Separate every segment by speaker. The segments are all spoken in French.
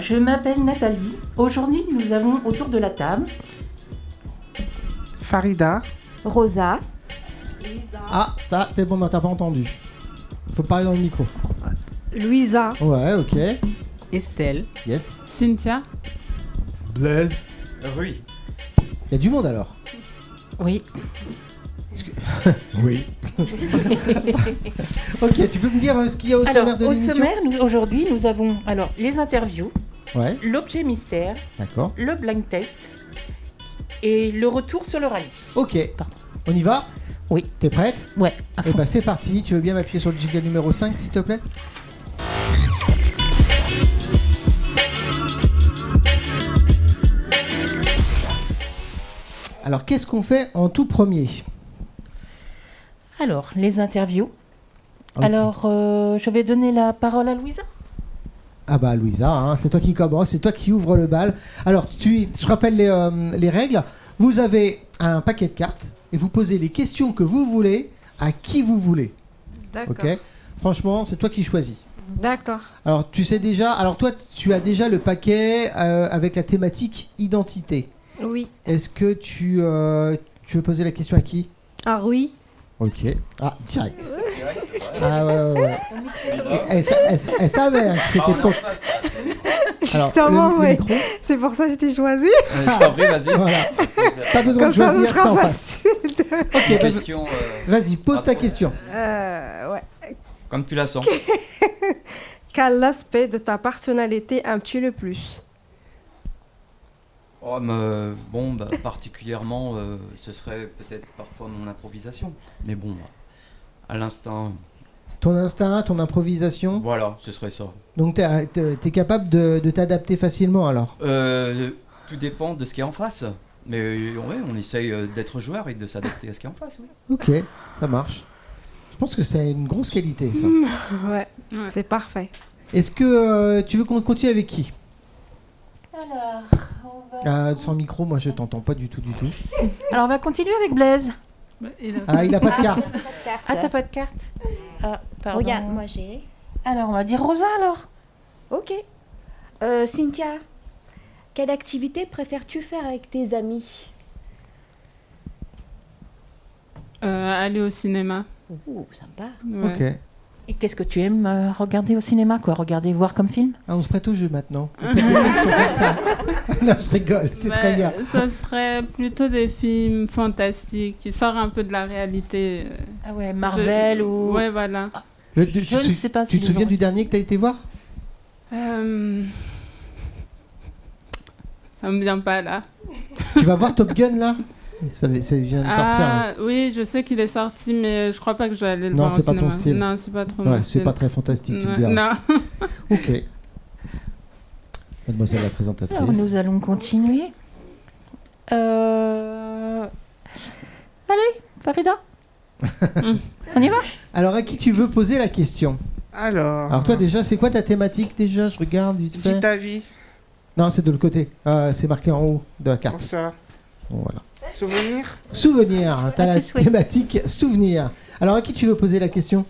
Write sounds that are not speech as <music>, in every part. Speaker 1: Je m'appelle Nathalie. Aujourd'hui, nous avons autour de la table
Speaker 2: Farida,
Speaker 3: Rosa,
Speaker 4: Ah, ça, t'es bon, non, t'as pas entendu. Faut parler dans le micro.
Speaker 5: Louisa,
Speaker 4: Ouais, ok.
Speaker 6: Estelle,
Speaker 4: Yes.
Speaker 6: Cynthia,
Speaker 4: Blaise.
Speaker 7: Rui.
Speaker 4: Y a du monde alors.
Speaker 1: Oui.
Speaker 7: Oui.
Speaker 4: <laughs> Ok, tu peux me dire euh, ce qu'il y a au sommaire
Speaker 1: Alors,
Speaker 4: de
Speaker 1: au
Speaker 4: l'émission
Speaker 1: sommaire, nous- aujourd'hui, nous avons alors les interviews,
Speaker 4: Ouais,
Speaker 1: l'objet mystère,
Speaker 4: d'accord.
Speaker 1: le blind test et le retour sur le rallye.
Speaker 4: Ok, on y va
Speaker 1: Oui.
Speaker 4: T'es prête
Speaker 1: Ouais.
Speaker 4: Et bah c'est parti, tu veux bien m'appuyer sur le giga numéro 5 s'il te plaît Alors qu'est-ce qu'on fait en tout premier
Speaker 1: Alors, les interviews.
Speaker 4: Ok.
Speaker 1: Alors, euh, je vais donner la parole à Louisa.
Speaker 4: Ah bah Louisa, hein, c'est toi qui commence, c'est toi qui ouvre le bal. Alors tu, je rappelle les, euh, les règles. Vous avez un paquet de cartes et vous posez les questions que vous voulez à qui vous voulez.
Speaker 5: d'accord.
Speaker 4: Ok. Franchement, c'est toi qui choisis.
Speaker 5: D'accord.
Speaker 4: Alors tu sais déjà. Alors toi, tu as déjà le paquet euh, avec la thématique identité.
Speaker 5: Oui.
Speaker 4: Est-ce que tu, euh, tu veux poser la question à qui
Speaker 5: Ah oui.
Speaker 4: Ok. Ah direct. Ah ouais ouais. ouais. Elle, sa- elle- elle savait hein, que c'était pour. Alors,
Speaker 5: Ah, Justement,
Speaker 4: le- le
Speaker 5: ouais.
Speaker 4: micro.
Speaker 5: C'est pour ça que j'étais choisie.
Speaker 7: Euh, je t'en prie, vas-y.
Speaker 4: <laughs> Voilà. Pas besoin
Speaker 5: Comme
Speaker 4: de
Speaker 5: ça,
Speaker 4: choisir
Speaker 5: ce
Speaker 4: ça
Speaker 5: sera
Speaker 4: en face.
Speaker 5: facile. de-
Speaker 4: <laughs> Ok,
Speaker 7: Une
Speaker 4: vas-y.
Speaker 7: question euh,
Speaker 4: Vas-y, pose ta question.
Speaker 5: Euh, ouais.
Speaker 7: comme tu la sens.
Speaker 5: <laughs> Quel aspect de ta personnalité aimes-tu le plus
Speaker 7: Oh, mais, euh, bon, bah, <laughs> particulièrement, euh, ce serait peut-être parfois mon improvisation. Mais bon, à l'instant,
Speaker 4: Ton instinct, ton improvisation.
Speaker 7: voilà, ce serait ça.
Speaker 4: Donc, t'es t'es- t'es capable de, de t'adapter facilement alors.
Speaker 7: Euh, tout dépend de ce qu'il y a en face. Mais euh, ouais, on essaye euh, d'être joueur et de s'adapter à ce qu'il y a en face. Oui.
Speaker 4: Ok, ça marche. Je pense que c'est une grosse qualité ça.
Speaker 5: ouais.
Speaker 6: Ouais.
Speaker 5: c'est parfait.
Speaker 4: Est-ce que euh, tu veux qu'on continue avec qui
Speaker 1: Alors, on va...
Speaker 4: Ah, Sans micro, moi je t'entends pas du tout, du tout.
Speaker 1: Alors, on va continuer avec Blaise.
Speaker 4: Ah, il a pas de carte.
Speaker 3: carte.
Speaker 1: Ah, t'as pas de carte Ah, pardon.
Speaker 3: Regarde, moi j'ai.
Speaker 1: Alors, on va dire Rosa alors.
Speaker 3: Ok. Euh, Cynthia, quelle activité préfères-tu faire avec tes amis
Speaker 6: Euh, aller au cinéma.
Speaker 3: Ouh, sympa.
Speaker 6: Ouais.
Speaker 4: Ok.
Speaker 1: Et qu'est-ce que tu aimes euh, regarder au cinéma, quoi Regarder, voir comme film
Speaker 4: Ah, on se prête au jeu
Speaker 6: <laughs>
Speaker 4: maintenant. On pose des questions comme ça. <laughs> non, je rigole, c'est
Speaker 6: Bah,
Speaker 4: très bien.
Speaker 6: Ça serait plutôt des films fantastiques qui sortent un peu de la réalité. euh,
Speaker 1: Ah ouais, Marvel
Speaker 6: je-
Speaker 1: ou...
Speaker 6: Ouais, voilà.
Speaker 4: Le- tu,
Speaker 1: Je
Speaker 4: tu-
Speaker 1: ne sais pas
Speaker 4: tu
Speaker 1: si
Speaker 4: te
Speaker 1: les
Speaker 4: souviens
Speaker 1: gens-
Speaker 4: du dernier que t'as été voir
Speaker 6: Euh, Ça me vient pas là.
Speaker 4: Tu vas voir Top Gun
Speaker 5: <laughs>
Speaker 4: là ça, ça vient de sortir. hein.
Speaker 6: Ah, oui, je sais qu'il est sorti, mais je crois pas que je vais aller le
Speaker 4: Non,
Speaker 6: voir au
Speaker 4: c'est pas ton
Speaker 6: cinéma.
Speaker 4: style.
Speaker 6: Non, c'est pas trop mon
Speaker 4: Ouais, c'est
Speaker 6: style.
Speaker 4: pas très fantastique, tu me diras.
Speaker 6: non, non.
Speaker 4: <laughs>
Speaker 6: <laughs>
Speaker 4: Ok. Mademoiselle la présentatrice.
Speaker 1: Alors, nous allons continuer. Euh... Allez,
Speaker 6: <laughs>
Speaker 1: Farida On y va
Speaker 4: Alors, à qui tu veux poser la question
Speaker 2: alors,
Speaker 4: Alors, toi, déjà, c'est quoi ta thématique Déjà, je regarde vite
Speaker 2: Ah. dis
Speaker 4: fait.
Speaker 2: ta vie,
Speaker 4: Non, c'est de l'autre côté. Euh, c'est marqué en haut de la
Speaker 2: pour
Speaker 4: carte.
Speaker 2: ça.
Speaker 4: Bon, voilà.
Speaker 2: Souvenir
Speaker 4: Souvenir. hein, T'as
Speaker 1: À
Speaker 4: la
Speaker 1: tes souhaits.
Speaker 4: thématique souvenir. Alors, à qui tu veux poser la question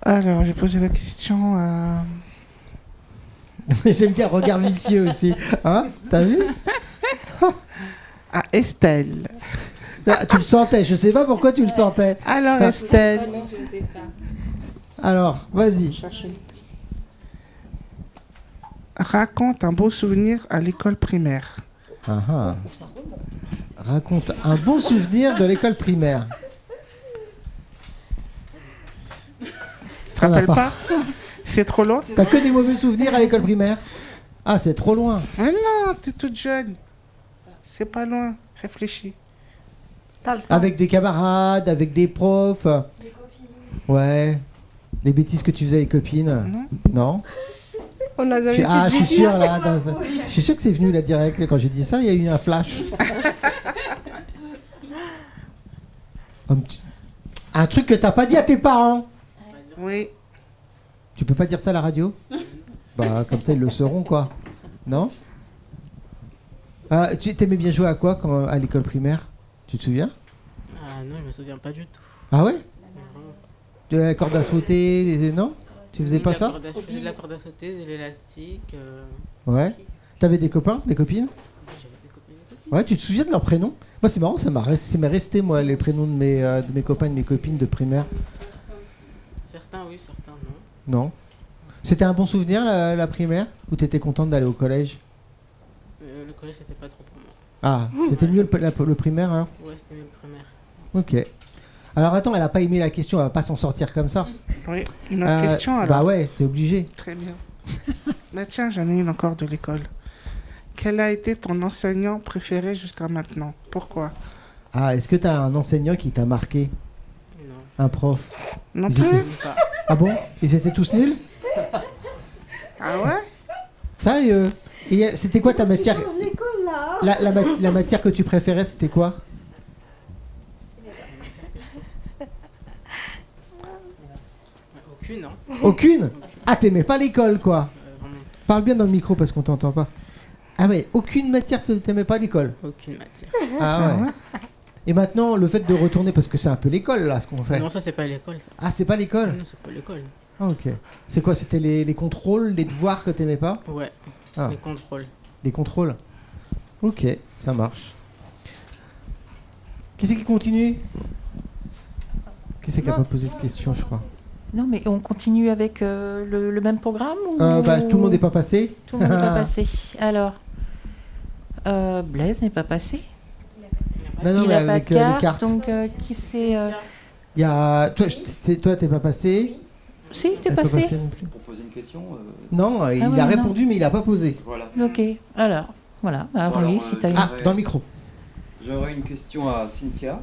Speaker 2: Alors, j'ai posé la question à...
Speaker 4: <laughs> J'aime bien le regard vicieux aussi. Hein T'as vu
Speaker 2: <laughs> à Estelle.
Speaker 4: Ah, Tu le sentais. Je sais pas pourquoi tu le sentais. Ah.
Speaker 2: Alors, Estelle.
Speaker 4: Alors, vas-y.
Speaker 2: Raconte un beau souvenir à l'école primaire.
Speaker 4: Ah, ah. Raconte un bon souvenir de l'école primaire.
Speaker 2: Tu te rappelles
Speaker 4: pas.
Speaker 2: pas C'est trop long
Speaker 4: T'as que des mauvais souvenirs à l'école primaire Ah, c'est trop loin.
Speaker 2: Mais non, t'es toute jeune. C'est pas loin. Réfléchis.
Speaker 5: T'as le temps.
Speaker 4: Avec des camarades, avec des profs. Des copines. Ouais. Les bêtises que tu faisais avec les copines. Non.
Speaker 5: On n'a
Speaker 4: Je
Speaker 5: jamais
Speaker 4: suis-
Speaker 5: fait
Speaker 4: ah,
Speaker 5: de
Speaker 4: je suis
Speaker 5: bêtises.
Speaker 4: sûr là. dans <laughs> un- Je suis sûr que c'est venu là direct. Quand j'ai dit ça, il y a eu un flash. un, petit- un truc que t'as pas dit à tes parents.
Speaker 2: Oui.
Speaker 4: Tu peux pas dire ça à la radio Bah, comme ça ils le sauront quoi. Non Ah, Tu t'aimais bien jouer à quoi quand- à l'école primaire Tu te souviens
Speaker 8: Ah non, je me souviens pas du tout.
Speaker 4: Ah ouais De la corde à sauter, des- des- non Tu faisais pas
Speaker 8: la
Speaker 4: ça
Speaker 8: corde à- Je faisais de la corde à sauter, de l'élastique. euh,
Speaker 4: Ouais. T'avais des copains, des copines
Speaker 8: J'avais des copains et des copines.
Speaker 4: Ouais, tu te souviens de leurs prénoms Moi, c'est marrant, ça m'a res- ça m'est resté, moi, les prénoms de mes, euh, de mes copains et de mes copines de primaire.
Speaker 8: Certains, oui, certains, non.
Speaker 4: Non. C'était un bon souvenir, la, la primaire Ou t'étais contente d'aller au collège
Speaker 8: Euh, le collège, c'était pas trop pour moi.
Speaker 4: Ah, c'était mieux le, la- le primaire, hein. alors
Speaker 8: Ouais, c'était mes primaires.
Speaker 4: Ok. Alors attends, elle a pas aimé la question, elle va pas s'en sortir comme ça.
Speaker 2: Oui, une autre
Speaker 4: Euh,
Speaker 2: question alors.
Speaker 4: Bah ouais, t'es obligé.
Speaker 2: Très bien. <laughs> Bah tiens, j'en ai une encore de l'école. Quel a été ton enseignant préféré jusqu'à maintenant Pourquoi
Speaker 4: Ah, est-ce que t'as un enseignant qui t'a marqué
Speaker 8: Non.
Speaker 4: Un prof
Speaker 2: Non
Speaker 4: Ils étaient-
Speaker 2: plus
Speaker 8: Pas.
Speaker 4: Ah bon Ils étaient tous nuls
Speaker 2: Ah ouais
Speaker 4: Sérieux Et euh, c'était quoi ta matière
Speaker 3: changes l'école là
Speaker 4: la, la ma- la matière que tu préférais, c'était quoi
Speaker 8: Aucune, non.
Speaker 4: Aucune Ah, t'aimais pas l'école, quoi
Speaker 8: Euh, vraiment,
Speaker 4: Parle bien dans le micro parce qu'on t'entend pas. Ah ouais, aucune matière te- t'aimais pas l'école.
Speaker 8: aucune matière.
Speaker 4: Ah ouais. Et maintenant, le fait de retourner, parce que c'est un peu l'école là, ce qu'on fait.
Speaker 8: Non, ça, c'est pas l'école, ça.
Speaker 4: Ah, c'est pas l'école
Speaker 8: Non, c'est pas l'école.
Speaker 4: Ah ok. C'est quoi C'était les, les contrôles, les devoirs que t'aimais pas
Speaker 8: Ouais.
Speaker 4: Ah.
Speaker 8: Les contrôles.
Speaker 4: Les contrôles Ok, ça marche. Qu'est-ce qui continue Qu'est-ce qui a pas posé de question, je crois
Speaker 9: Non, mais on continue avec euh, le, le même programme ou...
Speaker 4: Euh, bah, Tout le monde n'est pas passé
Speaker 9: Tout le
Speaker 4: <laughs>
Speaker 9: monde n'est pas passé. Alors, euh, Blaise n'est pas passé.
Speaker 4: Non, non,
Speaker 9: Il
Speaker 4: mais
Speaker 9: n'a pas
Speaker 4: avec
Speaker 9: de
Speaker 4: euh,
Speaker 9: carte.
Speaker 4: les cartes.
Speaker 9: Donc, euh, qui c'est euh,
Speaker 4: Il y a... Toi, je- t'es- toi, t'es pas passé
Speaker 9: Si, t'es
Speaker 4: Elle peut
Speaker 9: passé. Ah
Speaker 4: passer non plus.
Speaker 7: Pour poser une question, euh,
Speaker 4: Non, euh, il
Speaker 9: ouais,
Speaker 4: a
Speaker 9: non.
Speaker 4: répondu, mais il a pas posé.
Speaker 7: voilà.
Speaker 9: Ok, alors, voilà. Bah,
Speaker 7: Bon, alors,
Speaker 9: oui,
Speaker 7: euh,
Speaker 9: si t'as une-
Speaker 7: Ah,
Speaker 4: Ah, dans le micro.
Speaker 7: J'aurais une question à Cynthia.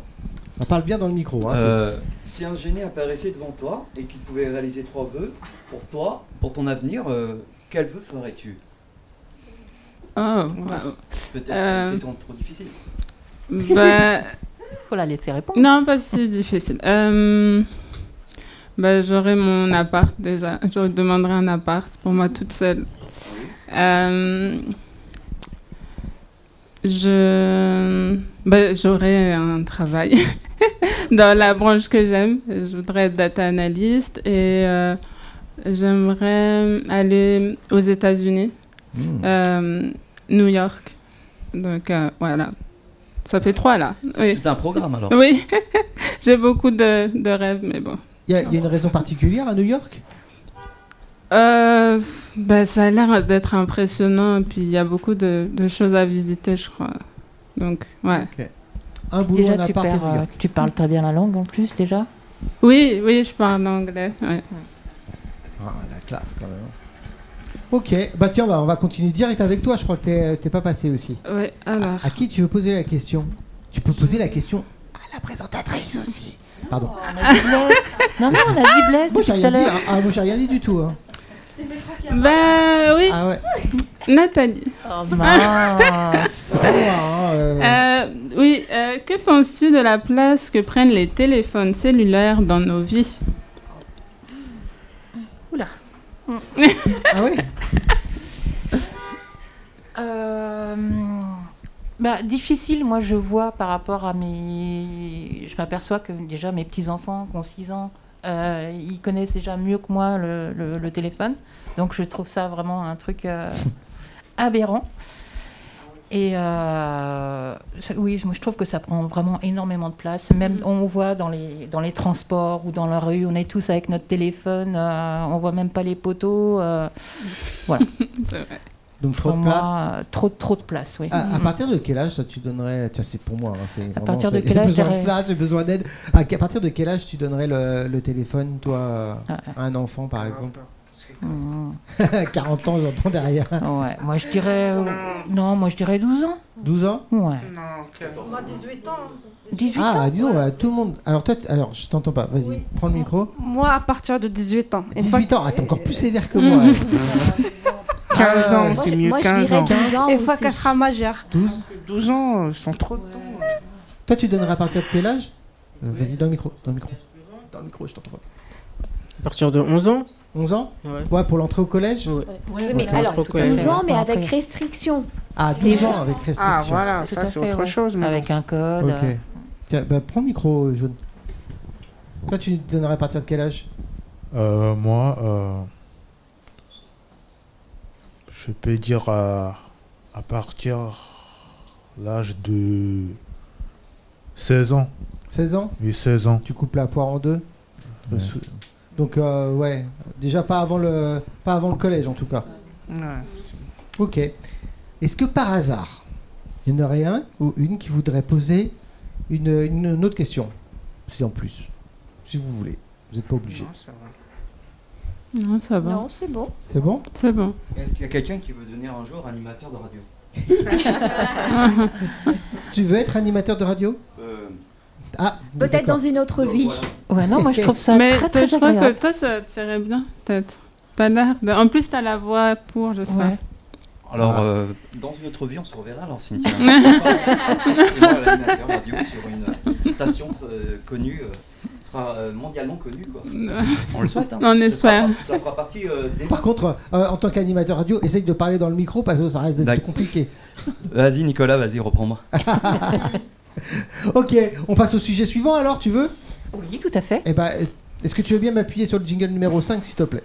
Speaker 4: On parle bien dans le micro. Hein,
Speaker 7: Euh, si un génie apparaissait devant toi et qu'il pouvait réaliser trois vœux pour toi, pour ton avenir, euh, quel vœu ferais-tu
Speaker 6: Oh, wow.
Speaker 7: Peut-être
Speaker 6: Euh.
Speaker 7: une question trop difficile.
Speaker 3: <laughs>
Speaker 6: Bah,
Speaker 9: faut la laisser répondre.
Speaker 6: non, pas si difficile. Euh, bah, j'aurai mon appart déjà. Je demanderai un appart pour moi toute seule. Euh, je, bah, j'aurai un travail <laughs> dans la branche que j'aime. Je voudrais être data analyst et euh, j'aimerais aller aux États-Unis,
Speaker 7: Hmm.
Speaker 6: euh, New York. Donc euh, voilà, ça fait trois là.
Speaker 7: C'est
Speaker 6: Oui,
Speaker 7: tout un programme alors.
Speaker 6: oui. <laughs> j'ai beaucoup de, de rêves, mais bon.
Speaker 4: Il y, a- y a une raison particulière à New York
Speaker 6: Euh, bah, ça a l'air d'être impressionnant, puis il y a beaucoup de, de choses à visiter, je crois. Donc, ouais.
Speaker 4: Un boulot, un
Speaker 9: Déjà, tu,
Speaker 4: appart à
Speaker 9: perds,
Speaker 4: New
Speaker 9: euh,
Speaker 4: York.
Speaker 9: tu parles très bien la langue en plus, déjà.
Speaker 6: Oui, oui, je parle anglais. ouais.
Speaker 4: Ah, la classe quand même. Ok, bah tiens, bah, on va continuer direct avec toi. Je crois que t'es- euh, t'es pas passé aussi.
Speaker 10: Euh.
Speaker 6: Ouais,
Speaker 5: ah
Speaker 4: À,
Speaker 6: alors.
Speaker 4: à qui tu veux poser la question Tu peux poser la question à la présentatrice
Speaker 10: <laughs>
Speaker 4: aussi.
Speaker 9: Oh,
Speaker 4: Pardon. Ah,
Speaker 9: Non, non, on a dit Blaise
Speaker 4: Moi,
Speaker 9: depuis
Speaker 4: j'ai
Speaker 9: tout à
Speaker 4: rien dit.
Speaker 9: l'heure.
Speaker 4: hein. Ah, moi, j'ai rien dit du tout. hein.
Speaker 6: Bah oui,
Speaker 4: Ah ouais,
Speaker 6: Nathalie.
Speaker 9: Oh, mince.
Speaker 4: <laughs> c'est pas moi. hein, euh.
Speaker 6: Euh, oui, euh, que penses-tu de la place que prennent les téléphones cellulaires dans nos vies
Speaker 4: Ah ouais
Speaker 9: Euh, bah, difficile, moi je vois par rapport à mes... Je m'aperçois que déjà mes petits-enfants qui ont 6 ans, euh, ils connaissent déjà mieux que moi le, le- le téléphone. Donc je trouve ça vraiment un truc euh, aberrant. Et euh, ça- oui, je- moi, je trouve que ça prend vraiment énormément de place. Même on voit dans les, dans les transports ou dans la rue, on est tous avec notre téléphone, euh, on voit même pas les poteaux. euh,
Speaker 6: C'est vrai.
Speaker 4: Donc trop
Speaker 9: pour
Speaker 4: de
Speaker 9: moi,
Speaker 4: place.
Speaker 9: euh, trop, trop de place, oui. Mm.
Speaker 4: À, à partir de quel âge toi, tu donnerais Tiens, c'est pour moi. hein, c'est vraiment-
Speaker 9: partir de
Speaker 4: c'est- <laughs>
Speaker 9: quel
Speaker 4: J'ai
Speaker 9: âge
Speaker 4: besoin de
Speaker 9: j'aurais-
Speaker 4: ça, j'ai besoin d'aide. À, à partir de quel âge tu donnerais le, le téléphone, toi, euh,
Speaker 9: Ah.
Speaker 4: à un enfant par exemple
Speaker 9: Mm.
Speaker 4: <laughs> 40 ans, j'entends derrière.
Speaker 9: Ouais, moi je dirais. euh, non, moi je dirais 12 ans.
Speaker 4: 12 ans
Speaker 9: Ouais.
Speaker 2: Non, ok.
Speaker 5: Moi, 18 ans.
Speaker 9: 18 ans.
Speaker 4: Ah, dis donc, euh, tout le monde. Alors, toi, t- alors je t'entends pas. Vas-y, prends le micro.
Speaker 5: Moi, à partir de 18 ans. Une fois
Speaker 4: 18 ans, ah, t'es encore plus sévère
Speaker 5: <laughs>
Speaker 4: que moi. Ah, ouais.
Speaker 2: 15 ans,
Speaker 3: Moi,
Speaker 2: c'est
Speaker 3: je-
Speaker 2: mieux.
Speaker 3: moi, je
Speaker 2: 15
Speaker 3: dirais
Speaker 2: ans.
Speaker 3: 15 ans.
Speaker 5: une fois
Speaker 3: aussi.
Speaker 5: qu'elle sera majeure.
Speaker 4: 12.
Speaker 2: 12 ans, ils sont trop tôt.
Speaker 4: Toi, tu donnerais à partir de quel âge Euh, Vas-y, dans le micro. Dans le micro. Dans le micro, je t'entends pas.
Speaker 8: À partir de 11 ans
Speaker 4: 11 ans
Speaker 8: Ouais.
Speaker 4: Ouais, pour l'entrée au collège
Speaker 3: Oui, mais
Speaker 8: Ouais,
Speaker 3: alors,
Speaker 8: trop collège.
Speaker 3: 12 ans, mais
Speaker 9: Ouais.
Speaker 3: avec restriction.
Speaker 4: Ah,
Speaker 3: C'est
Speaker 4: 12 ans
Speaker 3: juste.
Speaker 4: avec restriction.
Speaker 2: Ah, voilà,
Speaker 9: Tout
Speaker 2: ça
Speaker 9: à
Speaker 2: c'est
Speaker 9: fait,
Speaker 2: autre
Speaker 9: ouais.
Speaker 2: chose. mais
Speaker 9: Avec un code.
Speaker 4: Ok.
Speaker 9: euh,
Speaker 4: Tiens, bah, prends le micro, euh, jaune. Toi, tu donnerais à partir de quel âge
Speaker 11: Euh, moi, euh, je peux dire à, à partir l'âge de 16 ans.
Speaker 4: 16 ans
Speaker 11: Oui, 16 ans.
Speaker 4: Tu coupes la poire en deux
Speaker 11: Ouais.
Speaker 4: Donc, euh, ouais, déjà pas avant, le, pas avant le collège en tout cas. Ok. Est-ce que par hasard, il n'y en aurait un ou une qui voudrait poser une, une- une autre question Si en plus, si vous voulez. Vous n'êtes pas obligé.
Speaker 6: Non, ça va.
Speaker 3: Non, c'est bon.
Speaker 4: C'est bon
Speaker 6: C'est bon.
Speaker 7: Est-ce qu'il y a quelqu'un qui veut devenir un jour animateur de radio
Speaker 4: Tu veux être animateur de radio
Speaker 7: Euh,
Speaker 4: Ah,
Speaker 3: Peut-être
Speaker 4: d'accord.
Speaker 3: dans une autre vie.
Speaker 9: Ouais, non, moi
Speaker 4: <laughs>
Speaker 9: je trouve ça
Speaker 6: <laughs> Mais
Speaker 9: très
Speaker 6: toi,
Speaker 9: très
Speaker 6: je crois que
Speaker 9: agréable.
Speaker 6: toi, ça te tirait bien, peut-être. T'as l'air. de- En plus, t'as la voix pour, j'espère.
Speaker 9: Ouais.
Speaker 7: Alors,
Speaker 11: Ah.
Speaker 7: euh, dans une autre vie, on se reverra alors,
Speaker 6: <laughs>
Speaker 7: Cynthia. Et moi, l'animateur radio sur une station euh, connue, euh, sera euh, mondialement connue,
Speaker 6: <laughs>
Speaker 7: quoi. On le souhaite. Hein.
Speaker 6: On
Speaker 7: Ce sera
Speaker 6: espère.
Speaker 7: par- ça fera partie euh, des.
Speaker 4: Par contre, euh, en tant qu'animateur radio, essaye de parler dans le micro parce que ça reste d'être
Speaker 7: D'accord.
Speaker 4: compliqué. <laughs>
Speaker 7: Vas-y, Nicolas, vas-y,
Speaker 6: <laughs>
Speaker 7: reprends-moi.
Speaker 4: Ok, on passe au sujet suivant alors, tu veux
Speaker 9: Oui, tout à fait.
Speaker 4: Eh ben, euh, est-ce que tu veux bien m'appuyer sur le jingle numéro 5, s'il te plaît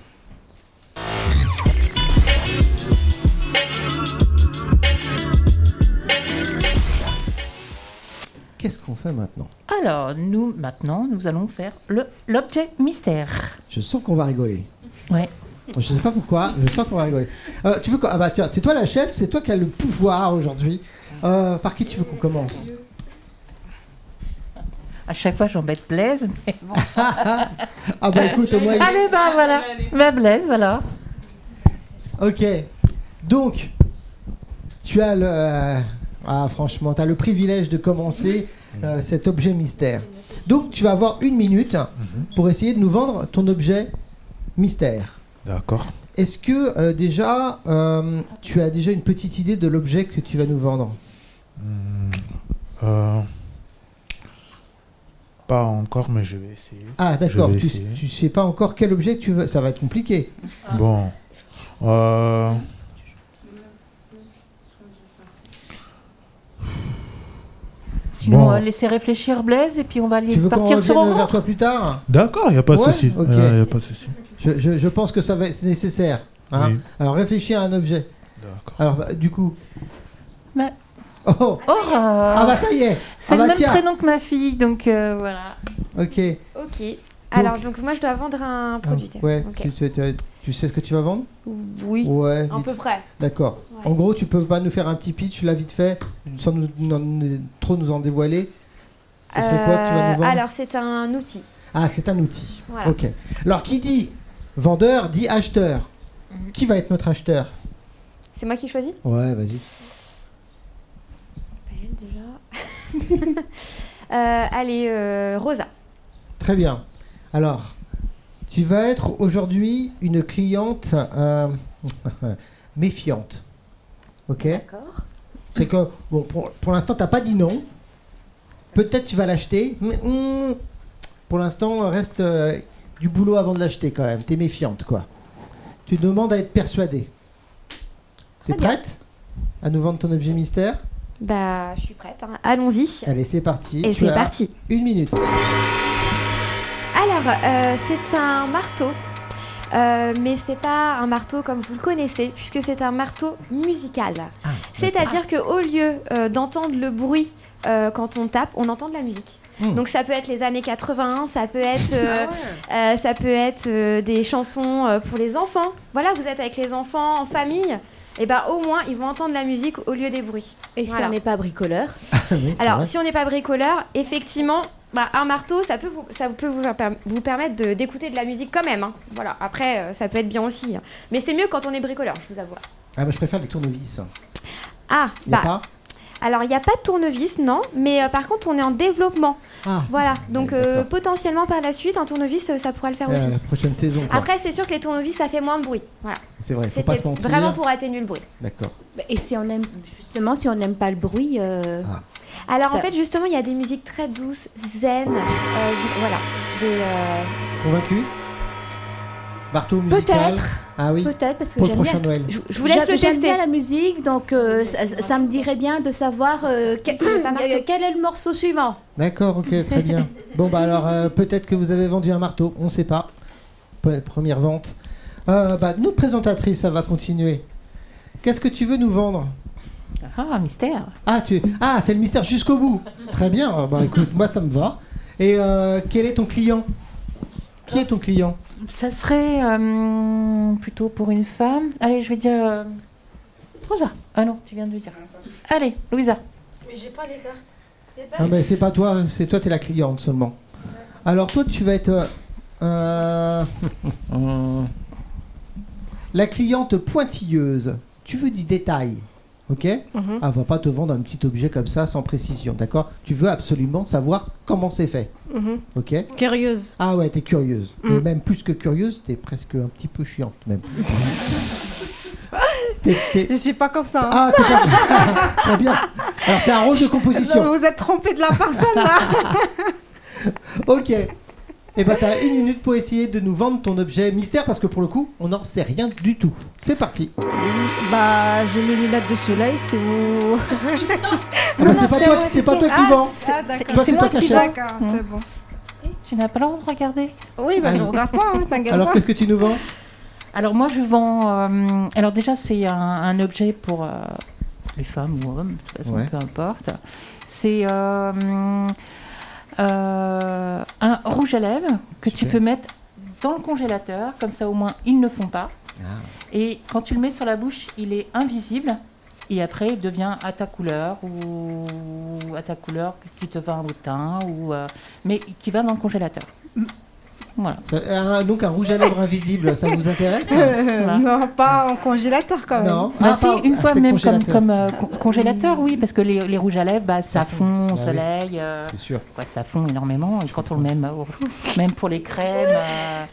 Speaker 4: Qu'est-ce qu'on fait maintenant
Speaker 9: Alors, nous, maintenant, nous allons faire le- l'objet mystère.
Speaker 4: Je sens qu'on va rigoler.
Speaker 9: Ouais.
Speaker 4: Je sais pas pourquoi, je sens qu'on va rigoler. Euh, tu veux quoi Ah bah tiens, c'est toi la chef, c'est toi qui as le pouvoir aujourd'hui. Euh, par qui tu veux qu'on commence
Speaker 9: À chaque fois, j'embête Blaise. mais-
Speaker 4: <laughs> Ah bah écoute, au moins. il-
Speaker 9: Allez, bah voilà. Bah, Blaise, alors.
Speaker 4: <laughs> Ok. Donc, tu as le. euh, Ah, franchement, tu as le privilège de commencer euh, cet objet mystère. Donc, tu vas avoir une minute pour essayer de nous vendre ton objet mystère.
Speaker 11: D'accord.
Speaker 4: Est-ce que euh, déjà, euh, tu as déjà une petite idée de l'objet que tu vas nous vendre Hmm.
Speaker 11: Euh, pas encore, mais je vais essayer.
Speaker 4: Ah, d'accord.
Speaker 11: Je vais
Speaker 4: Tu,
Speaker 11: essayer.
Speaker 4: tu sais pas encore quel objet que tu veux. Ça va être compliqué.
Speaker 11: Bon. Euh,
Speaker 9: Sinon,
Speaker 11: Bon.
Speaker 9: on va laisser réfléchir Blaise et puis on va
Speaker 4: Tu
Speaker 9: aller
Speaker 4: veux qu'on
Speaker 9: partir sur
Speaker 4: revienne vers
Speaker 9: Aurore.
Speaker 4: toi plus tard
Speaker 11: D'accord, il n'y a pas de
Speaker 4: Ouais,
Speaker 11: souci.
Speaker 4: ok.
Speaker 11: Il y a pas de
Speaker 4: <laughs>
Speaker 11: souci.
Speaker 4: je, je- je pense que ça va être nécessaire. hein.
Speaker 11: Oui.
Speaker 4: Alors, réfléchis à un objet.
Speaker 11: D'accord.
Speaker 4: Alors, bah, du coup.
Speaker 9: Mais-
Speaker 4: Oh
Speaker 9: Aurore.
Speaker 4: Ah bah ça y est
Speaker 9: Bah, euh, C'est
Speaker 4: ah bah
Speaker 9: le même
Speaker 4: tiens.
Speaker 9: prénom que ma fille, donc euh, voilà.
Speaker 4: Ok.
Speaker 12: Ok. Alors, donc moi, je dois vendre un produit.
Speaker 4: Ah, ouais,
Speaker 12: Ok.
Speaker 4: tu, tu- tu- tu sais ce que tu vas vendre
Speaker 12: Oui,
Speaker 4: Ouais,
Speaker 12: à
Speaker 4: vite
Speaker 12: peu
Speaker 4: fait.
Speaker 12: près.
Speaker 4: D'accord.
Speaker 12: Ouais.
Speaker 4: En gros, tu peux pas nous faire un petit pitch là vite fait, sans nous, non, nous- trop nous en dévoiler Ce serait quoi que tu vas nous
Speaker 12: Euh,
Speaker 4: vendre
Speaker 12: Alors, c'est un outil.
Speaker 4: Ah, c'est un outil.
Speaker 12: Voilà.
Speaker 4: Ok. Alors, qui dit vendeur dit acheteur.
Speaker 12: Mhm.
Speaker 4: Qui va être notre acheteur
Speaker 12: C'est moi qui choisis
Speaker 4: Ouais, vas-y.
Speaker 12: Pas elle, déjà. <laughs> Euh, allez, euh, Rosa.
Speaker 4: Très bien. Alors, tu vas être aujourd'hui une cliente euh, <laughs> méfiante. Ok
Speaker 12: D'accord.
Speaker 4: C'est que, bon, pour, pour l'instant, t'as pas dit non. Peut-être tu vas l'acheter, mais hum, pour l'instant, reste euh, du boulot avant de l'acheter quand même. T'es méfiante, quoi. Tu demandes à être persuadée. T'es
Speaker 12: Très bien.
Speaker 4: prête à nous vendre ton objet mystère
Speaker 12: Bah, je suis prête. hein. Allons-y.
Speaker 4: Allez, c'est parti.
Speaker 12: Et
Speaker 4: Tu
Speaker 12: c'est
Speaker 4: as
Speaker 12: parti.
Speaker 4: Une minute.
Speaker 12: Alors, euh, c'est un marteau. Euh, mais c'est pas un marteau comme vous le connaissez, puisque c'est un marteau musical. C'est-à-dire que au lieu euh, d'entendre le bruit euh, quand on tape, on entend de la musique.
Speaker 4: Hmm.
Speaker 12: Donc ça peut être les années 80, ça peut être, euh, euh, ça peut être euh, des chansons euh, pour les enfants. Voilà, vous êtes avec les enfants en famille, et ben au moins ils vont entendre la musique au lieu des bruits.
Speaker 3: Et si
Speaker 12: Voilà.
Speaker 3: on n'est pas bricoleur
Speaker 4: Ah Oui, c'est
Speaker 12: Alors,
Speaker 4: vrai.
Speaker 12: si on n'est pas bricoleur, effectivement, bah, un marteau, ça peut vous, ça peut vous, per- vous permettre de- d'écouter de la musique quand même. hein. Voilà. Après, euh, ça peut être bien aussi. hein. Mais c'est mieux quand on est bricoleur, je vous avoue.
Speaker 4: Ah, moi, je préfère les tournevis.
Speaker 12: Ah,
Speaker 4: Y a
Speaker 12: bah,
Speaker 4: pas
Speaker 12: alors il n'y a pas de tournevis, non, mais euh, par contre, on est en développement.
Speaker 4: Ah,
Speaker 12: Voilà. Donc,
Speaker 4: Ouais,
Speaker 12: euh,
Speaker 4: d'accord.
Speaker 12: potentiellement par la suite, un tournevis, euh, ça pourra le faire
Speaker 4: euh, la
Speaker 12: aussi.
Speaker 4: prochaine saison. quoi.
Speaker 12: Après, c'est sûr que les tournevis, ça fait moins de bruit. Voilà.
Speaker 4: c'est vrai, faut pas
Speaker 12: C'était
Speaker 4: se mentir.
Speaker 12: vraiment pour atténuer le bruit.
Speaker 4: D'accord.
Speaker 3: Bah, Et si on aime, justement, si on n'aime pas le bruit, euh,
Speaker 4: Ah.
Speaker 12: Alors, en
Speaker 3: Ça-
Speaker 12: fait, justement, il y a des musiques très douces, zen. euh, voilà. Des, euh,
Speaker 4: Convaincu Marteau musical
Speaker 3: peut-être,
Speaker 4: Ah oui,
Speaker 3: peut-être, parce que
Speaker 4: pour le
Speaker 3: j'aime bien.
Speaker 4: prochain Noël.
Speaker 12: Je, je vous laisse
Speaker 3: J'a-
Speaker 12: le
Speaker 3: J'aime
Speaker 12: tester.
Speaker 3: bien la musique, donc euh, ça, ça me dirait bien de savoir euh, quel, <coughs>
Speaker 12: C'est pas marteau.
Speaker 3: quel est le morceau suivant.
Speaker 12: <laughs>
Speaker 4: D'accord, ok, très bien. Bon, bah alors, euh, peut-être que vous avez vendu un marteau, on sait pas. p- première vente. Euh, bah, nous, présentatrice, ça va continuer. Qu'est-ce que tu veux nous vendre
Speaker 9: Ah, mystère.
Speaker 4: Ah, tu... ah c'est le mystère jusqu'au bout. Très bien. Ah, Bah, écoute, moi, ça me va. Et euh, quel est ton client Qui est ton client
Speaker 9: Ça serait euh, plutôt pour une femme. Allez, je vais dire. euh, Rosa. Ah non, tu viens de le dire. Allez, Louisa.
Speaker 13: Mais j'ai pas les cartes.
Speaker 4: Ah, mais c'est pas toi, c'est toi, t'es la cliente seulement. Alors, toi, tu vas être. euh, euh, la cliente pointilleuse. Tu veux du détail, ok
Speaker 5: Mhm.
Speaker 4: Elle va pas te vendre un petit objet comme ça sans précision, d'accord Tu veux absolument savoir comment c'est fait,
Speaker 5: Mhm.
Speaker 4: ok
Speaker 5: Curieuse.
Speaker 4: Ah ouais, t'es curieuse.
Speaker 5: Mm.
Speaker 4: Et même plus que curieuse, t'es presque un petit peu chiante,
Speaker 5: <laughs>
Speaker 4: même. T'es- t'es-
Speaker 5: Je suis pas comme ça. hein.
Speaker 4: Ah, t'es pas- <laughs> Très bien. Alors, c'est un rôle de composition.
Speaker 5: Non, mais vous êtes trompé de la personne là.
Speaker 4: <laughs> Ok. Et bah t'as une minute pour essayer de nous vendre ton objet mystère parce que pour le coup on n'en sait rien du tout. C'est parti.
Speaker 5: bah, j'ai mes lunettes de soleil, c'est vous.
Speaker 4: bah, c'est pas toi qui- c'est pas toi qui
Speaker 5: Ah,
Speaker 4: vends. C'est
Speaker 5: d'accord.
Speaker 4: pas- c'est toi qui achètes.
Speaker 5: D'accord, Ah, c'est bon.
Speaker 9: Tu n'as pas le droit de regarder
Speaker 5: Oui, bah, je
Speaker 9: Allez.
Speaker 5: regarde pas, hein, t'inquiète
Speaker 4: Alors
Speaker 5: pas.
Speaker 4: qu'est-ce que tu nous vends
Speaker 9: Alors moi je vends. euh, alors déjà c'est un, un objet pour euh, les femmes ou hommes, de toute façon,
Speaker 4: Ouais.
Speaker 9: peu importe. C'est euh, euh, un rouge à lèvres que tu
Speaker 4: Super.
Speaker 9: peux mettre dans le congélateur, comme ça au moins ils ne font pas. Et quand tu le mets sur la bouche, il est invisible. Et après, il devient à ta couleur ou à ta couleur qui te va au teint ou euh, mais qui va dans le congélateur. Voilà.
Speaker 4: Ça- un- donc un rouge à lèvres invisible, ça vous intéresse
Speaker 5: Euh, Non, pas en congélateur quand même.
Speaker 4: Non.
Speaker 9: Bah
Speaker 4: Ah,
Speaker 9: si,
Speaker 4: pardon.
Speaker 9: une
Speaker 4: Ah,
Speaker 9: fois
Speaker 4: c'est
Speaker 9: même comme,
Speaker 4: congélateur.
Speaker 9: comme euh, con- congélateur, oui, parce que les, les rouges à lèvres, bah, ça, fond au
Speaker 4: Bah oui.
Speaker 9: soleil. euh,
Speaker 4: C'est sûr.
Speaker 9: ouais, ça fond énormément. Et quand on le met même, au- même pour les crèmes. euh,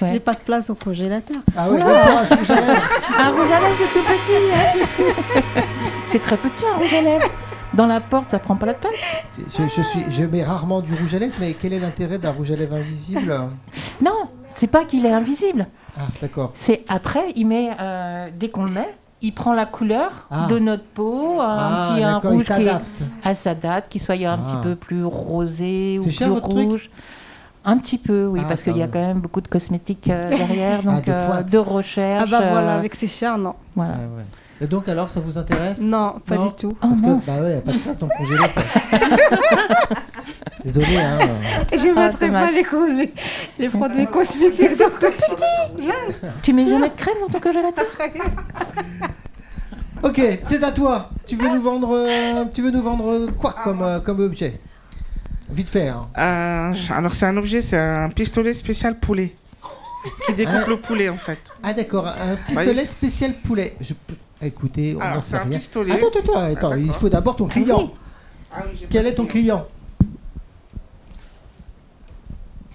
Speaker 9: ouais.
Speaker 5: J'ai pas de place au congélateur.
Speaker 4: Ah
Speaker 9: ouais,
Speaker 4: Oula. un rouge à lèvres.
Speaker 9: <laughs> Un rouge à lèvres, c'est tout petit. hein. <laughs> c'est très petit un rouge à lèvres. Dans la porte, ça prend pas la place.
Speaker 4: Je, je suis, je mets rarement du rouge à lèvres, mais quel est l'intérêt d'un rouge à lèvres invisible
Speaker 9: Non, c'est pas qu'il est invisible.
Speaker 4: Ah d'accord.
Speaker 9: C'est après, il met euh, dès qu'on le met, il prend la couleur
Speaker 4: Ah.
Speaker 9: de notre peau, un
Speaker 4: Ah,
Speaker 9: petit un
Speaker 4: d'accord, il
Speaker 9: rouge qui est
Speaker 4: s'adapte.
Speaker 9: à sa date, qui soit un
Speaker 4: Ah.
Speaker 9: petit peu plus rosé ou
Speaker 4: C'est
Speaker 9: plus
Speaker 4: cher, votre truc
Speaker 9: rouge. un petit peu, oui,
Speaker 4: Ah,
Speaker 9: parce qu'il
Speaker 4: quand
Speaker 9: y a
Speaker 4: même.
Speaker 9: quand même beaucoup de cosmétiques
Speaker 4: <laughs>
Speaker 9: euh, derrière,
Speaker 4: Ah,
Speaker 9: donc
Speaker 4: de
Speaker 9: euh,
Speaker 4: pointe.
Speaker 9: de recherche.
Speaker 5: Ah bah voilà,
Speaker 9: euh,
Speaker 5: avec ses chars, non.
Speaker 9: Voilà.
Speaker 4: Ah, Ouais, ouais. Et donc alors ça vous intéresse
Speaker 5: Non, pas du tout.
Speaker 9: Ah,
Speaker 4: Parce
Speaker 5: Oh,
Speaker 4: que
Speaker 5: mince.
Speaker 4: bah ouais, y a pas de place dans le congélateur.
Speaker 5: <laughs>
Speaker 4: Désolé hein.
Speaker 5: Je
Speaker 9: Ah,
Speaker 5: mettrai pas
Speaker 9: dommage.
Speaker 5: les, co- les, les produits cosmétiques sur le ch'ti.
Speaker 9: Tu mets jamais de crème dans ton congélateur
Speaker 4: Ok, c'est à toi. Tu veux nous vendre, euh, tu veux nous vendre euh, quoi comme, euh, comme objet Vite fait. hein.
Speaker 2: Euh, alors, c'est un objet, c'est un pistolet spécial poulet. Qui découpe
Speaker 4: Hein
Speaker 2: le poulet, en fait.
Speaker 4: Ah d'accord, un pistolet
Speaker 2: Bah, il-
Speaker 4: spécial poulet. Je peux- Écoutez, on
Speaker 2: Alors,
Speaker 4: n'en
Speaker 2: c'est
Speaker 4: sait
Speaker 2: un
Speaker 4: rien.
Speaker 2: pistolet.
Speaker 4: Attends, attends, attends,
Speaker 2: Ah,
Speaker 4: attends, il
Speaker 2: d'accord.
Speaker 4: faut d'abord ton client.
Speaker 5: Ah
Speaker 4: Quel est ton client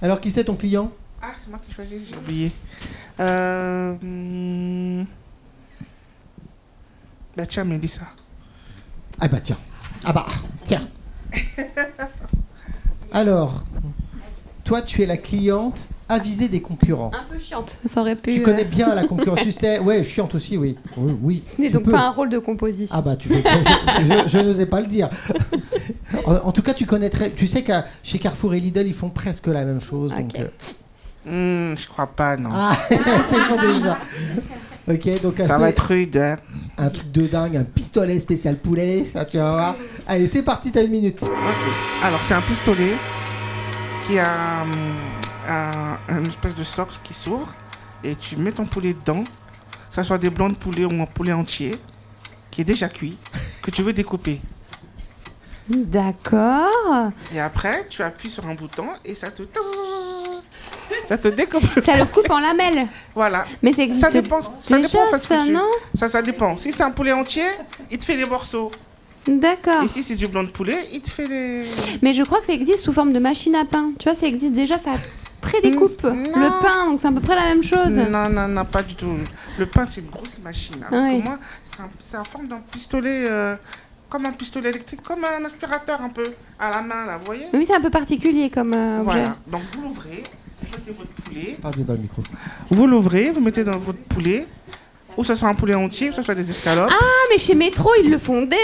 Speaker 4: Alors qui c'est ton client
Speaker 2: Ah, c'est moi qui choisis, j'ai oublié. Euh... hmm. Bah tiens, Mélissa.
Speaker 4: Ah bah tiens. Ah bah
Speaker 2: <laughs>
Speaker 4: tiens. Alors, toi tu es la cliente avisée des concurrents.
Speaker 13: Un peu chiante, ça aurait pu.
Speaker 4: Tu
Speaker 13: euh,
Speaker 4: connais bien la
Speaker 13: <laughs>
Speaker 12: <laughs>
Speaker 4: concurrence. tu sais- ouais, chiante aussi, oui. Oui, oui,
Speaker 13: Ce n'est
Speaker 4: tu
Speaker 13: donc
Speaker 4: peux.
Speaker 13: pas un rôle de composition.
Speaker 4: Ah bah tu
Speaker 13: <laughs>
Speaker 4: fais je, je n'osais pas le dire. en, en tout cas, tu connaîtrais. Tu sais qu'à chez Carrefour et Lidl, ils font presque la même chose. donc, euh,
Speaker 2: Hmm, je crois pas, non.
Speaker 4: Ah, <laughs> c'est bon déjà. Ok, donc un,
Speaker 2: Ça
Speaker 4: spé-
Speaker 2: va être rude, hein.
Speaker 4: un truc de dingue, un pistolet spécial poulet, ça tu vas voir. Allez, c'est parti, t'as une minute.
Speaker 2: Ok. Alors, c'est un pistolet qui a hum, un, une espèce de socle qui s'ouvre et tu mets ton poulet dedans, que ce soit des blancs de poulet ou un poulet entier qui est déjà cuit, que tu veux découper.
Speaker 12: D'accord.
Speaker 2: Et après, tu appuies sur un bouton et ça te... <laughs> Ça te découpe.
Speaker 12: Ça le coupe en lamelles.
Speaker 2: Voilà.
Speaker 12: Mais c'est
Speaker 2: Ça
Speaker 12: existe
Speaker 2: dépend. Ça
Speaker 12: déjà,
Speaker 2: dépend. en fait, ce que
Speaker 12: ça,
Speaker 2: tu-
Speaker 12: non
Speaker 2: ça, ça dépend. Si c'est un poulet entier, il te fait les morceaux.
Speaker 12: D'accord.
Speaker 2: Et si c'est du blanc de poulet, il te fait les.
Speaker 12: Mais je crois que ça existe sous forme de machine à pain. Tu vois, ça existe déjà, ça prédécoupe le pain, donc c'est à peu près la même chose.
Speaker 2: Mm. Non, non, non, pas du tout. Le pain, c'est une grosse machine. Alors
Speaker 12: Ah oui.
Speaker 2: que moi, c'est un- c'est en forme d'un pistolet, euh, comme un pistolet électrique, comme un aspirateur un peu à la main, là, vous voyez
Speaker 12: Mais oui, c'est un peu particulier comme euh, objet.
Speaker 2: Voilà. Donc vous l'ouvrez, vous mettez votre poulet.
Speaker 4: Pardon dans le micro.
Speaker 2: Vous l'ouvrez, vous mettez dans votre poulet, ou ce soit un poulet entier, ou ce soit des escalopes.
Speaker 12: Ah, mais chez Métro, ils le font déjà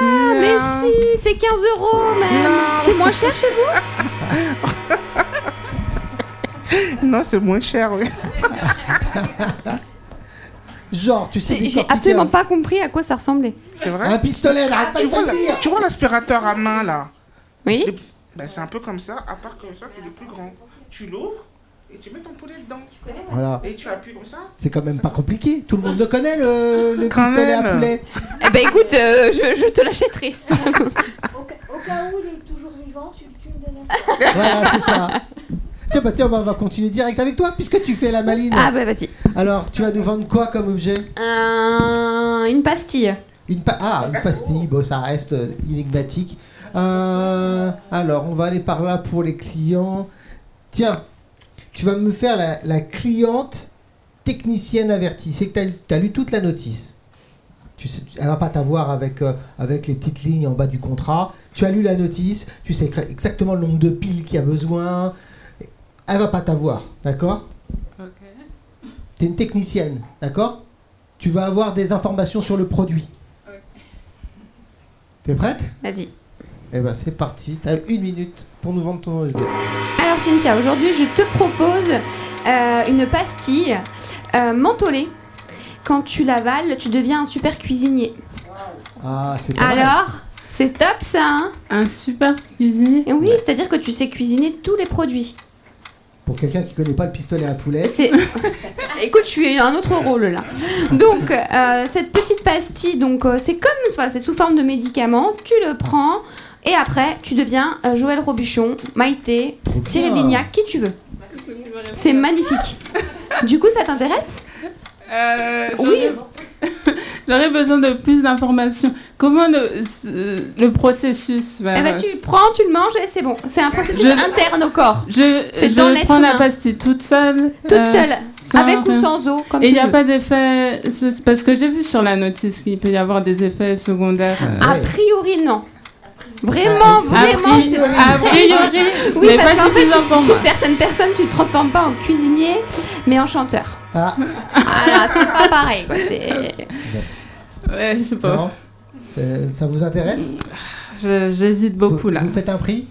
Speaker 12: Mais si, c'est 15 euros même C'est moins cher chez
Speaker 2: <laughs>
Speaker 12: vous
Speaker 2: non, c'est moins cher, oui.
Speaker 4: <laughs> Genre, tu
Speaker 13: J'ai j'ai
Speaker 4: hein.
Speaker 13: absolument pas compris à quoi ça ressemblait.
Speaker 2: C'est vrai
Speaker 13: Un pistolet, là, arrête pas
Speaker 2: tu
Speaker 13: de
Speaker 2: vois,
Speaker 13: le
Speaker 2: la-
Speaker 13: dire.
Speaker 2: tu vois l'aspirateur à main, là
Speaker 13: Oui
Speaker 2: Ben, C'est un peu comme ça, à part comme ça, qu'il est plus grand. Tu l'ouvres et tu mets ton poulet dedans.
Speaker 4: Voilà.
Speaker 2: Et tu appuies comme ça.
Speaker 4: C'est quand même pas compliqué. Tout le monde le connaît, le, le pistolet à
Speaker 2: même.
Speaker 4: poulet.
Speaker 13: Eh ben écoute, euh, je, je te l'achèterai.
Speaker 3: Au cas où il est toujours vivant, tu, tu
Speaker 4: <laughs>
Speaker 3: me donnes
Speaker 4: Voilà, c'est ça. Tiens, bah, tiens, bah, on va continuer direct avec toi puisque tu fais la maline.
Speaker 13: Ah, bah, vas-y.
Speaker 4: Alors, tu vas nous vendre quoi comme objet
Speaker 13: Un- Une pastille.
Speaker 4: Une pa- ah, une pastille, bon, ça reste euh, énigmatique. Euh, alors, on va aller par là pour les clients. Tiens, tu vas me faire la, la cliente technicienne avertie. C'est que tu as, lu toute la notice. Tu sais, elle va pas t'avoir avec, euh, avec les petites lignes en bas du contrat. Tu as lu la notice, tu sais cra- exactement le nombre de piles qu'il y a besoin. Elle va pas t'avoir, d'accord Ah, Tu es une technicienne, d'accord Tu vas avoir des informations sur le produit. T'es prête
Speaker 13: Vas-y.
Speaker 4: Eh ben c'est parti, t'as une minute pour nous vendre ton objet.
Speaker 13: Alors Cynthia, aujourd'hui je te propose euh, une pastille euh, mentholée. Quand tu l'avales, tu deviens un super cuisinier.
Speaker 4: Ah, c'est pas mal.
Speaker 13: Alors, c'est top ça hein
Speaker 6: Un super cuisinier
Speaker 13: Et oui, c'est-à-dire que tu sais cuisiner tous les produits.
Speaker 4: Pour quelqu'un qui connaît pas le pistolet à poulet.
Speaker 13: C'est- <laughs> Écoute, je suis un autre rôle là. Donc, euh, cette petite pastille, donc euh, c'est comme, enfin, c'est sous forme de médicament. Tu le prends et après, tu deviens euh, Joël Robuchon, Maïté, Cyril
Speaker 6: bien.
Speaker 13: Lignac, qui tu veux. C'est magnifique. Du coup, ça t'intéresse
Speaker 6: Euh,
Speaker 13: Oui.
Speaker 6: j'aurais- <laughs> J'aurais besoin de plus d'informations. Comment le, ce- le processus va
Speaker 13: Eh ben, tu le prends, tu le manges et c'est bon. C'est un processus
Speaker 6: Euh, Je-
Speaker 13: interne au corps.
Speaker 6: Je,
Speaker 13: C'est
Speaker 6: je
Speaker 13: dans l'être
Speaker 6: prends
Speaker 13: humain.
Speaker 6: la pastille toute seule.
Speaker 13: Toute seule, avec ou
Speaker 6: Euh, rien.
Speaker 13: sans eau, comme
Speaker 6: Et
Speaker 13: tu
Speaker 6: il n'y a
Speaker 13: veux.
Speaker 6: pas d'effet. c'est- Parce que j'ai vu sur la notice qu'il peut y avoir des effets secondaires.
Speaker 4: Euh,
Speaker 3: Ah,
Speaker 13: A priori, non. Vraiment,
Speaker 6: Ah, a
Speaker 13: vraiment,
Speaker 6: priori-
Speaker 13: c'est
Speaker 6: a priori, ce
Speaker 13: Oui,
Speaker 6: n'est
Speaker 13: parce
Speaker 6: pas
Speaker 13: qu'en fait,
Speaker 6: suffisant pour
Speaker 13: chez
Speaker 6: moi.
Speaker 13: certaines personnes, tu te transformes pas en cuisinier, mais en chanteur.
Speaker 4: Ah.
Speaker 13: Ah, c'est pas pareil, quoi. C'est...
Speaker 6: <laughs> Ouais, je sais pas.
Speaker 4: Non C'est- Ça vous intéresse
Speaker 6: Je- J'hésite beaucoup là.
Speaker 4: Vous faites un prix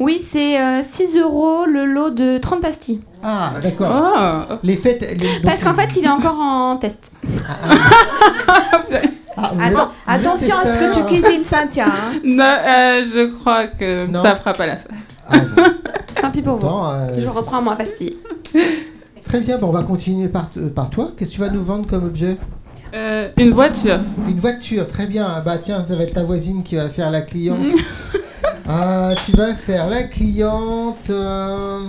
Speaker 13: Oui, c'est euh, 6 euros le lot de 30 pastilles.
Speaker 4: Ah, d'accord.
Speaker 6: Ah.
Speaker 4: Les fêtes. les- donc-
Speaker 13: Parce qu'en fait, il est encore en test.
Speaker 4: Ah, vous êtes-
Speaker 3: Attends,
Speaker 4: vous êtes
Speaker 3: attention à ce que tu
Speaker 4: testeur.
Speaker 3: cuisines, Cynthia. hein.
Speaker 6: Non, euh, je crois que
Speaker 4: Non.
Speaker 6: ça fera pas la fin.
Speaker 13: <laughs> Tant pis pour vous.
Speaker 4: Pourtant, euh,
Speaker 13: Je
Speaker 4: c'est-
Speaker 13: reprends ma pastille.
Speaker 4: Très bien, bon, on va continuer par, euh, par toi. Qu'est-ce que tu vas nous vendre comme objet
Speaker 6: Euh, Une voiture.
Speaker 4: Une voiture, très bien. Ah Bah tiens, ça va être ta voisine qui va faire la
Speaker 6: <laughs>
Speaker 4: cliente. Ah, tu vas faire la cliente euh,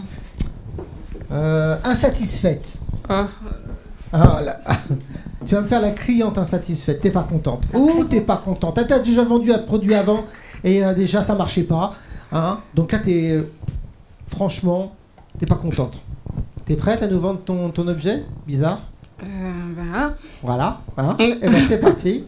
Speaker 4: euh, insatisfaite.
Speaker 6: Ah.
Speaker 4: Ah, là. <laughs> Tu vas me faire la cliente insatisfaite. T'es pas contente. Oh, t'es pas contente. Ah, T'as déjà vendu un produit avant et euh, déjà ça marchait pas. Hein Donc là, t'es franchement, t'es pas contente. T'es prête à nous vendre ton, ton objet Bizarre.
Speaker 6: Euh, voilà.
Speaker 4: Voilà.
Speaker 6: Mm.
Speaker 4: Hein et ben c'est parti.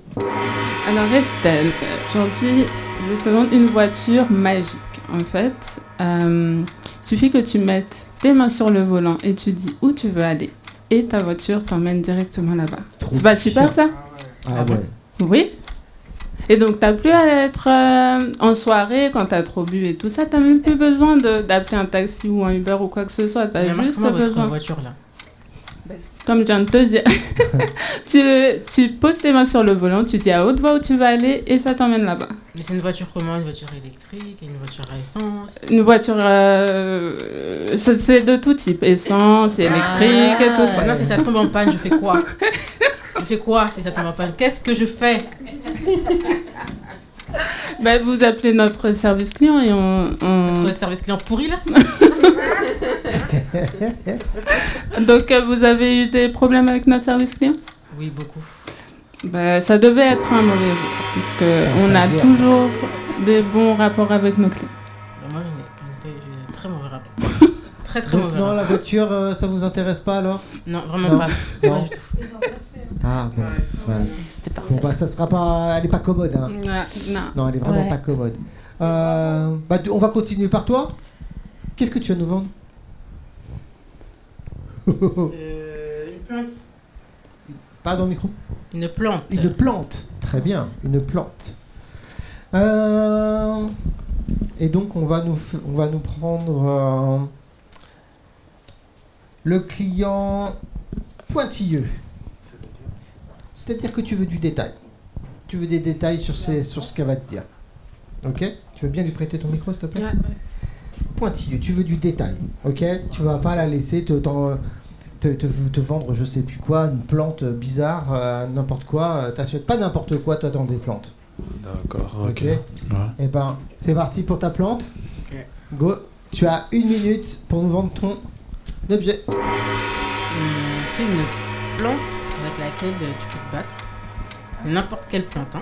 Speaker 6: Alors Estelle, aujourd'hui, je te demande une voiture magique. En fait, Euh, suffit que tu mettes tes mains sur le volant et tu dis où tu veux aller. Et ta voiture t'emmène directement là-bas. C'est pas super ça
Speaker 4: Ah ouais.
Speaker 6: Oui. Et donc, t'as plus à être euh, en soirée quand t'as trop bu et tout ça. T'as même plus besoin de- d'appeler un taxi ou un Uber ou quoi que ce soit. T'as
Speaker 8: Mais
Speaker 6: juste
Speaker 8: juste votre
Speaker 6: besoin.
Speaker 8: voiture là.
Speaker 6: Comme je viens de te dire, tu, tu poses tes mains sur le volant, tu dis à haute voix où tu vas aller et ça t'emmène là-bas.
Speaker 8: Mais c'est une voiture comment Une voiture électrique Une voiture à essence
Speaker 6: Une voiture, euh, c'est c'est de tout type, essence, électrique et tout ça.
Speaker 8: Ah. Non, si ça tombe en panne, je fais quoi Je fais quoi si ça tombe en panne Qu'est-ce que je fais
Speaker 6: Ben, vous appelez notre service client et on.
Speaker 8: Votre service client pourri là
Speaker 6: <laughs> Donc, euh, vous avez eu des problèmes avec notre service client
Speaker 8: Oui, beaucoup.
Speaker 6: Ben, ça devait être un mauvais jour, puisque
Speaker 8: un
Speaker 6: on a
Speaker 8: stagiaire.
Speaker 6: toujours des bons rapports avec nos clients.
Speaker 8: Mais moi, j'en ai- j'en ai pas eu- j'ai eu un très mauvais rapport. très très
Speaker 4: Donc
Speaker 8: mauvais
Speaker 4: non, la
Speaker 8: rapport.
Speaker 4: voiture, euh, ça vous intéresse pas alors
Speaker 8: Non, vraiment
Speaker 4: Non.
Speaker 8: pas. Pas du tout.
Speaker 4: Ah bon. Ouais. Bon bah ça sera pas, elle est pas commode. Hein.
Speaker 6: Ouais, non.
Speaker 4: elle est vraiment
Speaker 6: Ouais.
Speaker 4: pas commode. Euh, bah, tu- on va continuer par toi. Qu'est-ce que tu vas nous vendre
Speaker 8: Euh.
Speaker 4: <laughs> Pardon, micro.
Speaker 8: Une plante.
Speaker 4: Une plante. Très bien, une plante. Euh, et donc on va nous, f- on va nous prendre. euh, Le client pointilleux. C'est-à-dire que tu veux du détail. Tu veux des détails sur, ces- sur ce qu'elle va te dire. Ok Tu veux bien lui prêter ton micro, s'il te plaît Pointilleux, tu veux du détail. Ok Tu vas pas la laisser te, t'en- te, te- te vendre, je sais plus quoi, une plante bizarre, euh, n'importe quoi. Euh, T'achètes pas n'importe quoi, toi, dans des plantes.
Speaker 11: D'accord,
Speaker 4: Ok. Et ben, c'est parti pour ta plante. Go. Tu as une minute pour nous vendre ton objet.
Speaker 8: Hmm, C'est une plante avec laquelle euh, tu peux te battre. C'est n'importe quelle plante hein,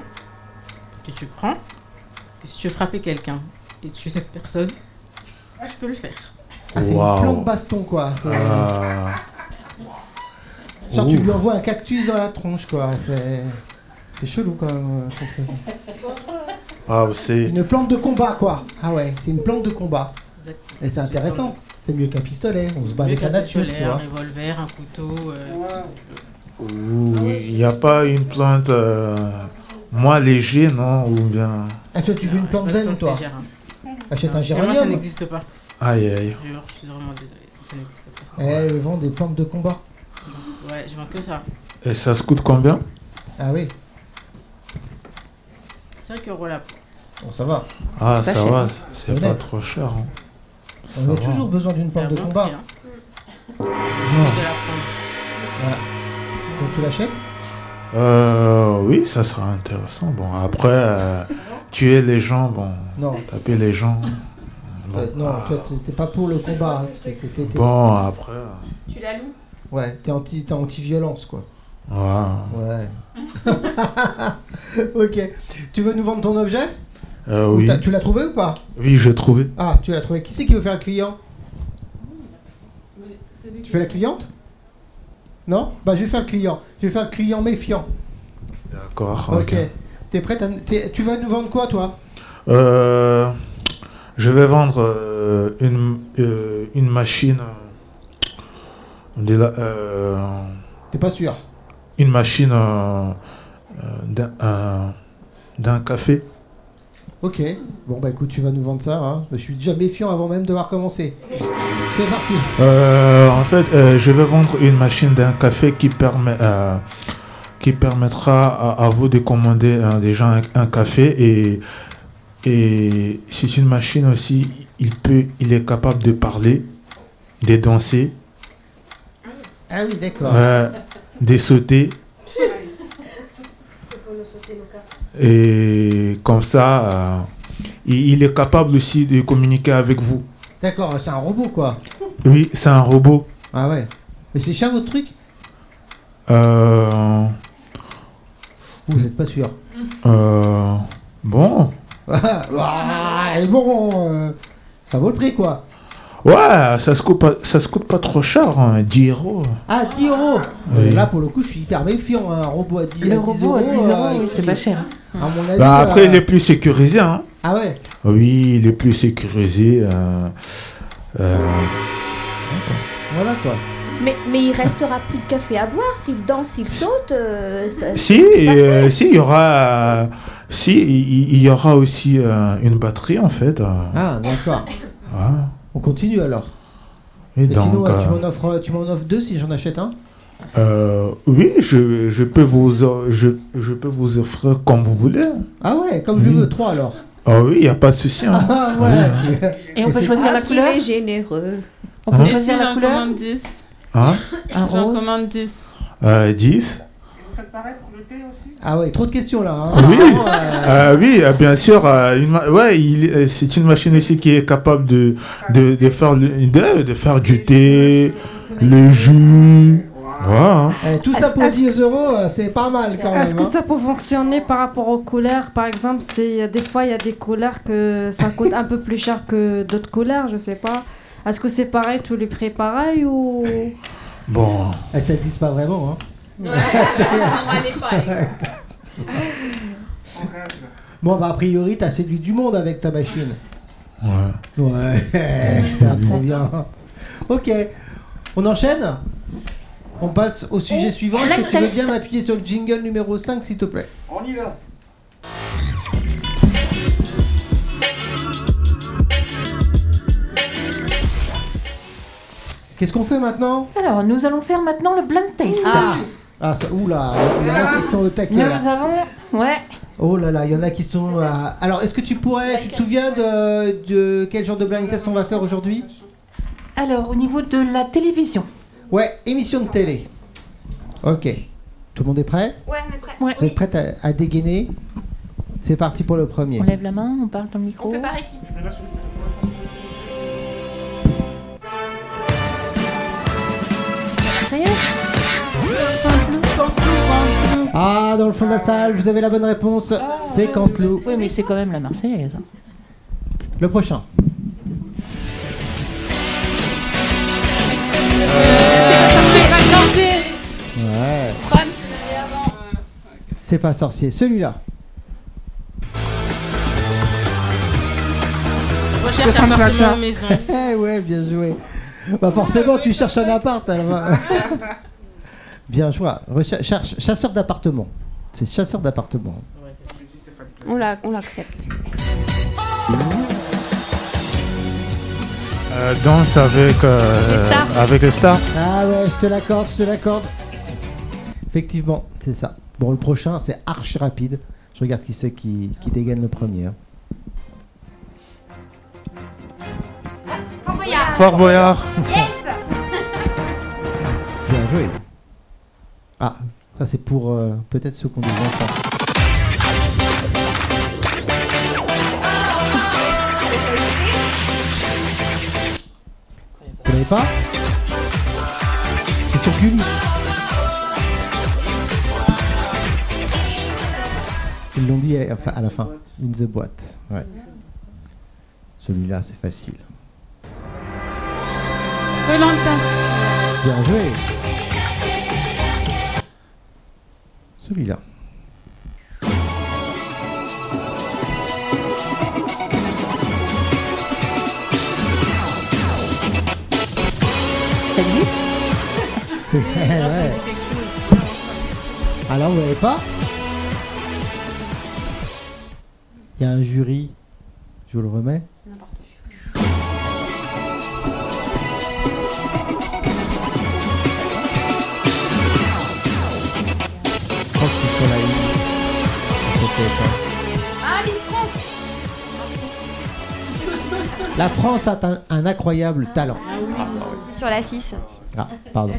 Speaker 8: que tu prends. Et si tu veux frapper quelqu'un et tuer cette personne, tu peux le faire.
Speaker 4: Ah, c'est
Speaker 11: Waouh.
Speaker 4: une plante baston, quoi. C'est-
Speaker 11: Ah.
Speaker 4: Genre, tu
Speaker 11: Ouf.
Speaker 4: lui envoies un cactus dans la tronche, quoi. C'est. C'est chelou, quand même, euh, ton truc.
Speaker 11: Ah, c'est.
Speaker 4: Une plante de combat, quoi. Ah ouais, c'est une plante de combat.
Speaker 8: Exactement.
Speaker 4: Et c'est intéressant. C'est mieux qu'un pistolet. On se bat
Speaker 8: Mieux
Speaker 4: Bah, avec la
Speaker 8: qu'un
Speaker 4: nature,
Speaker 8: pistolet,
Speaker 4: tu vois.
Speaker 8: Un revolver, un couteau. euh,
Speaker 11: Ouh, Il n'y a pas une plante euh, moins léger, non Ou bien.
Speaker 8: hein.
Speaker 4: Ah, toi, tu veux une plante
Speaker 8: pas de
Speaker 4: zen,
Speaker 8: plante
Speaker 4: toi
Speaker 8: légère, hein.
Speaker 4: Achète un
Speaker 8: Non, chez moi, ça
Speaker 4: géranium.
Speaker 8: n'existe pas.
Speaker 11: Aïe, aïe.
Speaker 8: Je je suis vraiment désolé. Ça n'existe pas.
Speaker 4: Eh, le vend des plantes de combat.
Speaker 8: Ouais, je vends que ça.
Speaker 11: Et ça se coûte combien
Speaker 4: Ah oui,
Speaker 8: 5 euros la plante.
Speaker 4: bon, ça va.
Speaker 11: Ah,
Speaker 4: Pas
Speaker 11: ça
Speaker 4: cher.
Speaker 11: va,
Speaker 4: C'est
Speaker 11: c'est pas
Speaker 4: honnête.
Speaker 11: trop cher. hein. Ça
Speaker 4: On a
Speaker 11: va.
Speaker 4: toujours besoin d'une plante de combat.
Speaker 8: J'essaie de la prendre.
Speaker 4: Voilà. Donc, tu l'achètes
Speaker 11: Euh, oui, ça sera intéressant. Bon, après, euh, tuer les gens, bon,
Speaker 4: Non.
Speaker 11: taper les
Speaker 4: <laughs>
Speaker 11: gens. Bon, bah.
Speaker 4: Euh, Non, toi, t'es- t'es pas pour le combat. hein. T'es- t'es- t'es-
Speaker 11: Bon, après, euh,
Speaker 13: Tu la loues
Speaker 4: Ouais, t'es anti, t'es anti-violence, quoi.
Speaker 8: <laughs>
Speaker 4: Ouais. ok. Tu veux nous vendre ton objet
Speaker 11: euh,
Speaker 4: Ou
Speaker 11: oui.
Speaker 4: t'as- Tu l'as trouvé ou pas
Speaker 11: Oui, j'ai trouvé.
Speaker 4: Ah, tu l'as trouvé. Qui c'est qui veut faire le client Tu fais la cliente Non Bah, je vais faire le client. Je vais faire le client méfiant.
Speaker 11: D'accord.
Speaker 4: Ok. T'es prête à- t'es- Tu vas nous vendre quoi, toi
Speaker 11: Euh, je vais vendre euh, une, euh, une machine. euh, on dit là, euh,
Speaker 4: T'es pas sûr
Speaker 11: Une machine euh, euh, d'un euh, d'un café.
Speaker 4: Ok. Bon, bah, écoute, tu vas nous vendre ça. hein. Je suis déjà méfiant avant même d'avoir commencé. C'est parti.
Speaker 11: Euh, en fait, euh, je vais vendre une machine d'un café qui permet euh, qui permettra à, à vous de commander euh, déjà un, un café et et c'est une machine aussi. Il peut, il est capable de parler, de danser,
Speaker 4: Ah oui, d'accord.
Speaker 11: euh, de sauter et comme ça, euh, il, il est capable aussi de communiquer avec vous.
Speaker 4: D'accord, c'est un robot, quoi.
Speaker 11: Oui, c'est un robot.
Speaker 4: Ah ouais. Mais c'est cher, votre truc
Speaker 11: Euh,
Speaker 4: Ou vous êtes pas sûr
Speaker 11: Euh,
Speaker 4: <laughs>
Speaker 11: bon.
Speaker 4: Ah, et bon, euh, ça vaut le prix, quoi.
Speaker 11: Ouais, ça se coûte pas, ça se coûte pas trop cher, hein, 10 euros.
Speaker 4: Ah, 10 euros
Speaker 11: Oui.
Speaker 4: Et Là, pour le coup, je suis hyper méfiant. hein. Un robot à 10,
Speaker 9: Le
Speaker 4: à 10
Speaker 9: robot à 10
Speaker 4: euros,
Speaker 9: euros,
Speaker 4: euh,
Speaker 9: oui, c'est pas cher. hein.
Speaker 4: À mon avis,
Speaker 11: Bah, après,
Speaker 4: euh,
Speaker 11: il est plus sécurisé. Hein.
Speaker 4: Ah ouais
Speaker 11: Oui, il est plus sécurisé. euh, euh,
Speaker 4: Voilà, quoi.
Speaker 3: Mais, mais il restera plus de café à boire s'il danse, s'il saute. euh, ça-
Speaker 11: si, euh, si, il y aura, euh, si, il il y, aura aussi euh, une batterie en fait. euh,
Speaker 4: Ah, d'accord.
Speaker 11: ouais.
Speaker 4: On continue alors.
Speaker 11: Ah. Et
Speaker 4: Et sinon,
Speaker 11: donc,
Speaker 4: euh, tu
Speaker 11: euh,
Speaker 4: m'en offres, tu m'en offres deux si j'en achète un.
Speaker 11: euh, oui, je, je peux vous, o- je, je peux vous offrir comme vous voulez.
Speaker 4: Ah ouais, comme je
Speaker 11: Oui.
Speaker 4: veux, trois alors.
Speaker 11: Ah oui, il n'y a pas de souci. hein.
Speaker 4: <laughs> Ah
Speaker 11: Oui, hein.
Speaker 4: ouais.
Speaker 9: Et on peut
Speaker 4: c'est-
Speaker 9: choisir la
Speaker 1: Ah, qu'il
Speaker 9: couleur
Speaker 1: est généreux.
Speaker 9: On peut
Speaker 6: Et si
Speaker 9: choisir la
Speaker 6: j'en
Speaker 9: couleur
Speaker 6: commande 10
Speaker 11: Hein
Speaker 9: Un
Speaker 6: J'en
Speaker 9: rose.
Speaker 6: commande 10.
Speaker 11: Euh, 10.
Speaker 4: Ah ouais, trop de questions là. hein.
Speaker 11: Oui,
Speaker 4: Vraiment, euh,
Speaker 11: Euh, oui, euh, bien sûr. euh, une ma- ouais, il- euh, c'est une machine aussi qui est capable de, de, de faire, le- de, de faire du thé, le jus. Ouais, hein.
Speaker 4: eh, tout ça
Speaker 5: Est-ce-
Speaker 4: pour
Speaker 5: est-ce
Speaker 4: 10 euros, euh, c'est pas mal quand même.
Speaker 5: Est-ce que
Speaker 4: hein.
Speaker 5: ça peut fonctionner par rapport aux couleurs Par exemple, c'est des fois il y a des couleurs que ça coûte un peu plus cher que d'autres couleurs, je sais pas. Est-ce que c'est pareil, tous les prix pareil ou
Speaker 11: Bon.
Speaker 4: Eh, ça te dit pas vraiment. Hein. Bon, bah a priori, t'as séduit du monde avec ta machine.
Speaker 11: Ouais.
Speaker 4: Ouais, <laughs> putain, trop bien. Ok, on enchaîne On passe au
Speaker 5: Oh.
Speaker 4: sujet suivant. Est-ce que tu veux bien m'appuyer sur le jingle numéro 5, s'il te plaît
Speaker 7: On y va.
Speaker 4: Qu'est-ce qu'on fait maintenant
Speaker 9: Alors, nous allons faire maintenant le blind taste.
Speaker 4: Ah, Ah, ça, oula, il y en a qui sont au taquet.
Speaker 9: nous
Speaker 4: là.
Speaker 9: avons. Ouais.
Speaker 4: Oh là là, il y en a qui sont. euh, Alors, est-ce que tu pourrais, tu te souviens de, de quel genre de blind test on va faire aujourd'hui
Speaker 9: Alors, au niveau de la télévision.
Speaker 4: Ouais, émission de télé. Ok. Tout le monde est prêt
Speaker 13: Ouais, on est prêt.
Speaker 4: Vous êtes prête à, à dégainer C'est parti pour le premier.
Speaker 9: On lève la main, on parle dans le micro.
Speaker 13: On fait par équipe.
Speaker 9: Ça y est
Speaker 4: Ah, dans le fond de la salle, vous avez la bonne réponse.
Speaker 13: Ah,
Speaker 4: C'est Cantelou.
Speaker 9: Oui, mais c'est quand même la Marseillaise. hein.
Speaker 4: Le prochain.
Speaker 13: C'est pas sorcier
Speaker 4: Ouais.
Speaker 13: Bram, tu l'avais avant.
Speaker 4: C'est pas sorcier. Celui-là.
Speaker 8: Recherche un appartement maison.
Speaker 4: <laughs> Eh ouais, bien joué. Bah forcément, tu cherches un appart.
Speaker 8: <laughs>
Speaker 4: alors. bien joué. Recherche, cherche- chasseur d'appartement. C'est chasseur d'appartement.
Speaker 13: On l'a- on l'accepte.
Speaker 11: Euh, danse avec, euh,
Speaker 13: Les stars.
Speaker 11: avec les stars.
Speaker 4: Ah ouais, je te l'accorde, je te l'accorde. Effectivement, c'est ça. Bon, le prochain, c'est archi rapide. Je regarde qui c'est qui, qui dégaine le premier.
Speaker 13: Fort Boyard.
Speaker 11: Fort Boyard.
Speaker 4: <laughs> Bien joué. Ah, ça c'est pour euh, peut-être ceux qui ont des enfants. Vous l'avez pas C'est sur Gulli. Ils l'ont dit à, enfin, à la fin. In the boîte. Ouais. Celui-là, c'est facile.
Speaker 13: Colanta.
Speaker 4: Bien joué. Celui-là.
Speaker 9: Ça existe
Speaker 4: C'est ouais. Alors, vous l'avez pas Il y a un jury. Je vous le remets. Je crois que c'est sur la ligne. Ça fait
Speaker 13: Ah, Miss France.
Speaker 4: pas. La France a un, un incroyable talent.
Speaker 12: C'est sur la 6.
Speaker 4: Ah, pardon.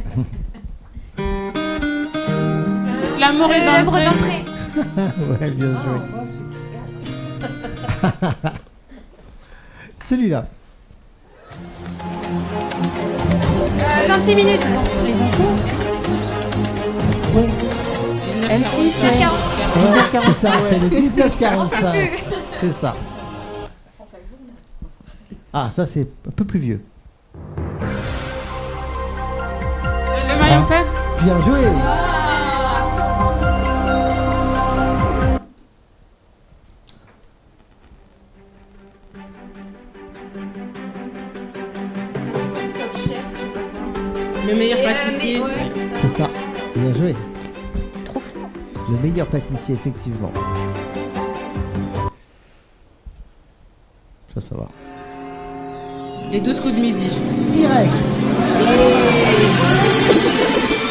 Speaker 13: L'amour est dans le pré.
Speaker 4: <laughs> ouais, bien joué. <laughs> Celui-là.
Speaker 13: 26 minutes.
Speaker 9: Les infos Oui. M6, ouais.
Speaker 13: 19h40.
Speaker 4: Ouais, c'est ça,
Speaker 9: 19h45,
Speaker 4: c'est le
Speaker 9: ouais.
Speaker 4: 1945. C'est ça. Ah, ça c'est un peu plus vieux.
Speaker 6: Le maillon faible
Speaker 4: Bien joué.
Speaker 8: Le meilleur
Speaker 13: Et, euh,
Speaker 8: pâtissier.
Speaker 13: mais- ouais, c'est ça.
Speaker 4: C'est ça. Bien joué.
Speaker 9: Trop fort.
Speaker 4: Le meilleur pâtissier, effectivement. Je veux savoir.
Speaker 8: Les 12 coups de midi.
Speaker 4: Direct.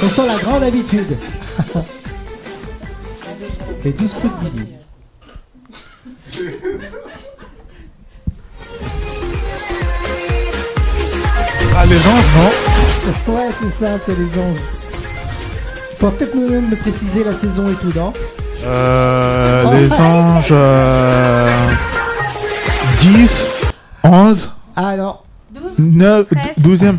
Speaker 4: On sent la grande habitude. Et 12 coups de midi.
Speaker 11: Ah, les anges, non
Speaker 4: Ouais, c'est ça, c'est les anges. Faut peut-être nous-mêmes le préciser la saison et tout, non
Speaker 11: Euh, les anges. euh, 10, 11,
Speaker 4: Ah non,
Speaker 11: 9, 12e.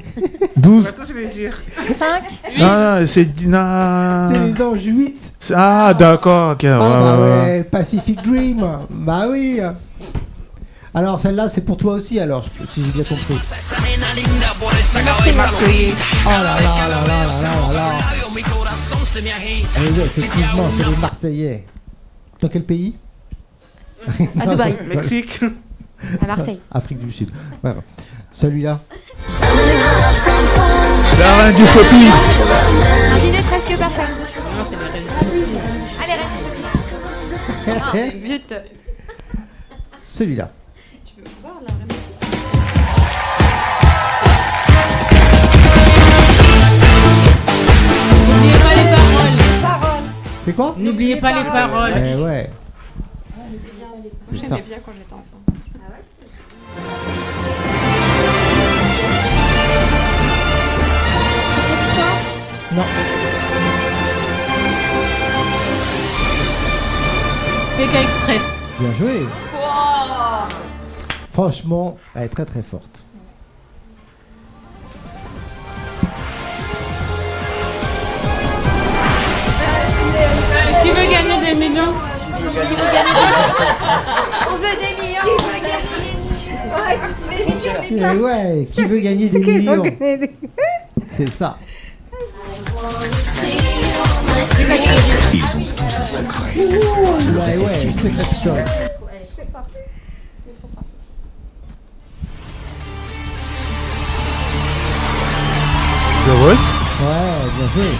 Speaker 11: 12.
Speaker 2: Attends, je vais dire.
Speaker 9: 5
Speaker 11: Ah, c'est. dix- non.
Speaker 4: c'est les anges 8.
Speaker 11: C'est- Ah, d'accord, ok. ouais,
Speaker 4: Ah bah
Speaker 11: ouais, ouais.
Speaker 4: ouais, Pacific Dream. Bah oui. Alors celle-là, c'est pour toi aussi, alors, si j'ai bien compris. Oh là là là là là là là là. Ah oui, effectivement, c'est les Marseillais. Dans quel pays <laughs>
Speaker 9: À Dubaï.
Speaker 2: Mexique.
Speaker 12: À Marseille.
Speaker 4: Afrique du Sud. Ouais. Celui-là.
Speaker 11: La reine du shopping.
Speaker 12: Dîner presque parfait.
Speaker 13: Allez, reste. Oh, Zut.
Speaker 4: Celui-là. C'est quoi
Speaker 8: N'oubliez pas les paroles.
Speaker 4: Eh ouais. C'est ça.
Speaker 13: J'aimais bien quand j'étais enceinte.
Speaker 4: Non.
Speaker 8: Pékin Express.
Speaker 4: Bien joué. Franchement, elle est très très forte.
Speaker 6: Qui veut gagner des millions
Speaker 13: On veut des millions
Speaker 4: Eh ouais, qui veut gagner des millions <laughs> C'est ça.
Speaker 10: Ils ont tous un secret. Je leur ai
Speaker 4: bah ouais,
Speaker 10: confié
Speaker 4: secret
Speaker 10: une mission.
Speaker 4: story.
Speaker 11: The Voice
Speaker 4: Ouais, bien joué.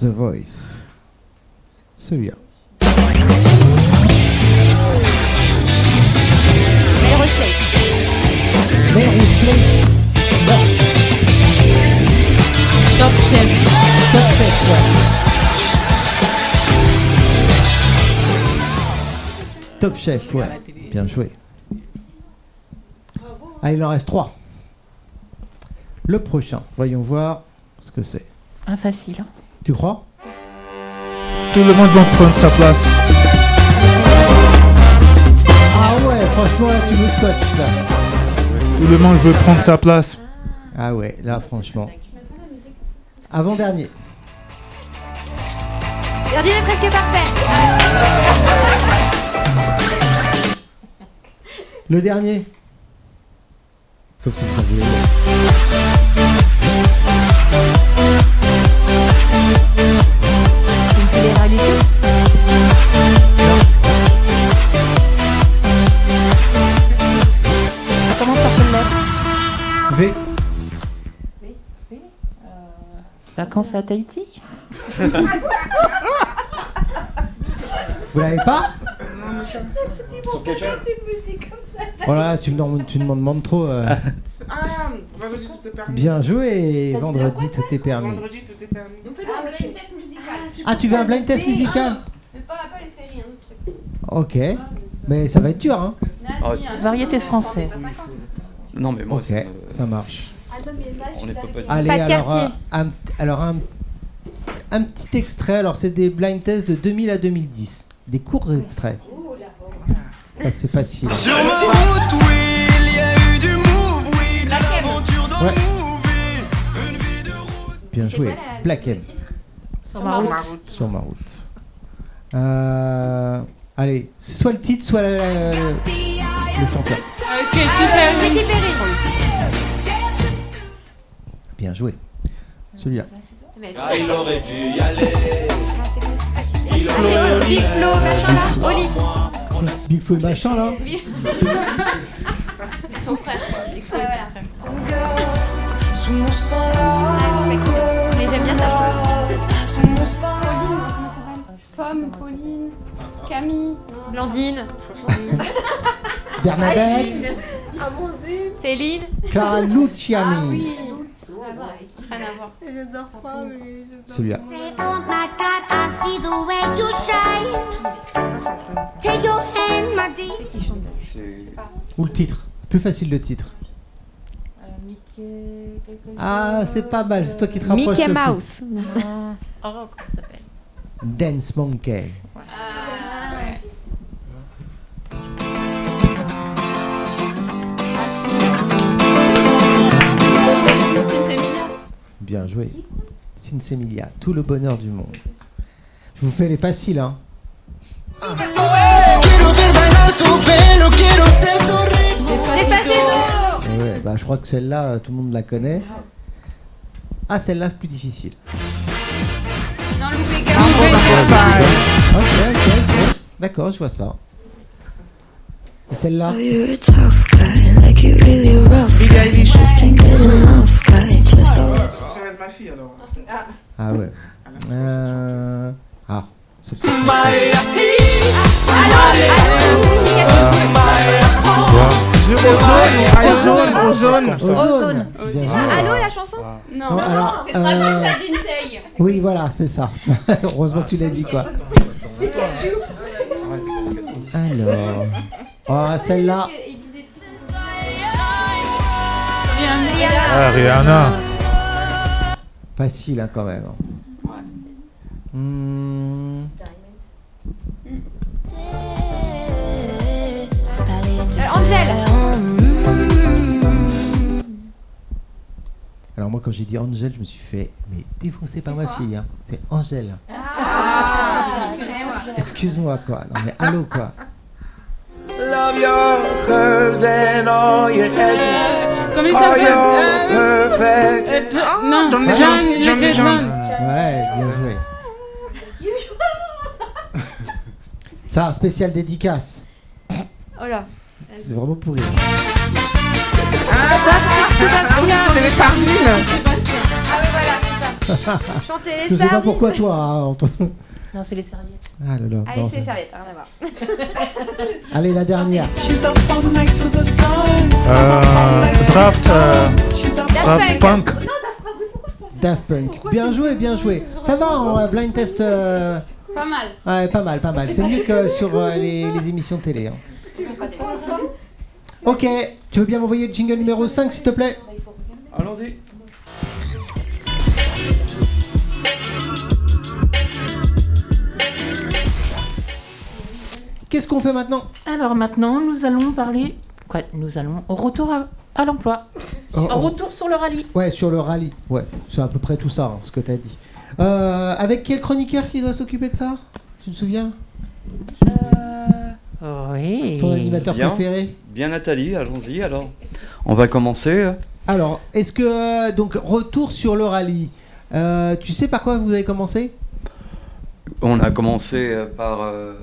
Speaker 4: The Voice. Celui-là.
Speaker 8: Top Chef.
Speaker 4: Top Chef, ouais. Top Chef, ouais. Bien joué. Ah, il en reste trois. Le prochain, voyons voir ce que c'est.
Speaker 9: Un facile. hein.
Speaker 4: Tu crois
Speaker 11: Tout le monde va prendre sa place.
Speaker 4: Ah ouais, franchement, là, tu nous scotches, là.
Speaker 11: Tout le monde veut prendre sa place.
Speaker 4: Ah ouais, là, franchement. Avant-dernier.
Speaker 13: Gardien est presque parfait
Speaker 4: Le dernier. Sauf si vous en voulez.
Speaker 9: Comment ça s'appelle là
Speaker 4: V.
Speaker 9: Vacances à Tahiti
Speaker 4: Vous l'avez pas
Speaker 1: Sur
Speaker 7: quel genre
Speaker 4: Oh là là, tu me, demandes- tu me demandes trop. euh.
Speaker 2: Ah, vendredi tout est permis.
Speaker 4: Bien joué, vendredi tout est permis.
Speaker 2: Vendredi tout est permis.
Speaker 13: On fait un blind test musical.
Speaker 4: Ah, tu veux un blind test musical
Speaker 13: Mais pas, pas les séries, un autre truc.
Speaker 4: Ok, mais ça va être dur, hein
Speaker 7: Ah, si.
Speaker 9: Variétés françaises.
Speaker 13: Ah,
Speaker 7: Non, mais moi, euh,
Speaker 4: Ok, ça marche.
Speaker 7: on est pas potes.
Speaker 4: Allez,
Speaker 9: Pas de
Speaker 4: alors,
Speaker 9: quartier.
Speaker 4: euh, un, alors un, un petit extrait. Alors, c'est des blind tests de 2000 à 2010. Des courts extraits. Ça, c'est facile.
Speaker 10: Sur ma route, oui, il y a eu du move, oui, de l'aventure dans
Speaker 4: Ouais.
Speaker 10: le movie.
Speaker 4: Bien
Speaker 10: C'est
Speaker 4: joué.
Speaker 10: quoi la-
Speaker 4: Black M.
Speaker 9: Sur ma route.
Speaker 4: Sur ma route. Euh, allez, soit le titre, soit la- la- la- le chanteur.
Speaker 13: Katy Perry. Katy Perry.
Speaker 4: Bien joué. Celui-là.
Speaker 10: Ah, il aurait dû y aller. Euh, Il
Speaker 13: Ah, c'est au Big Flo, machin là. Oli.
Speaker 4: Big Flo et machin, là
Speaker 13: Son frère, quoi. Big Flo, et son frère.
Speaker 10: Sous mon sang là.
Speaker 13: je vais écouter. Mais j'aime bien sa chanson.
Speaker 10: Sous mon sang
Speaker 13: Pauline, Pomme, Pauline, Camille, Blandine,
Speaker 4: Bernadette,
Speaker 13: Amandine, Céline.
Speaker 4: Clara Luciani.
Speaker 13: Rien à voir. Ah J'adore pas, mais
Speaker 4: Celui-là.
Speaker 10: Oh my God, I see the way you shine. Take your hand, my dear. C'est qui chante
Speaker 4: Ou le titre. Plus facile le titre. <laughs> Ah, c'est pas mal. C'est toi qui te rapproches
Speaker 3: Mickey
Speaker 4: le plus. <laughs> Ah,
Speaker 3: Mouse.
Speaker 9: Oh, comment ça s'appelle
Speaker 4: Dance Monkey.
Speaker 9: Ah,
Speaker 4: Bien joué. Sinsemilia, tout le bonheur du monde. Je vous fais les faciles, hein.
Speaker 10: Quiero ver bailar tu pelo, quiero ser tu ritmo.
Speaker 4: Eh ouais, bah, je crois que celle-là, euh, tout le monde la connaît. Ah, celle-là, c'est plus difficile.
Speaker 13: Non, Lou
Speaker 4: Ok, ok, ok. D'accord, je vois ça. Et celle-là
Speaker 2: Billie Eilish. Ça va être ma fille alors.
Speaker 4: Ah ouais. Euh... Ah, c'est petit.
Speaker 2: Ozone, ozone, ozone.
Speaker 4: Ozone. Ah, Bien joué.
Speaker 13: Allô, la chanson
Speaker 4: Non, alors,
Speaker 13: c'est Dragon's
Speaker 4: euh,
Speaker 13: Dintei.
Speaker 4: Oui, voilà, c'est ça. <laughs> Heureusement que tu l'as dit, quoi. Alors. Ah, celle-là.
Speaker 11: Ah, Rihanna.
Speaker 4: Facile, hein, quand même. Hmm. Alors, moi, quand j'ai dit Angèle, je me suis fait. Mais défoncé par ma fille, hein. C'est Angèle.
Speaker 13: Ah
Speaker 4: Excuse-moi, quoi. Non, mais allô, quoi.
Speaker 10: Love your curves and all your edges.
Speaker 6: Comment il
Speaker 10: All
Speaker 6: s'appelle
Speaker 10: your perfect. Ah,
Speaker 6: Euh, John- Non,
Speaker 10: John
Speaker 6: John,
Speaker 10: Legend,
Speaker 6: John
Speaker 10: John
Speaker 6: Legend.
Speaker 10: Legend.
Speaker 4: Ouais, bien joué. Ça, spécial dédicace.
Speaker 12: Oh là.
Speaker 4: C'est vraiment pourri.
Speaker 2: C'est les sardines.
Speaker 12: Chantez
Speaker 4: Je sais pas pourquoi toi, hein, Antoine.
Speaker 9: Non, c'est les serviettes.
Speaker 4: Ah là là.
Speaker 12: Allez,
Speaker 4: non,
Speaker 12: c'est les
Speaker 4: ça-
Speaker 12: serviettes, rien à
Speaker 10: <laughs>
Speaker 12: voir.
Speaker 4: Allez, la dernière.
Speaker 11: Euh, draft. euh, draft
Speaker 4: Daft
Speaker 11: punk.
Speaker 4: Daft Punk. Bien joué, bien joué. Ça va en euh, blind test. euh,
Speaker 13: Pas mal.
Speaker 4: Ouais, pas mal, pas mal. C'est mieux que sur euh, les, les émissions télé. hein. Ok, tu veux bien m'envoyer le jingle numéro 5, s'il te plaît
Speaker 7: Allons-y.
Speaker 4: Qu'est-ce qu'on fait maintenant
Speaker 9: Alors maintenant, nous allons parler. Quoi Nous allons au retour à, à l'emploi.
Speaker 4: Oh, oh.
Speaker 9: Au retour sur le rallye.
Speaker 4: Ouais, sur le rallye. Ouais, c'est à peu près tout ça, hein, ce que t'as dit. Euh, avec quel chroniqueur qui doit s'occuper de ça Tu te souviens
Speaker 9: Euh, Oui.
Speaker 4: Ton animateur
Speaker 7: Bien.
Speaker 4: préféré
Speaker 7: Bien Nathalie, allons-y alors. On va commencer. euh,
Speaker 4: Alors, est-ce que. euh, Donc, retour sur le rallye. Euh, tu sais par quoi vous avez commencé
Speaker 7: On a commencé euh, par, euh,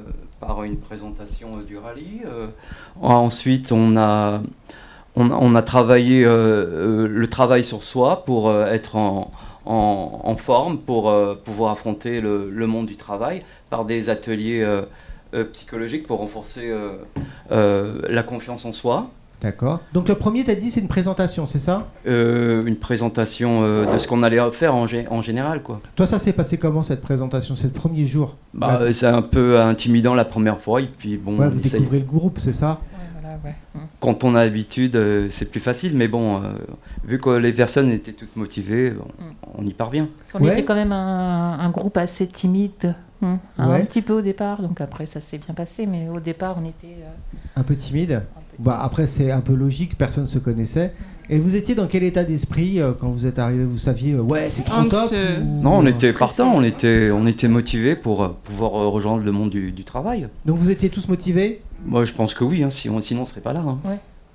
Speaker 7: par une présentation euh, du rallye. euh, ensuite, on a, on, on a travaillé euh, euh, le travail sur soi pour euh, être en, en- en forme, pour euh, pouvoir affronter le, le monde du travail par des ateliers euh, euh, psychologiques pour renforcer euh, euh, la confiance en soi.
Speaker 4: D'accord. Donc, le premier, t'as dit, c'est une présentation, c'est ça
Speaker 7: Euh, une présentation euh, de ce qu'on allait faire en, gé- en général. quoi.
Speaker 4: Toi, ça s'est passé comment cette présentation C'est le premier jour
Speaker 7: Bah, euh, C'est un peu intimidant la première fois, et puis bon,
Speaker 4: Ouais,
Speaker 7: on
Speaker 4: vous
Speaker 7: essaye.
Speaker 4: découvrez le groupe, c'est ça
Speaker 7: quand on a l'habitude, euh, c'est plus facile, mais bon, euh, vu que les personnes étaient toutes motivées, on, on y parvient.
Speaker 9: On était quand même un, un groupe assez timide. hein,
Speaker 4: Ouais.
Speaker 9: Un petit peu au départ, donc après ça s'est bien passé, mais au départ on était. euh,
Speaker 4: Un peu timide bah, Après, c'est un peu logique, personne ne se connaissait. Et vous étiez dans quel état d'esprit euh, quand vous êtes arrivé Vous saviez, euh, ouais, c'est trop top
Speaker 6: Anxieux.
Speaker 4: ou-
Speaker 7: Non, on était partant, on était, on était motivés pour euh, pouvoir euh, rejoindre le monde du, du travail.
Speaker 4: Donc, vous étiez tous motivés
Speaker 7: Moi, je pense que oui, hein, si on- sinon on serait pas là. hein.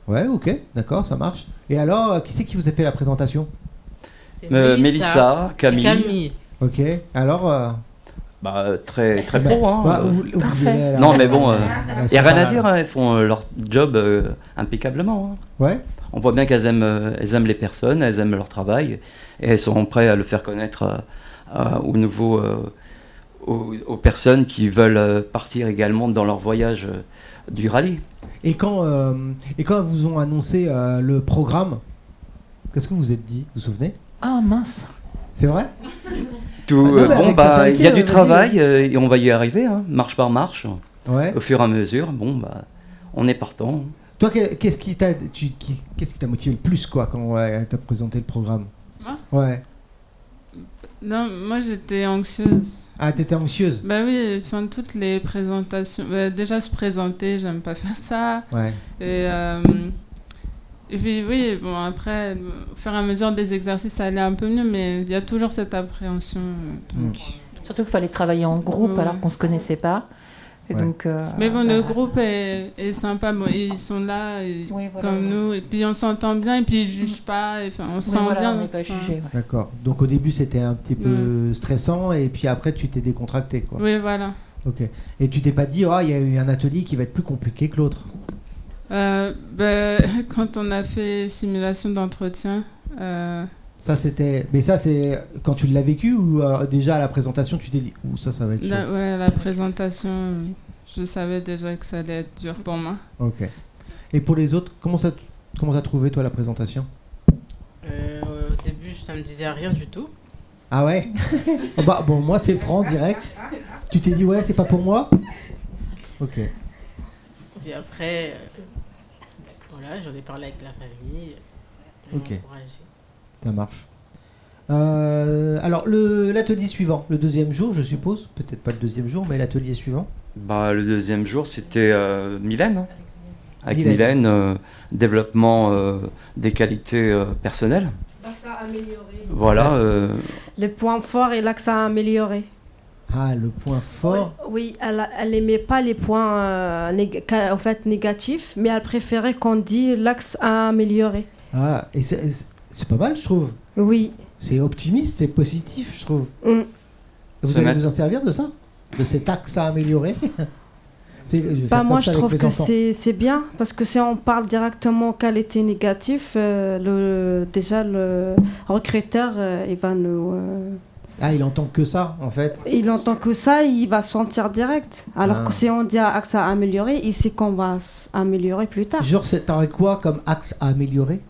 Speaker 4: Ouais, ok, d'accord, ça marche. Et alors, euh, qui c'est qui vous a fait la présentation
Speaker 7: Euh, Mélissa, Camille.
Speaker 4: Ok, alors. euh,
Speaker 7: Bah, euh, très, très
Speaker 4: Bah,
Speaker 7: pro. hein.
Speaker 4: bah, ou- ou- Parfait.
Speaker 7: Non, mais bon,
Speaker 4: Elles
Speaker 7: il n'y a
Speaker 4: sont
Speaker 7: rien
Speaker 4: pas
Speaker 7: à
Speaker 4: là.
Speaker 7: dire, hein, elles font euh, leur job euh, impeccablement.
Speaker 4: hein. Ouais.
Speaker 7: On voit bien qu'elles aiment, euh, elles aiment les personnes, elles aiment leur travail, et elles sont prêtes à le faire connaître euh, euh, au nouveau, euh, aux, aux personnes qui veulent euh, partir également dans leur voyage euh, du rallye.
Speaker 4: Et quand, euh, et quand elles vous ont annoncé euh, le programme, qu'est-ce que vous vous êtes dit Vous vous souvenez
Speaker 9: Ah mince
Speaker 4: C'est vrai
Speaker 7: Tout,
Speaker 4: Ah non,
Speaker 7: euh,
Speaker 4: mais
Speaker 7: bon,
Speaker 4: avec sa
Speaker 7: bah, il y a
Speaker 4: sincérité,
Speaker 7: du
Speaker 4: vas-y.
Speaker 7: travail, euh, et on va y arriver, hein, marche par marche.
Speaker 4: Ouais.
Speaker 7: Au fur et à mesure, bon, bah, on est partant.
Speaker 4: Toi, que- qu'est-ce qui t'a tu- qui- qu'est-ce qui t'a motivé le plus quoi, quand euh, elle t'a présenté le programme
Speaker 6: Moi
Speaker 4: Ouais.
Speaker 6: Non, moi j'étais anxieuse.
Speaker 4: Ah, t'étais anxieuse
Speaker 6: Bah oui, enfin toutes les présentations. bah, déjà se présenter, j'aime pas faire ça.
Speaker 4: Ouais.
Speaker 6: Et, euh, et puis oui, bon après, au fur et à mesure des exercices, ça allait un peu mieux, mais il y a toujours cette appréhension. euh,
Speaker 4: Mm.
Speaker 6: donc.
Speaker 9: Surtout qu'il fallait travailler en groupe
Speaker 6: Ouais.
Speaker 9: alors qu'on se connaissait pas. Et donc, euh,
Speaker 6: Mm. Mais bon, le groupe est, est sympa. Bon, ils sont là, et- comme nous, et puis on s'entend bien, et puis ils jugent pas. et enfin, on se
Speaker 9: Oui,
Speaker 6: sent
Speaker 9: voilà,
Speaker 6: bien.
Speaker 9: on n'est pas
Speaker 6: enfin.
Speaker 9: jugé, ouais.
Speaker 4: D'accord. Donc au début, c'était un petit peu stressant et puis après, tu t'es décontracté quoi.
Speaker 6: Oui, voilà.
Speaker 4: Ok. Et tu t'es pas dit, ah, il y a eu un atelier qui va être plus compliqué que l'autre.
Speaker 6: Euh, bah, <laughs> quand on a fait simulation d'entretien, euh,
Speaker 4: Ça, c'était. Mais ça, c'est quand tu l'as vécu ou euh, déjà à la présentation, tu t'es dit, ouh, ça, ça va être chaud.
Speaker 6: la, ouais, la présentation, je savais déjà que ça allait être dur pour moi.
Speaker 4: Ok. Et pour les autres, comment ça, comment t'as trouvé toi la présentation
Speaker 8: Euh, au début, ça me disait rien du tout.
Speaker 4: Ah ouais Ah bah, Bon, moi, c'est franc, direct. Tu t'es dit, ouais, c'est pas pour moi Ok.
Speaker 8: Puis après, euh, voilà, j'en ai parlé avec la famille. ils m'ont
Speaker 4: Ok.
Speaker 8: encouragé.
Speaker 4: Ça marche. Euh, alors, le- l'atelier suivant, le deuxième jour, je suppose. Peut-être pas le deuxième jour, mais l'atelier suivant.
Speaker 7: Bah, le deuxième jour, c'était euh, Mylène. hein. Avec
Speaker 4: Mylène.
Speaker 7: Mylène, euh, développement euh, des qualités euh, personnelles.
Speaker 5: Donc ça a amélioré.
Speaker 7: Voilà. euh,
Speaker 5: Les points forts et là que ça a amélioré.
Speaker 4: Ah, le point fort.
Speaker 5: Oui, elle, a- elle aimait pas les points euh, néga- ca- en fait, négatifs, mais elle préférait qu'on dise l'axe à améliorer.
Speaker 4: Ah, et c'est- c'est c'est pas mal, je trouve.
Speaker 5: Oui.
Speaker 4: C'est optimiste, c'est positif, je trouve.
Speaker 5: Mm.
Speaker 4: Vous
Speaker 7: Se
Speaker 4: allez
Speaker 7: mettre-
Speaker 4: vous en servir de ça De cet axe à améliorer <laughs> C'est- je vais faire
Speaker 5: Bah,
Speaker 4: comme
Speaker 5: moi,
Speaker 4: ça
Speaker 5: je
Speaker 4: avec
Speaker 5: trouve
Speaker 4: mes
Speaker 5: que
Speaker 4: enfants.
Speaker 5: c'est c'est bien, parce que si on parle directement qualité négative, euh, le, déjà le recruteur, euh, il va nous. euh,
Speaker 4: Ah, il entend que ça, en fait.
Speaker 5: il entend que ça, il va sentir direct. Alors
Speaker 4: Ah.
Speaker 5: que si on dit axe à améliorer, il sait qu'on va s- améliorer plus tard.
Speaker 4: Genre, c'est t'aurais quoi comme axe à améliorer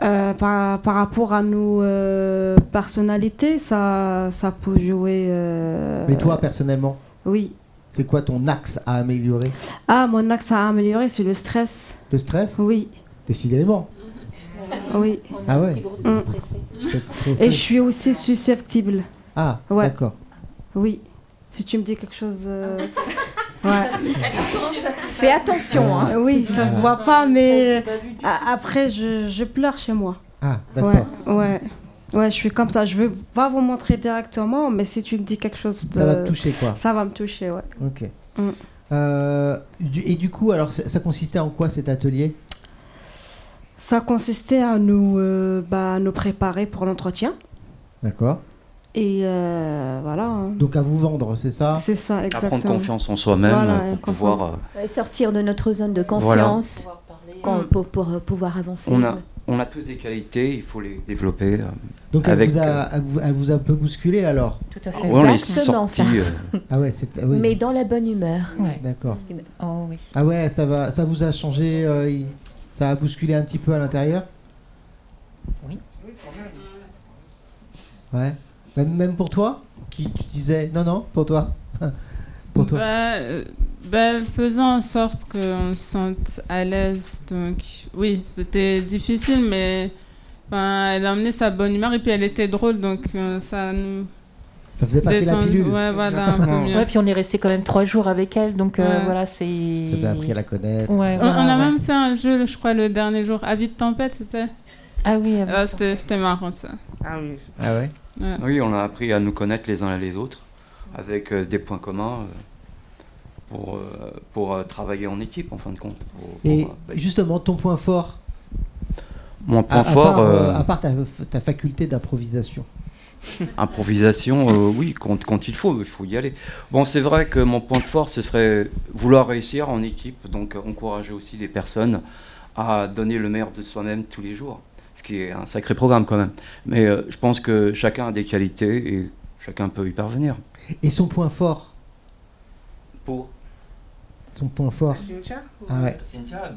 Speaker 5: Euh, par, par rapport à nos euh, personnalités, ça, ça peut jouer. euh,
Speaker 4: Mais toi, personnellement,
Speaker 5: Oui.
Speaker 4: c'est quoi ton axe à améliorer
Speaker 5: Ah, mon axe à améliorer, c'est le stress.
Speaker 4: Le stress
Speaker 5: Oui.
Speaker 4: Décidément.
Speaker 5: Oui.
Speaker 4: Ah ouais
Speaker 5: Mm.
Speaker 4: Vous êtes stressé.
Speaker 5: Et je suis aussi susceptible.
Speaker 4: Ah,
Speaker 5: Ouais.
Speaker 4: d'accord.
Speaker 5: Oui. Si tu me dis quelque chose. euh, <laughs> ouais.
Speaker 3: Ah <laughs>
Speaker 5: Euh,
Speaker 3: Fais attention, hein.
Speaker 5: Oui, ça se voit pas, mais a- après, je, je pleure chez moi.
Speaker 4: Ah,
Speaker 5: Ouais,
Speaker 4: d'accord.
Speaker 5: ouais. Ouais, je suis comme ça. Je veux pas vous montrer directement, mais si tu me dis quelque chose.
Speaker 4: Ça va
Speaker 5: de-
Speaker 4: te toucher, quoi.
Speaker 5: Ça va me toucher, ouais.
Speaker 4: Ok.
Speaker 5: Mm.
Speaker 4: Euh, du- et du coup, alors, ça ça consistait en quoi cet atelier
Speaker 5: Ça consistait à nous, euh, bah, à nous préparer pour l'entretien.
Speaker 4: D'accord.
Speaker 5: Et euh, voilà. hein.
Speaker 4: Donc à vous vendre, c'est ça
Speaker 5: C'est ça,
Speaker 7: à prendre confiance en soi-même
Speaker 5: Voilà,
Speaker 7: euh,
Speaker 5: et
Speaker 7: pour pouvoir. euh,
Speaker 3: Ouais, Sortir de notre zone de
Speaker 7: Voilà.
Speaker 3: confiance
Speaker 9: Mm.
Speaker 3: quand- pour, pour, euh, pouvoir avancer.
Speaker 7: on, a, on a tous des qualités, il faut les développer. euh,
Speaker 4: Donc elle,
Speaker 7: avec,
Speaker 4: vous a,
Speaker 7: euh,
Speaker 4: elle vous- elle vous a un peu bousculé alors
Speaker 3: Tout à fait.
Speaker 7: Ouais, on est
Speaker 3: Exactement
Speaker 7: sorti,
Speaker 3: ça.
Speaker 7: euh,
Speaker 4: <laughs> Ah ouais, c'est. ah oui,
Speaker 3: Mais dans la bonne humeur.
Speaker 4: D'accord.
Speaker 9: Oh oui.
Speaker 4: Ah ouais, ça, va, ça vous a changé, euh, il- ça a bousculé un petit peu à l'intérieur
Speaker 9: Oui.
Speaker 4: Ouais. Même, même pour toi Qui tu disais. Non, non, pour toi <laughs> Pour toi
Speaker 6: Bah, euh, bah, faisant en sorte qu'on se sente à l'aise. Donc, oui, c'était difficile, mais ben, elle a emmené sa bonne humeur et puis elle était drôle, donc euh, ça nous.
Speaker 4: Ça faisait passer la
Speaker 6: détend-
Speaker 4: pilule.
Speaker 6: Ouais, voilà, un peu mieux.
Speaker 9: Ouais, puis on est resté quand même trois jours avec elle, donc euh,
Speaker 6: Ouais.
Speaker 9: voilà, c'est.
Speaker 4: Vous avez appris à la connaître.
Speaker 9: Ouais,
Speaker 6: On,
Speaker 9: voilà,
Speaker 6: on a
Speaker 9: Ah ouais.
Speaker 6: même fait un jeu, je crois, le dernier jour. Avis de tempête, c'était
Speaker 9: Ah oui,
Speaker 6: Ah, c'était c'était marrant ça.
Speaker 2: Ah oui.
Speaker 4: Ah ouais
Speaker 6: Ouais.
Speaker 7: Oui, on a appris à nous connaître les uns les autres, avec euh, des points communs euh, pour, euh, pour euh, travailler en équipe, en fin de compte. pour- pour,
Speaker 4: Et
Speaker 7: euh,
Speaker 4: justement, ton point fort
Speaker 7: Mon point
Speaker 4: à- à
Speaker 7: fort,
Speaker 4: part, euh,
Speaker 7: euh,
Speaker 4: à part ta, ta faculté d'improvisation.
Speaker 7: Improvisation, euh, oui, quand, quand il faut, il faut y aller. Bon, c'est vrai que mon point de force, ce serait vouloir réussir en équipe, donc euh, encourager aussi les personnes à donner le meilleur de soi-même tous les jours, ce qui est un sacré programme quand même. Mais euh, je pense que chacun a des qualités et chacun peut y parvenir.
Speaker 4: Et son point fort
Speaker 7: Pour
Speaker 4: Son point fort
Speaker 2: Cynthia
Speaker 4: Ah ouais.
Speaker 7: Cynthia,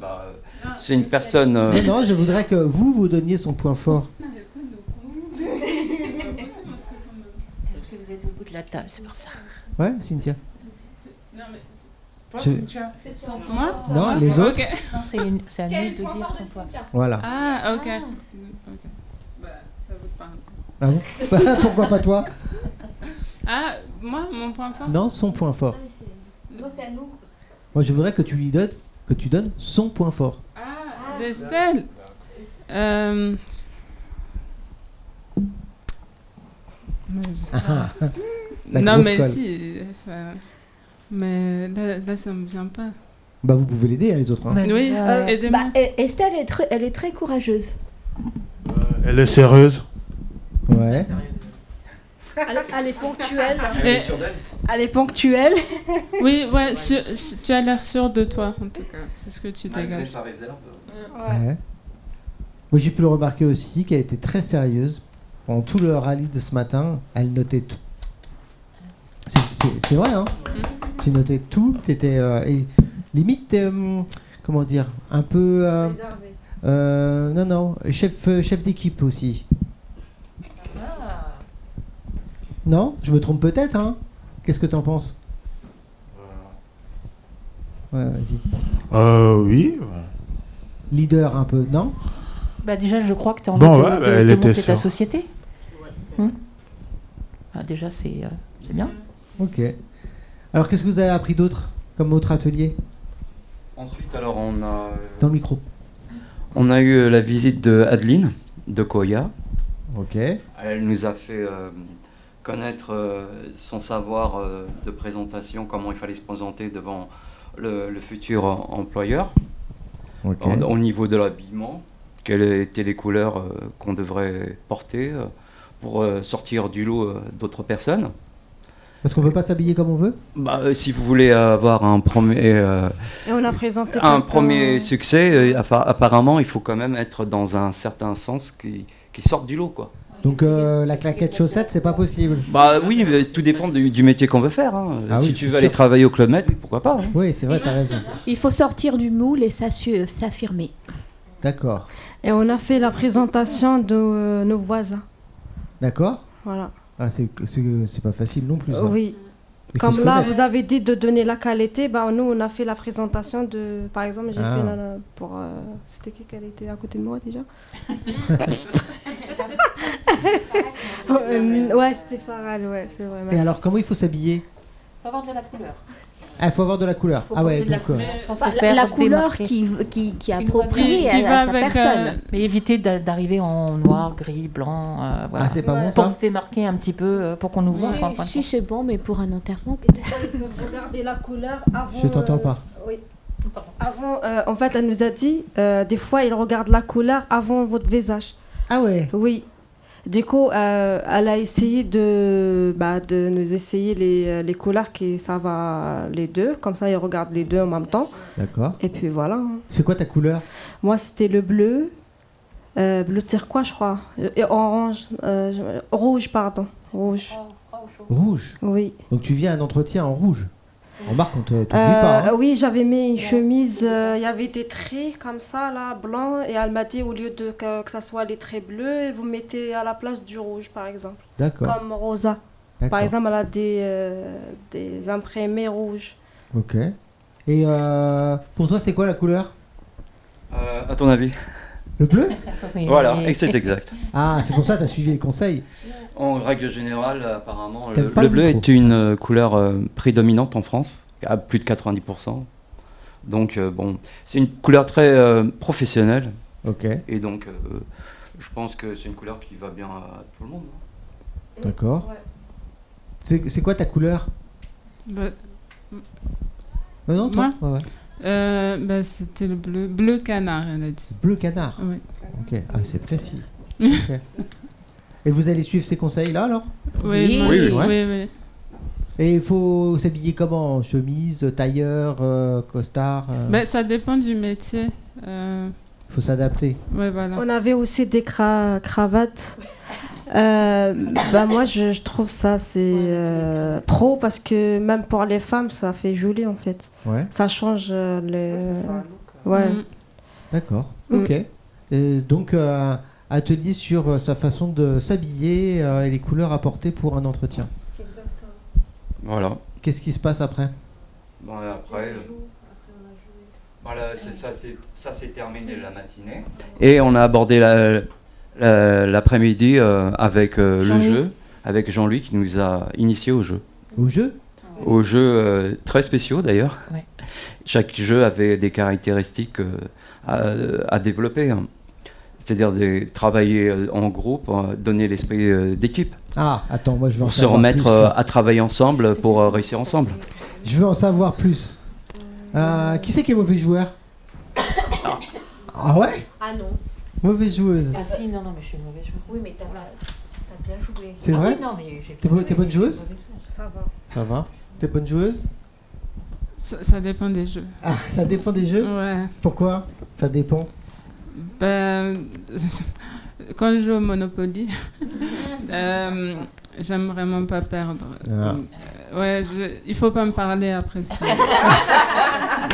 Speaker 7: c'est une personne... euh,
Speaker 4: Non, non, je voudrais que vous, vous donniez son point fort.
Speaker 9: Parce que vous êtes au bout de la table, c'est pour ça.
Speaker 4: Ouais, Cynthia
Speaker 2: Toi,
Speaker 4: Je-
Speaker 2: Cynthia
Speaker 9: C'est
Speaker 6: Moi
Speaker 4: Non, les autres.
Speaker 6: Ok.
Speaker 9: Non, c'est une- c'est à
Speaker 6: Quel
Speaker 9: nous de
Speaker 6: point
Speaker 9: dire
Speaker 6: fort
Speaker 9: son point.
Speaker 4: Voilà.
Speaker 6: Ah, ok. Ok. Bah, ça vous parle.
Speaker 4: Ah
Speaker 6: <laughs>
Speaker 4: bon <laughs> Pourquoi pas toi
Speaker 6: Ah, moi, mon point fort
Speaker 4: Non, son point fort.
Speaker 13: Moi, c'est à nous.
Speaker 4: Moi, je voudrais que tu lui donnes, que tu donnes son point fort.
Speaker 6: Ah, d'Estelle Euh,
Speaker 4: Ah, ah. La
Speaker 6: Non,
Speaker 4: grosse
Speaker 6: mais
Speaker 4: colle.
Speaker 6: si. enfin, mais là, là, ça me vient pas.
Speaker 4: Bah, vous pouvez l'aider, hein, les autres. hein.
Speaker 6: Mais- Oui,
Speaker 3: Euh,
Speaker 6: aidez-moi.
Speaker 3: bah, E- Estelle, est très- elle est très courageuse.
Speaker 11: Elle est sérieuse.
Speaker 4: Ouais.
Speaker 5: Elle, elle est ponctuelle.
Speaker 6: Elle est sûre
Speaker 5: Elle est ponctuelle.
Speaker 6: <laughs> Oui, ouais, su- su- tu as l'air sûr de toi, en tout cas. C'est ce que tu
Speaker 7: Malgré
Speaker 6: dégages.
Speaker 7: sa réserve.
Speaker 4: Ouais. Moi, j'ai pu le remarquer aussi qu'elle était très sérieuse. Pendant tout le rallye de ce matin, elle notait tout. C'est- C'est c'est vrai, hein Tu notais tout, t'étais... euh, et limite, t'es, hum, comment dire Un peu... euh, euh, non, non, chef, euh, chef d'équipe aussi. Non Je me trompe peut-être, hein Qu'est-ce que t'en penses Ouais, vas-y.
Speaker 11: Euh, oui.
Speaker 4: Leader un peu, non
Speaker 9: Bah déjà, je crois que tu as envie
Speaker 11: Bon,
Speaker 9: de,
Speaker 11: ouais, bah,
Speaker 9: de-
Speaker 11: elle
Speaker 9: de
Speaker 11: était
Speaker 9: monter ta
Speaker 11: sûre.
Speaker 9: société. Hmm Bah, déjà, c'est euh, c'est bien.
Speaker 4: Ok. Alors, qu'est-ce que vous avez appris d'autre comme autre atelier
Speaker 7: Ensuite, alors, on a,
Speaker 4: Dans le micro.
Speaker 7: on a eu la visite de Adeline, de Koya.
Speaker 4: Ok.
Speaker 7: Elle nous a fait euh, connaître euh, son savoir euh, de présentation, comment il fallait se présenter devant le, le futur em- employeur,
Speaker 4: Ok.
Speaker 7: En- au niveau de l'habillement, quelles étaient les couleurs euh, qu'on devrait porter euh, pour euh, sortir du lot euh, d'autres personnes.
Speaker 4: Parce qu'on peut pas s'habiller comme on veut
Speaker 7: Bah, euh, si vous voulez avoir un premier, euh,
Speaker 5: Et on a présenté
Speaker 7: un
Speaker 5: quelqu'un-
Speaker 7: premier succès, euh, appa- apparemment, il faut quand même être dans un certain sens qui, qui sorte du lot, quoi.
Speaker 4: Donc, euh, la claquette chaussette, c'est pas possible.
Speaker 7: Bah oui, mais tout dépend du, du métier qu'on veut faire. hein.
Speaker 4: Ah
Speaker 7: si
Speaker 4: oui,
Speaker 7: tu
Speaker 4: c'est
Speaker 7: veux aller
Speaker 4: sûr.
Speaker 7: travailler au Club Med, oui, pourquoi pas. hein.
Speaker 4: Oui, c'est vrai, t'as raison.
Speaker 14: Il faut sortir du moule et s'assu- s'affirmer.
Speaker 4: D'accord.
Speaker 5: Et on a fait la présentation de euh, nos voisins.
Speaker 4: D'accord
Speaker 5: Voilà.
Speaker 4: Ah, c'est c'est- c'est pas facile non plus.
Speaker 5: Euh,
Speaker 4: ça.
Speaker 5: Oui.
Speaker 4: Il faut se
Speaker 5: Comme là,
Speaker 4: connaître.
Speaker 5: vous avez dit de donner la qualité, bah, nous, on a fait la présentation de. Par exemple, j'ai
Speaker 4: Ah.
Speaker 5: fait la- la- pour. euh, C'était qui qu'elle était à côté de moi
Speaker 9: <laughs>
Speaker 5: déjà <laughs> Euh, Ouais, c'était Farah, ouais, c'est vrai.
Speaker 4: Et
Speaker 5: merci.
Speaker 4: alors, comment il faut s'habiller
Speaker 9: Faut avoir de la couleur.
Speaker 4: Ah, il faut avoir de la couleur.
Speaker 9: Faut
Speaker 4: ah ouais,
Speaker 9: porter de la
Speaker 4: donc, euh,
Speaker 9: couleur. Faut se
Speaker 14: Bah, la-
Speaker 9: faire
Speaker 14: la couleur
Speaker 9: démarquer.
Speaker 14: qui, qui, qui euh, est
Speaker 9: Une couleur
Speaker 14: appropriée à, à sa personne.
Speaker 9: Mais éviter d'a- d'arriver en noir, gris, blanc. euh, voilà.
Speaker 4: Ah, c'est pas bon,
Speaker 9: Pour
Speaker 4: ça
Speaker 9: se démarquer un petit peu, euh, pour qu'on nous voit. quoi, quoi.
Speaker 14: Si, si, c'est bon, mais pour un enterrement,
Speaker 5: Regardez la couleur avant.
Speaker 4: Je t'entends
Speaker 5: euh,
Speaker 4: pas.
Speaker 5: oui. Avant, euh, en fait, elle nous a dit, euh, des fois, ils regardent la couleur avant votre visage.
Speaker 4: Ah ouais
Speaker 5: Oui. Du coup, euh, elle a essayé de, bah, de nous essayer les, euh, les couleurs qui ça va les deux. Comme ça, ils regardent les deux en même temps.
Speaker 4: D'accord.
Speaker 5: Et puis voilà. hein.
Speaker 4: C'est quoi ta couleur
Speaker 5: Moi, c'était le bleu. euh, bleu turquoise, je crois. Et orange. euh, je- rouge, pardon. Rouge.
Speaker 4: Rouge.
Speaker 5: Oui.
Speaker 4: Donc, tu viens à un entretien en rouge. Remarque, on te- t'oublie
Speaker 5: Euh,
Speaker 4: pas. hein.
Speaker 5: Oui, j'avais mis une chemise, euh, il y avait des traits comme ça, là, blancs, et elle m'a dit au lieu de que, que ça soit les traits bleus, vous mettez à la place du rouge, par exemple.
Speaker 4: D'accord.
Speaker 5: Comme Rosa.
Speaker 4: D'accord.
Speaker 5: Par exemple, elle a des, euh, des imprimés rouges.
Speaker 4: Ok. Et euh, pour toi, c'est quoi la couleur
Speaker 7: Euh, à ton avis
Speaker 4: Le bleu
Speaker 7: Voilà, et c'est exact.
Speaker 4: Ah, c'est pour ça que tu as suivi les conseils.
Speaker 7: En règle générale, apparemment,
Speaker 4: <laughs> T'aimes
Speaker 7: le,
Speaker 4: pas
Speaker 7: le
Speaker 4: le
Speaker 7: bleu
Speaker 4: micro.
Speaker 7: est une euh, couleur euh, prédominante en France, à plus de 90%. Donc, euh, bon, c'est une couleur très euh, professionnelle.
Speaker 4: Ok.
Speaker 7: Et donc, euh, je pense que c'est une couleur qui va bien à tout le monde.
Speaker 4: D'accord. C'est c'est quoi ta couleur
Speaker 6: Bah,
Speaker 4: Non, non, toi Ouais, ouais.
Speaker 6: euh, bah, C'était le bleu. Bleu canard, elle a dit.
Speaker 4: Bleu canard
Speaker 6: Oui.
Speaker 4: Ok, ah, c'est précis. Ok. Et vous allez suivre ces conseils-là alors
Speaker 6: <laughs> Oui, Oui. moi,
Speaker 4: Ouais.
Speaker 6: je- oui,
Speaker 4: Et il faut s'habiller comment En Chemise, tailleur, euh, costard euh,
Speaker 6: Bah, ça dépend du métier. Euh,
Speaker 4: faut s'adapter.
Speaker 6: ouais, voilà.
Speaker 5: On avait aussi des cra-
Speaker 4: <laughs>
Speaker 5: cravates. Euh, bah moi je, je trouve ça c'est euh, pro parce que même pour les femmes ça fait joli en fait
Speaker 4: Ouais. Mm.
Speaker 5: ça change euh,
Speaker 15: euh.
Speaker 5: les ouais
Speaker 4: D'accord,
Speaker 6: Mm.
Speaker 4: ok. Et donc, euh, atelier sur euh, sa façon de s'habiller euh, et les couleurs apportées pour un entretien.
Speaker 7: Voilà.
Speaker 4: Qu'est-ce qui se passe après
Speaker 7: Bon, et après, euh, voilà, c'est- ça s'est- ça s'est terminé la matinée. Et on a abordé la- la- l'après-midi euh, avec euh, le
Speaker 4: Jean-Louis.
Speaker 7: jeu, avec Jean-Louis qui nous a initiés au jeu.
Speaker 4: Au jeu
Speaker 7: Aux jeux euh, très spéciaux d'ailleurs.
Speaker 9: Ouais.
Speaker 7: Chaque jeu avait des caractéristiques euh, à, à développer. hein. C'est-à-dire des- travailler euh, en groupe, euh, donner l'esprit euh, d'équipe.
Speaker 4: Ah, attends, moi je veux en
Speaker 7: Pour se
Speaker 4: savoir
Speaker 7: remettre
Speaker 4: plus.
Speaker 7: euh, à travailler ensemble pour euh, réussir ensemble.
Speaker 4: Je veux en savoir plus. Euh, qui c'est qui est mauvais joueur Ah ouais
Speaker 14: Ah non.
Speaker 4: Mauvaise joueuse.
Speaker 9: Ah si, non, non, mais je suis mauvaise joueuse.
Speaker 14: Oui, mais t'as t'as bien joué. Ah,
Speaker 4: C'est vrai
Speaker 9: Ah non, mais j'ai
Speaker 4: T'es
Speaker 9: bien
Speaker 4: bo- t'es bonne joueuse
Speaker 5: Ça va.
Speaker 4: Ça va. T'es bonne joueuse
Speaker 6: Ça, ça dépend des jeux.
Speaker 4: Ah, ça dépend des jeux
Speaker 6: Ouais.
Speaker 4: Pourquoi Ça dépend.
Speaker 6: Ben, <laughs> quand je joue au Monopoly, euh, j'aime vraiment pas perdre.
Speaker 4: Ah.
Speaker 6: Donc, euh, ouais, je- il faut pas me parler après ça.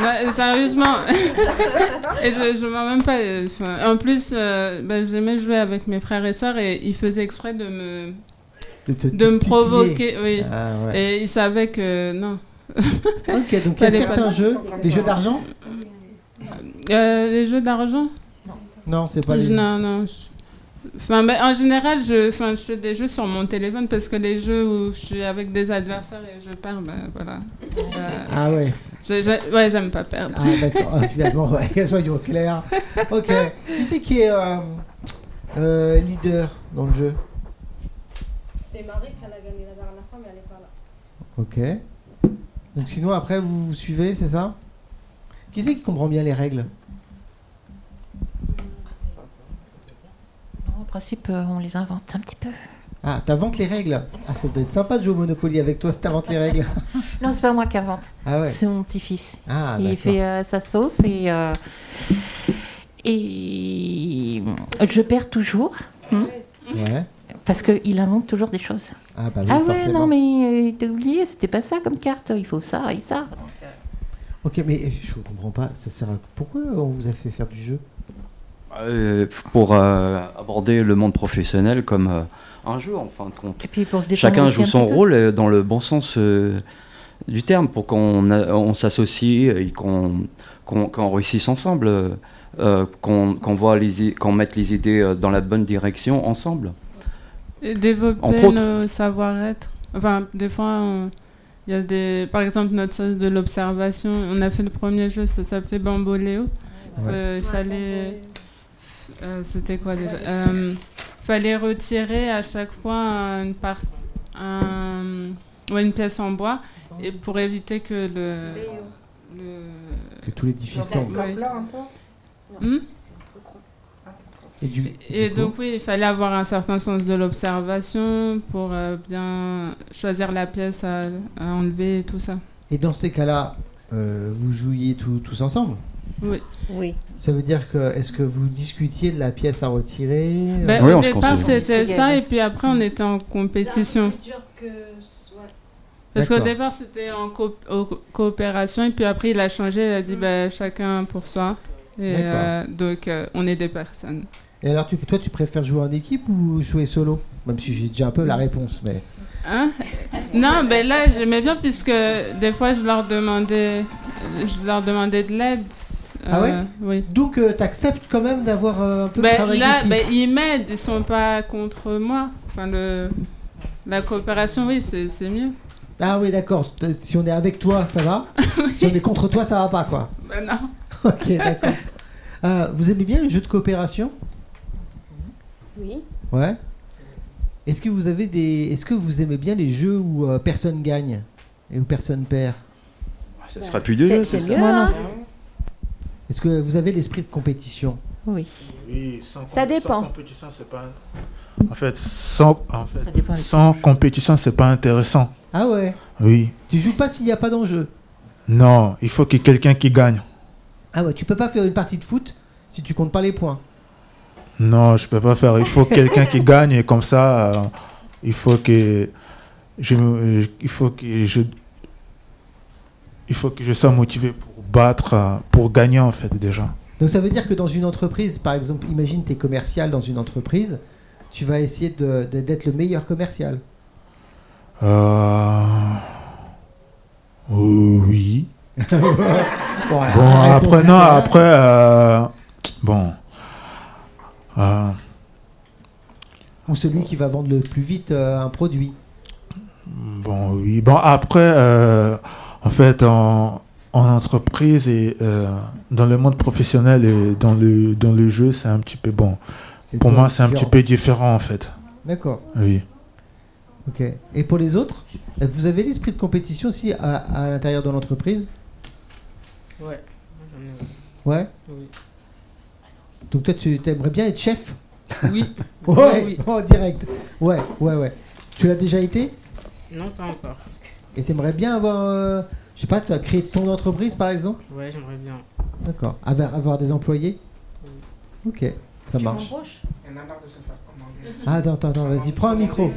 Speaker 6: Non, sérieusement. <laughs> et je, je m'en même pas. euh, 'fin, en plus, euh, ben, j'aimais jouer avec mes frères et sœurs et ils faisaient exprès de me
Speaker 4: De te-
Speaker 6: de
Speaker 4: titiller.
Speaker 6: me provoquer. Oui.
Speaker 4: Ah, ouais.
Speaker 6: Et il savait que non.
Speaker 4: Ok, donc il y a
Speaker 6: <laughs> Fallait pas-
Speaker 4: certains jeux, les jeux d'argent
Speaker 6: Euh, les jeux d'argent
Speaker 4: Non, c'est pas les.
Speaker 6: Je- Non, non. je- Enfin, ben, en général, je, enfin, je fais des jeux sur mon téléphone parce que les jeux où je suis avec des adversaires et je perds, ben voilà. Euh,
Speaker 4: Ah ouais.
Speaker 6: je- je- ouais, j'aime pas perdre.
Speaker 4: Ah d'accord, Ah, finalement, ouais, <laughs> soyons clairs. Ok. Qui c'est qui est euh, euh, leader dans le jeu
Speaker 15: C'était Marie qui a gagné la dernière fois, mais elle n'est pas là.
Speaker 4: Ok. Donc sinon, après, vous vous suivez, c'est ça Qui c'est qui comprend bien les règles
Speaker 9: Non, en principe, euh, on les invente un petit peu.
Speaker 4: Ah, t'inventes les règles Ah, ça doit être sympa de jouer au Monopoly avec toi si t'inventes les règles.
Speaker 9: Non, c'est pas moi qui invente.
Speaker 4: Ah ouais
Speaker 9: C'est mon petit-fils.
Speaker 4: Ah,
Speaker 9: il
Speaker 4: d'accord.
Speaker 9: fait euh, sa sauce et. euh, et. Je perds toujours. hein,
Speaker 4: Ouais.
Speaker 9: Parce qu'il invente toujours des choses.
Speaker 4: Ah bah oui,
Speaker 9: ah ouais,
Speaker 4: forcément.
Speaker 9: non, mais euh, t'as oublié, c'était pas ça comme carte. Il faut ça et ça.
Speaker 4: Ok, mais je comprends pas, ça sert à... Pourquoi on vous a fait faire du jeu
Speaker 7: Euh, pour euh, aborder le monde professionnel comme euh, un jeu en fin de compte.
Speaker 9: Et puis pour se détendre
Speaker 7: Chacun
Speaker 9: aussi
Speaker 7: joue
Speaker 9: un
Speaker 7: son
Speaker 9: petit peu.
Speaker 7: rôle euh, dans le bon sens euh, du terme pour qu'on a- on s'associe et qu'on qu'on- qu'on réussisse ensemble, euh, euh, qu'on qu'on voit les i- qu'on mette les idées euh, dans la bonne direction ensemble.
Speaker 6: Et développer
Speaker 7: Entre autres.
Speaker 6: le savoir-être. Enfin, des fois, on- il y a des. Par exemple, notre chose de l'observation, on a fait le premier jeu, ça s'appelait Bamboléo. Euh, il fallait. euh, C'était quoi déjà Euh, fallait retirer à chaque fois une, part... un- ouais, une pièce en bois et pour éviter que le. le-
Speaker 4: Que tout l'édifice
Speaker 6: Ouais.
Speaker 4: tombe.
Speaker 6: Hmm
Speaker 4: Et du...
Speaker 6: et donc oui, il fallait avoir un certain sens de l'observation pour euh, bien choisir la pièce à, à enlever et tout ça.
Speaker 4: Et dans ces cas-là, euh, vous jouiez tous- tous ensemble
Speaker 6: Oui.
Speaker 4: Oui. Ça veut dire que, est-ce que vous discutiez de la pièce à retirer
Speaker 9: Bah,
Speaker 6: Ben, au départ, c'était ça, et puis après, on était en compétition.
Speaker 15: C'est dur que. ouais.
Speaker 6: Parce qu'au
Speaker 4: D'accord.
Speaker 6: départ, c'était en coop- au- coopération, et puis après, il a changé, il a dit bah, chacun pour soi. Et
Speaker 4: D'accord.
Speaker 6: euh, donc, euh, on est des personnes.
Speaker 4: Et alors, tu, toi, tu préfères jouer en équipe ou jouer solo Même si j'ai déjà un peu
Speaker 9: Euh,
Speaker 4: la réponse, mais.
Speaker 6: Hein non, ben là, j'aimais bien, puisque des fois, je leur demandais, je leur demandais de l'aide.
Speaker 4: ah ouais
Speaker 6: Euh, Oui.
Speaker 4: Donc, euh, t'acceptes quand même d'avoir euh, un peu de
Speaker 9: Bah,
Speaker 6: Ben,
Speaker 4: travail
Speaker 6: là,
Speaker 4: d'équipe.
Speaker 6: ben, ils m'aident, ils sont pas contre moi. Enfin, le... La coopération, oui, c'est c'est mieux.
Speaker 4: Ah oui, d'accord. T- Si on est avec toi, ça va.
Speaker 7: <laughs>
Speaker 4: si on est contre toi, ça va pas, quoi. <laughs>
Speaker 6: Ben non.
Speaker 4: ok, d'accord. Euh, vous aimez bien les jeux de coopération
Speaker 14: Oui.
Speaker 4: Ouais. Est-ce que vous avez des. Est-ce que vous aimez bien les jeux où euh, personne gagne et où personne perd
Speaker 7: Ce Ah, sera plus deux jeux, c'est hein. ça.
Speaker 4: hein. Est-ce que vous avez l'esprit de compétition
Speaker 9: Oui.
Speaker 11: Oui, sans
Speaker 14: Ça
Speaker 11: compétition,
Speaker 14: dépend.
Speaker 11: compétition, c'est pas. En fait, sans, en fait,
Speaker 9: Ça dépend des
Speaker 11: sans compétition, c'est pas intéressant.
Speaker 4: Ah ouais
Speaker 11: Oui.
Speaker 4: Tu joues pas s'il n'y a pas d'enjeu.
Speaker 11: Non, il faut qu'il y ait quelqu'un qui gagne.
Speaker 4: Ah ouais, tu peux pas faire une partie de foot si tu comptes pas les points.
Speaker 11: Non, je peux pas faire. Il faut quelqu'un qui gagne et comme ça, euh, il faut que je, me- euh, il faut que je, il faut que je sois motivé pour battre, euh, pour gagner en fait déjà.
Speaker 4: Donc ça veut dire que dans une entreprise, par exemple, imagine tu es commercial dans une entreprise, tu vas essayer de- de- d'être le meilleur commercial.
Speaker 11: Euh, euh, oui.
Speaker 4: Bon,
Speaker 11: Bon,
Speaker 4: la réponse
Speaker 11: après,
Speaker 4: est
Speaker 11: non,
Speaker 4: claire.
Speaker 11: après, euh, bon. Euh,
Speaker 4: Ou celui qui va vendre le plus vite euh, un produit.
Speaker 11: bon, oui. Bon, après, euh, en fait, en, en entreprise et euh, dans le monde professionnel et dans le, dans le jeu, c'est un petit peu bon.
Speaker 4: C'est
Speaker 11: Pour
Speaker 4: pas
Speaker 11: moi, c'est un petit
Speaker 4: différent.
Speaker 11: peu différent, en fait.
Speaker 4: D'accord.
Speaker 11: Oui.
Speaker 4: Ok. Et pour les autres, vous avez l'esprit de compétition aussi à, à l'intérieur de l'entreprise
Speaker 8: Ouais.
Speaker 4: Ouais
Speaker 8: Oui.
Speaker 4: Donc toi, tu aimerais bien être chef
Speaker 8: Oui.
Speaker 4: <laughs> Ouais,
Speaker 8: Oui.
Speaker 4: en direct. Ouais, ouais, ouais. Tu l'as déjà été
Speaker 8: Non, pas encore.
Speaker 4: Et t'aimerais bien avoir, euh, je sais pas, tu as créé ton entreprise par exemple
Speaker 8: Ouais, j'aimerais bien.
Speaker 4: D'accord. Avoir, avoir des employés Ok, ça marche. Ah, attends, attends, attends, vas-y, prends un micro.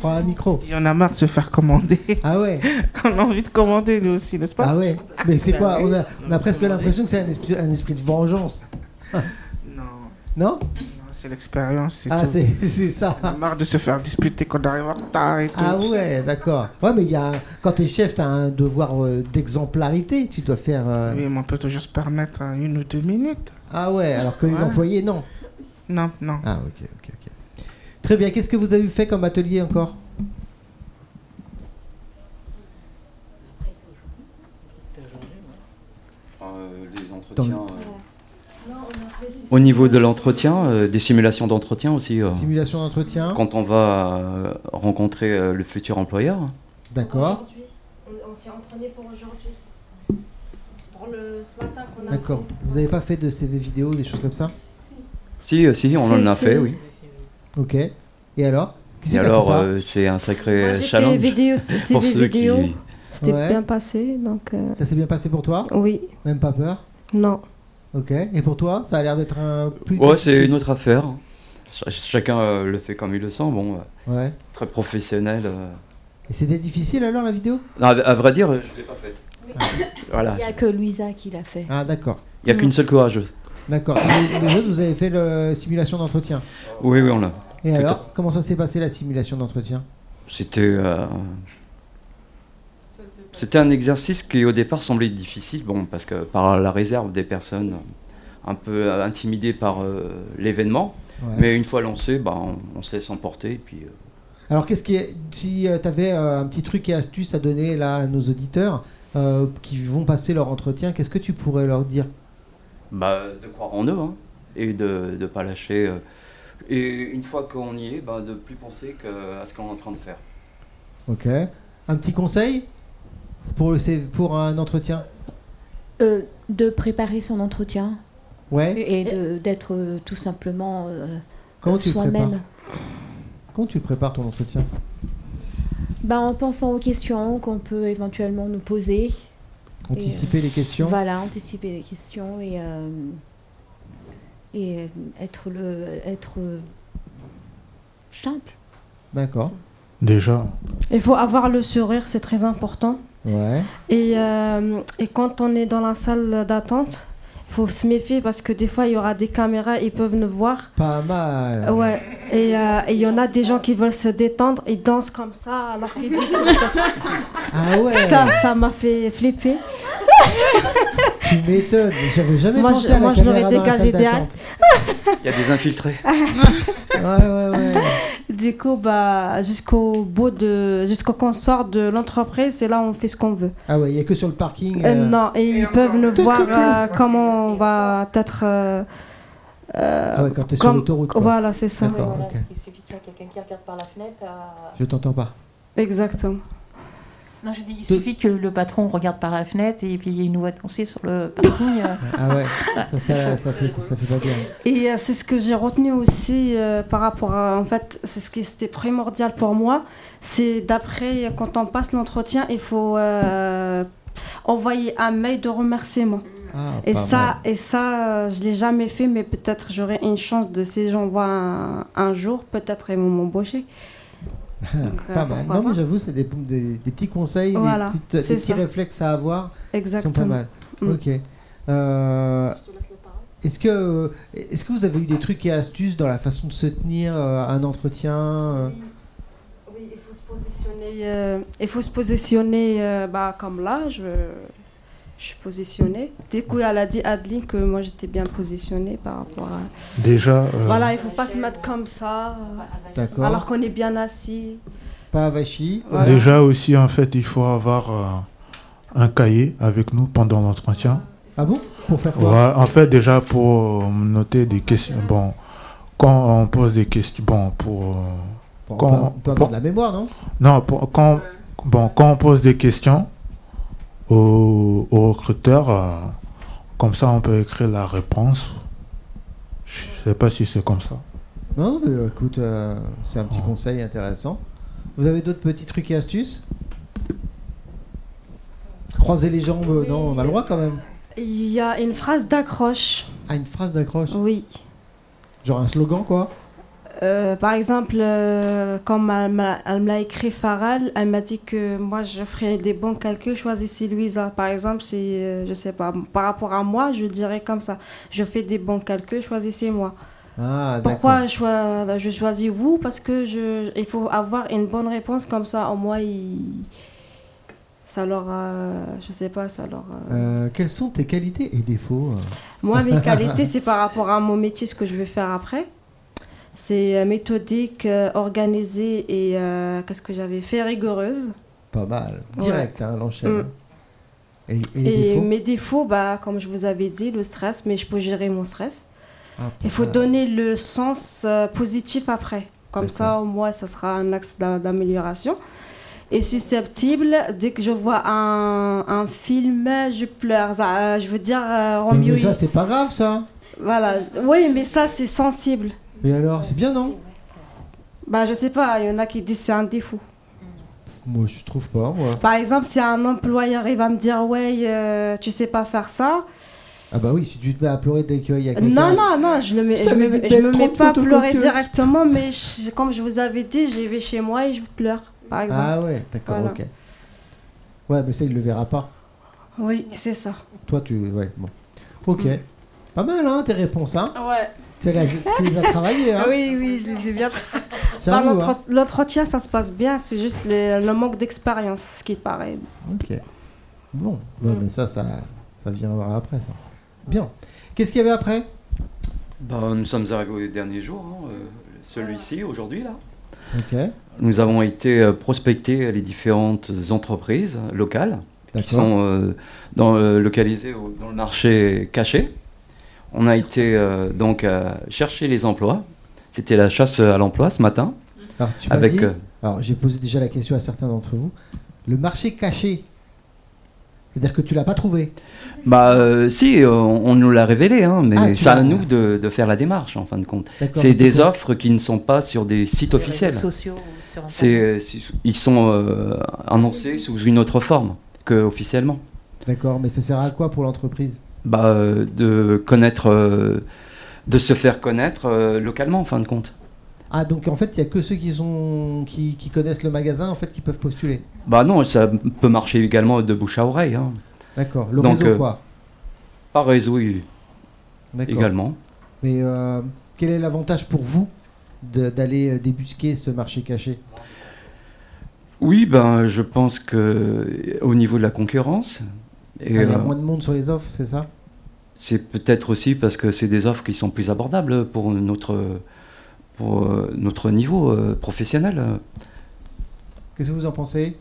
Speaker 4: Prends un micro.
Speaker 2: Il y en a marre de se faire commander.
Speaker 4: Ah ouais
Speaker 2: <laughs> On a envie de commander nous aussi, n'est-ce pas Ah,
Speaker 4: Ah ouais Mais c'est quoi on a, on a presque l'impression que c'est un esprit, un esprit de vengeance.
Speaker 2: Non.
Speaker 4: Non
Speaker 2: C'est C'est l'expérience, c'est
Speaker 4: Ah,
Speaker 2: tout.
Speaker 4: c'est <laughs> c'est ça.
Speaker 2: On a marre de se faire disputer quand on arrive en retard et tout.
Speaker 4: Ah ouais, d'accord. Ouais, mais il y a, quand t'es chef, t'as un devoir euh, d'exemplarité. Tu dois faire. euh,
Speaker 2: Oui, mais on peut toujours se permettre hein, une ou deux minutes.
Speaker 4: Ah ouais, alors que les employés, non.
Speaker 2: Non, non.
Speaker 4: Ah ok, ok, ok. Très bien. Qu'est-ce que vous avez fait comme atelier encore
Speaker 7: Euh, les
Speaker 4: Dans le-
Speaker 7: entretiens. euh, Au niveau de l'entretien, euh, des simulations d'entretien aussi. euh,
Speaker 4: Simulation d'entretien.
Speaker 7: Quand on va euh, rencontrer euh, le futur employeur.
Speaker 4: D'accord.
Speaker 15: Aujourd'hui, on, on s'est entraîné pour aujourd'hui. Pour le ce matin qu'on a.
Speaker 4: D'accord. Vous n'avez pas fait de CV vidéo, des choses comme ça
Speaker 7: Si, euh, si, on en a fait, oui.
Speaker 4: Ok. Et alors Qui
Speaker 7: Et
Speaker 4: c'est qui a fait
Speaker 7: alors,
Speaker 4: ça
Speaker 7: euh, c'est un sacré
Speaker 5: Moi, j'ai
Speaker 7: challenge. <laughs>
Speaker 5: fait vidéo, c- CV
Speaker 7: pour ceux
Speaker 5: vidéo.
Speaker 7: qui.
Speaker 5: C'était
Speaker 4: Ouais.
Speaker 5: bien passé, donc euh,
Speaker 4: Ça s'est bien passé pour toi
Speaker 5: Oui.
Speaker 4: Même pas peur
Speaker 5: non.
Speaker 4: Ok. Et pour toi, ça a l'air d'être un plus.
Speaker 7: Ouais, c'est une autre affaire. Ch- chacun euh, le fait comme il le sent, bon. euh,
Speaker 4: Ouais.
Speaker 7: Très professionnel. euh.
Speaker 4: Et c'était difficile alors la vidéo
Speaker 7: À, à vrai dire, euh, je ne l'ai pas faite. Voilà.
Speaker 3: Il n'y a que Louisa qui l'a fait.
Speaker 4: Ah d'accord.
Speaker 7: Il n'y a qu'une seule courageuse.
Speaker 4: D'accord. Et Les autres, vous avez fait la simulation d'entretien.
Speaker 7: Oui, oui, on l'a.
Speaker 4: Et
Speaker 7: Tout
Speaker 4: alors, comment ça s'est passé la simulation d'entretien
Speaker 7: C'était. euh, C'était un exercice qui au départ semblait difficile, bon, parce que par la réserve des personnes un peu euh, intimidées par euh, l'événement.
Speaker 4: Ouais.
Speaker 7: Mais une fois lancé, bah, on, on se laisse emporter. Et puis, euh,
Speaker 4: Alors, qu'est-ce qui est, si tu avais un petit truc et astuce à donner là à nos auditeurs euh, qui vont passer leur entretien, qu'est-ce que tu pourrais leur dire
Speaker 7: bah, de croire en eux hein, et de ne pas lâcher. euh. et une fois qu'on y est, bah, de plus penser que- à ce qu'on est en train de faire.
Speaker 4: Ok. Un petit conseil pour le C- pour un entretien.
Speaker 3: Euh, de préparer son entretien.
Speaker 4: Ouais.
Speaker 3: Et de- d'être euh, tout simplement euh,
Speaker 4: Comment
Speaker 3: euh,
Speaker 4: tu le
Speaker 3: soi-même.
Speaker 4: prépares Comment tu le prépares ton entretien
Speaker 3: Bah, en pensant aux questions qu'on peut éventuellement nous poser.
Speaker 4: Anticiper
Speaker 3: Et, euh,
Speaker 4: les questions.
Speaker 3: Voilà, anticiper les questions et, euh, et euh, être, le, être euh, simple.
Speaker 4: D'accord.
Speaker 11: Déjà.
Speaker 5: Il faut avoir le sourire, c'est très important.
Speaker 4: Ouais.
Speaker 5: Et, euh, et quand on est dans la salle d'attente, il faut se méfier parce que des fois, il y aura des caméras, ils peuvent nous voir.
Speaker 4: Pas mal.
Speaker 5: Ah Ouais, et euh, et il y en a des gens qui veulent se détendre, ils dansent comme ça alors
Speaker 4: <laughs>
Speaker 5: qu'ils disent.
Speaker 4: Ah ouais.
Speaker 5: Ça, ça m'a fait flipper.
Speaker 4: Tu m'étonnes. mais J'avais jamais
Speaker 5: Moi,
Speaker 4: pensé
Speaker 5: je-
Speaker 4: à la
Speaker 5: moi, je l'aurais
Speaker 4: caméra dans la
Speaker 5: dégagé
Speaker 4: salle
Speaker 5: direct.
Speaker 4: d'attente.
Speaker 7: Il y a des infiltrés.
Speaker 5: Du coup, bah, jusqu'au bout de, jusqu'au qu'on sort de l'entreprise, et là, on fait ce qu'on veut.
Speaker 4: Ah ouais, il y a que sur le parking.
Speaker 5: Euh,
Speaker 4: euh,
Speaker 5: non, et ils peuvent nous
Speaker 4: Tout, tout,
Speaker 5: voir
Speaker 4: tout.
Speaker 5: euh, comment on va peut-être. euh, euh,
Speaker 4: Ah ouais, quand t'es sur
Speaker 5: comme-
Speaker 4: l'autoroute, quoi.
Speaker 5: Voilà, c'est ça.
Speaker 4: D'accord, ok.
Speaker 9: Il suffit qu'il y ait quelqu'un qui regarde par la fenêtre. à-
Speaker 4: Je t'entends pas.
Speaker 5: Exactement.
Speaker 9: euh, Non, je dis, il suffit que le patron regarde par la fenêtre et puis il y ait une voie de foncier sur le parking. euh. <laughs>
Speaker 5: <laughs>
Speaker 4: Ah ouais. ça, ça, ça fait ça fait pas bien.
Speaker 5: Et euh, c'est ce que j'ai retenu aussi euh, par rapport à, en fait, c'est ce qui était primordial pour moi, c'est d'après, quand on passe l'entretien, il faut euh, envoyer un mail de remerciement.
Speaker 4: Ah,
Speaker 5: Et
Speaker 4: pas
Speaker 5: ça, et ça, euh, je l'ai jamais fait, mais peut-être j'aurai une chance de si j'envoie un, un jour, peut-être ils vont m'embaucher.
Speaker 4: mal.
Speaker 5: Donc, euh,
Speaker 4: pas mal.
Speaker 5: pourquoi
Speaker 4: Non, mais
Speaker 5: pas.
Speaker 4: j'avoue, c'est des, des- des petits conseils,
Speaker 5: Voilà,
Speaker 4: des, petites- des
Speaker 5: c'est
Speaker 4: petits
Speaker 5: ça.
Speaker 4: réflexes à avoir.
Speaker 5: Exactement.
Speaker 4: Qui sont pas mal.
Speaker 5: Mm.
Speaker 4: Ok. Euh, est-ce que, est-ce que vous avez eu des trucs et astuces dans la façon de se tenir euh, à un entretien euh,
Speaker 5: Oui, il faut se positionner, euh, il faut se positionner euh, bah, comme là, je, je suis positionnée. Du coup, elle a dit Adeline que moi j'étais bien positionnée par rapport à...
Speaker 11: Déjà, euh,
Speaker 5: Voilà, il faut pas se mettre comme ça, euh,
Speaker 4: D'accord.
Speaker 5: alors qu'on est bien assis.
Speaker 4: Pas avachi.
Speaker 11: Déjà aussi, en fait, il faut avoir euh, un cahier avec nous pendant l'entretien.
Speaker 4: Ah bon Pour faire quoi
Speaker 11: Ouais, en fait, déjà pour euh, noter des questions. Bon, quand on pose des questions, bon, pour. euh,
Speaker 4: Bon,
Speaker 11: quand-
Speaker 4: on, peut, on peut avoir de la mémoire, non
Speaker 11: Non, pour- quand, bon, quand on pose des questions aux aux recruteurs, euh, comme ça, on peut écrire la réponse. Je sais pas si c'est comme ça.
Speaker 4: Non, mais, euh, écoute, euh, c'est un petit conseil intéressant. Vous avez d'autres petits trucs et astuces Croiser les jambes, euh, non, on a le droit quand même.
Speaker 5: Il y a une phrase d'accroche,
Speaker 4: Ah, une phrase d'accroche
Speaker 5: oui.
Speaker 4: Genre un slogan, quoi
Speaker 5: Euh, par exemple, euh, comme elle m'a- elle me l'a écrit Faral, elle m'a dit que moi je ferais des bons calculs, choisissez Louisa. Par exemple, si, euh, je sais pas, par rapport à moi, je dirais comme ça, je fais des bons calculs, choisissez moi.
Speaker 4: Ah,
Speaker 5: Pourquoi je, choi- euh, je choisis vous Parce que je, il faut avoir une bonne réponse comme ça. Au moins, ils- ça leur, euh, je sais pas, ça leur. euh,
Speaker 4: Euh, quelles sont tes qualités et défauts euh
Speaker 5: Moi, mes qualités,
Speaker 4: <laughs>
Speaker 5: c'est par rapport à mon métier, ce que je vais faire après. C'est euh, méthodique, euh, organisé et euh, qu'est-ce que j'avais fait rigoureuse.
Speaker 4: Pas mal.
Speaker 5: Ouais.
Speaker 4: Direct, hein, l'enchaîne.
Speaker 5: Mm.
Speaker 4: Et, et les
Speaker 5: Et
Speaker 4: défauts
Speaker 5: mes défauts, bah, comme je vous avais dit, le stress, mais je peux gérer mon stress.
Speaker 4: Ah,
Speaker 5: Il faut
Speaker 4: pas-
Speaker 5: donner le sens euh, positif après. Comme ça, au moins, ça sera un axe d'a- d'amélioration. Et susceptible, dès que je vois un, un film, je pleure. Ça, euh, je veux dire, euh,
Speaker 4: Mais-
Speaker 5: Roméo
Speaker 4: mais ça,
Speaker 5: et-
Speaker 4: c'est pas grave, ça.
Speaker 5: Voilà. je- Oui, mais ça, c'est sensible.
Speaker 4: Et alors, Ah, c'est bien, non
Speaker 5: Bah, je sais pas, il y en a qui disent c'est un défaut.
Speaker 4: Moi, je trouve pas, moi.
Speaker 5: Par exemple, si un employeur il va me dire ouais, euh, tu sais pas faire ça.
Speaker 4: Ah bah oui, si tu te mets à pleurer dès qu'il y a quelqu'un...
Speaker 5: Non, non, non, je ne me,
Speaker 4: Je
Speaker 5: je
Speaker 4: t'avais
Speaker 5: me-
Speaker 4: dit
Speaker 5: je
Speaker 4: d'être
Speaker 5: me
Speaker 4: trop
Speaker 5: mets
Speaker 4: de
Speaker 5: pas à pleurer
Speaker 4: photocopieuse.
Speaker 5: directement, mais je- comme je vous avais dit, j'y vais chez moi et je pleure, par exemple.
Speaker 4: Ah ouais, d'accord,
Speaker 5: Voilà.
Speaker 4: ok. Ouais, mais ça, il le verra pas.
Speaker 5: Oui, c'est ça.
Speaker 4: Toi, tu... Ouais, bon. Ok. Pas mal, hein, tes réponses, hein
Speaker 5: Mm. Ah Ouais.
Speaker 4: tu les, as- tu les as travaillées, hein
Speaker 5: <laughs> Oui, oui, je les ai
Speaker 4: <laughs>
Speaker 5: bien. Par
Speaker 4: J'avoue,
Speaker 5: l'entret-
Speaker 4: hein.
Speaker 5: L'entretien, ça se passe bien, c'est juste le, le manque d'expérience, ce qui paraît.
Speaker 4: Ok. Bon, Ouais, mais ça, ça, ça viendra après, ça. Bien. Qu'est-ce qu'il y avait après
Speaker 7: Ben, nous sommes arrivés au dernier jour, hein, euh, celui-ci, aujourd'hui, là.
Speaker 4: Ok.
Speaker 7: Nous avons été euh, prospecter les différentes entreprises locales qui
Speaker 4: D'accord.
Speaker 7: sont euh, dans, euh, localisées au- dans le marché caché. On a été euh, donc euh, chercher les emplois. C'était la chasse à l'emploi ce matin.
Speaker 4: Alors, tu m'as
Speaker 7: avec
Speaker 4: dit-
Speaker 7: euh,
Speaker 4: Alors, j'ai posé déjà la question à certains d'entre vous. Le marché caché, c'est-à-dire que tu l'as pas trouvé.
Speaker 7: bah euh, si, euh, on, on nous l'a révélé, hein, mais
Speaker 4: Ah, tu
Speaker 7: c'est à
Speaker 4: l'as-
Speaker 7: nous de, de faire la démarche en fin de compte.
Speaker 4: D'accord, mais
Speaker 7: C'est
Speaker 4: c'est
Speaker 7: des
Speaker 4: quoi
Speaker 7: offres qui ne sont pas sur des sites
Speaker 9: Les
Speaker 7: officiels.
Speaker 9: réseaux sociaux, sur Internet.
Speaker 7: C'est euh, si- ils sont euh, annoncés sous une autre forme que officiellement.
Speaker 4: D'accord, mais ça sert à quoi pour l'entreprise
Speaker 7: bah, euh, de connaître, euh, de se faire connaître euh, localement en fin de compte.
Speaker 4: Ah, donc en fait, il y a que ceux qui sont qui, qui connaissent le magasin en fait qui peuvent postuler.
Speaker 7: Bah non, ça peut marcher également de bouche à oreille. hein.
Speaker 4: D'accord. Le
Speaker 7: Donc,
Speaker 4: réseau
Speaker 7: euh,
Speaker 4: quoi
Speaker 7: Par réseau oui,
Speaker 4: D'accord.
Speaker 7: également.
Speaker 4: Mais euh, quel est l'avantage pour vous de- d'aller euh, débusquer ce marché caché
Speaker 7: Oui, ben je pense que euh, au niveau de la concurrence,
Speaker 4: Ah, Il
Speaker 7: et,
Speaker 4: y a
Speaker 7: euh,
Speaker 4: moins de monde sur les offres, c'est ça
Speaker 7: c'est peut-être aussi parce que c'est des offres qui sont plus abordables pour notre pour euh, notre niveau euh, professionnel.
Speaker 4: Qu'est-ce que vous en pensez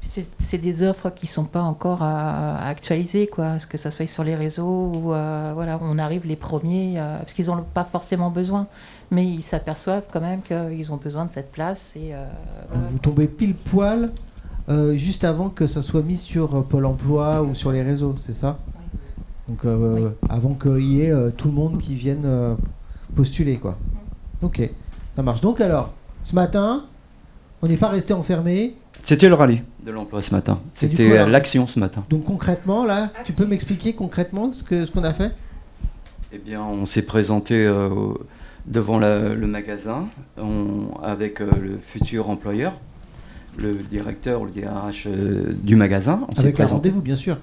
Speaker 9: C'est c'est des offres qui sont pas encore à, à actualiser, quoi. Ce que ça se fait sur les réseaux, ou euh, voilà, on arrive les premiers, euh, parce qu'ils n'en ont pas forcément besoin, mais ils s'aperçoivent quand même qu'ils ont besoin de cette place. Et, euh, voilà.
Speaker 4: Vous tombez pile poil euh, juste avant que ça soit mis sur euh, Pôle Emploi ou sur les réseaux, c'est ça Donc euh, avant qu'il y ait euh, tout le monde qui vienne euh, postuler, quoi. Ok, ça marche. Donc alors, ce matin, on n'est pas resté enfermé.
Speaker 7: C'était le rallye de l'emploi ce matin.
Speaker 4: Et du coup,
Speaker 7: C'était euh,
Speaker 4: alors-
Speaker 7: l'action ce matin.
Speaker 4: Donc concrètement, là, tu peux m'expliquer concrètement ce que ce qu'on a fait
Speaker 7: Eh bien, on s'est présenté euh, au- devant la- le magasin on- avec euh, le futur employeur, le directeur, le DRH euh, du magasin. On s'est
Speaker 4: Avec un
Speaker 7: présenté
Speaker 4: rendez-vous, bien sûr.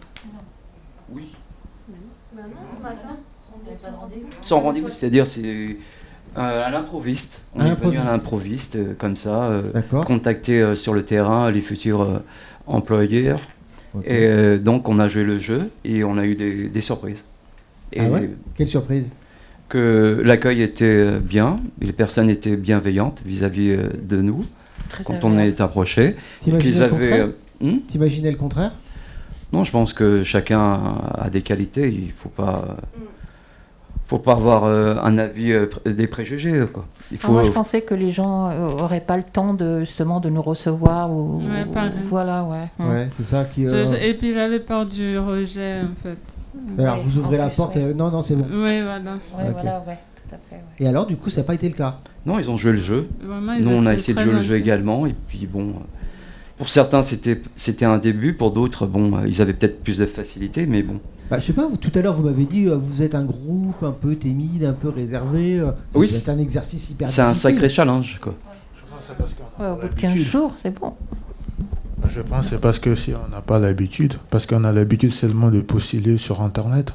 Speaker 5: Bah
Speaker 7: sans rendez-vous, c'est-à-dire c'est euh, à l'improviste. On
Speaker 4: À
Speaker 7: est venu à l'improviste
Speaker 4: l'improviste.
Speaker 7: euh, comme ça, euh,
Speaker 4: D'accord.
Speaker 7: contacter euh, sur le terrain les futurs euh, employeurs. Et euh, donc, on a joué le jeu et on a eu des, des surprises.
Speaker 4: Ah ouais Quelle surprise
Speaker 7: que l'accueil était euh, bien, et les personnes étaient bienveillantes vis-à-vis euh, de nous
Speaker 4: Très
Speaker 7: quand on est approché. et
Speaker 4: T'imaginais
Speaker 7: qu'ils
Speaker 4: le
Speaker 7: avaient.
Speaker 4: contraire
Speaker 7: euh, hmm
Speaker 4: T'imaginais le contraire
Speaker 7: non, je pense que chacun a des qualités. Il faut pas.
Speaker 9: Mm.
Speaker 7: Faut pas avoir euh, un avis euh, pré- des préjugés euh, quoi. Il
Speaker 9: Alors
Speaker 7: faut.
Speaker 9: Ah, moi, je pensais que les gens euh, auraient pas le temps de justement de nous recevoir ou
Speaker 6: Ouais,
Speaker 9: ou-
Speaker 6: pareil.
Speaker 9: voilà, ouais. Mm.
Speaker 4: Ouais, c'est ça qui.
Speaker 6: Je-
Speaker 4: euh,
Speaker 6: je- et puis j'avais peur du rejet en fait.
Speaker 4: Alors vous ouvrez la porte. et- euh, Non, non, c'est bon.
Speaker 6: Oui, voilà.
Speaker 9: Ouais,
Speaker 4: Ok.
Speaker 9: voilà, ouais, tout à fait. ouais.
Speaker 4: Et alors, du coup, ça n'a pas été le cas.
Speaker 7: Non, ils ont joué le jeu.
Speaker 6: Vraiment, ils
Speaker 7: Nous, on a
Speaker 6: étaient
Speaker 7: essayé de
Speaker 6: très
Speaker 7: jouer le jeu
Speaker 6: gentils.
Speaker 7: également. Et puis bon, euh, pour certains, c'était c'était un début. Pour d'autres, bon, euh, ils avaient peut-être plus de facilité, mais bon.
Speaker 4: Bah, je sais pas, vous- tout à l'heure vous m'avez dit euh, vous êtes un groupe un peu timide, un peu réservé. euh, ça
Speaker 7: Oui,
Speaker 4: doit être un exercice hyper
Speaker 7: C'est un
Speaker 4: difficile.
Speaker 7: sacré challenge quoi.
Speaker 9: Ouais, au bout de 15 jours, c'est bon.
Speaker 11: Je pense que c'est parce que si on n'a pas l'habitude, parce qu'on a l'habitude seulement de postuler sur Internet.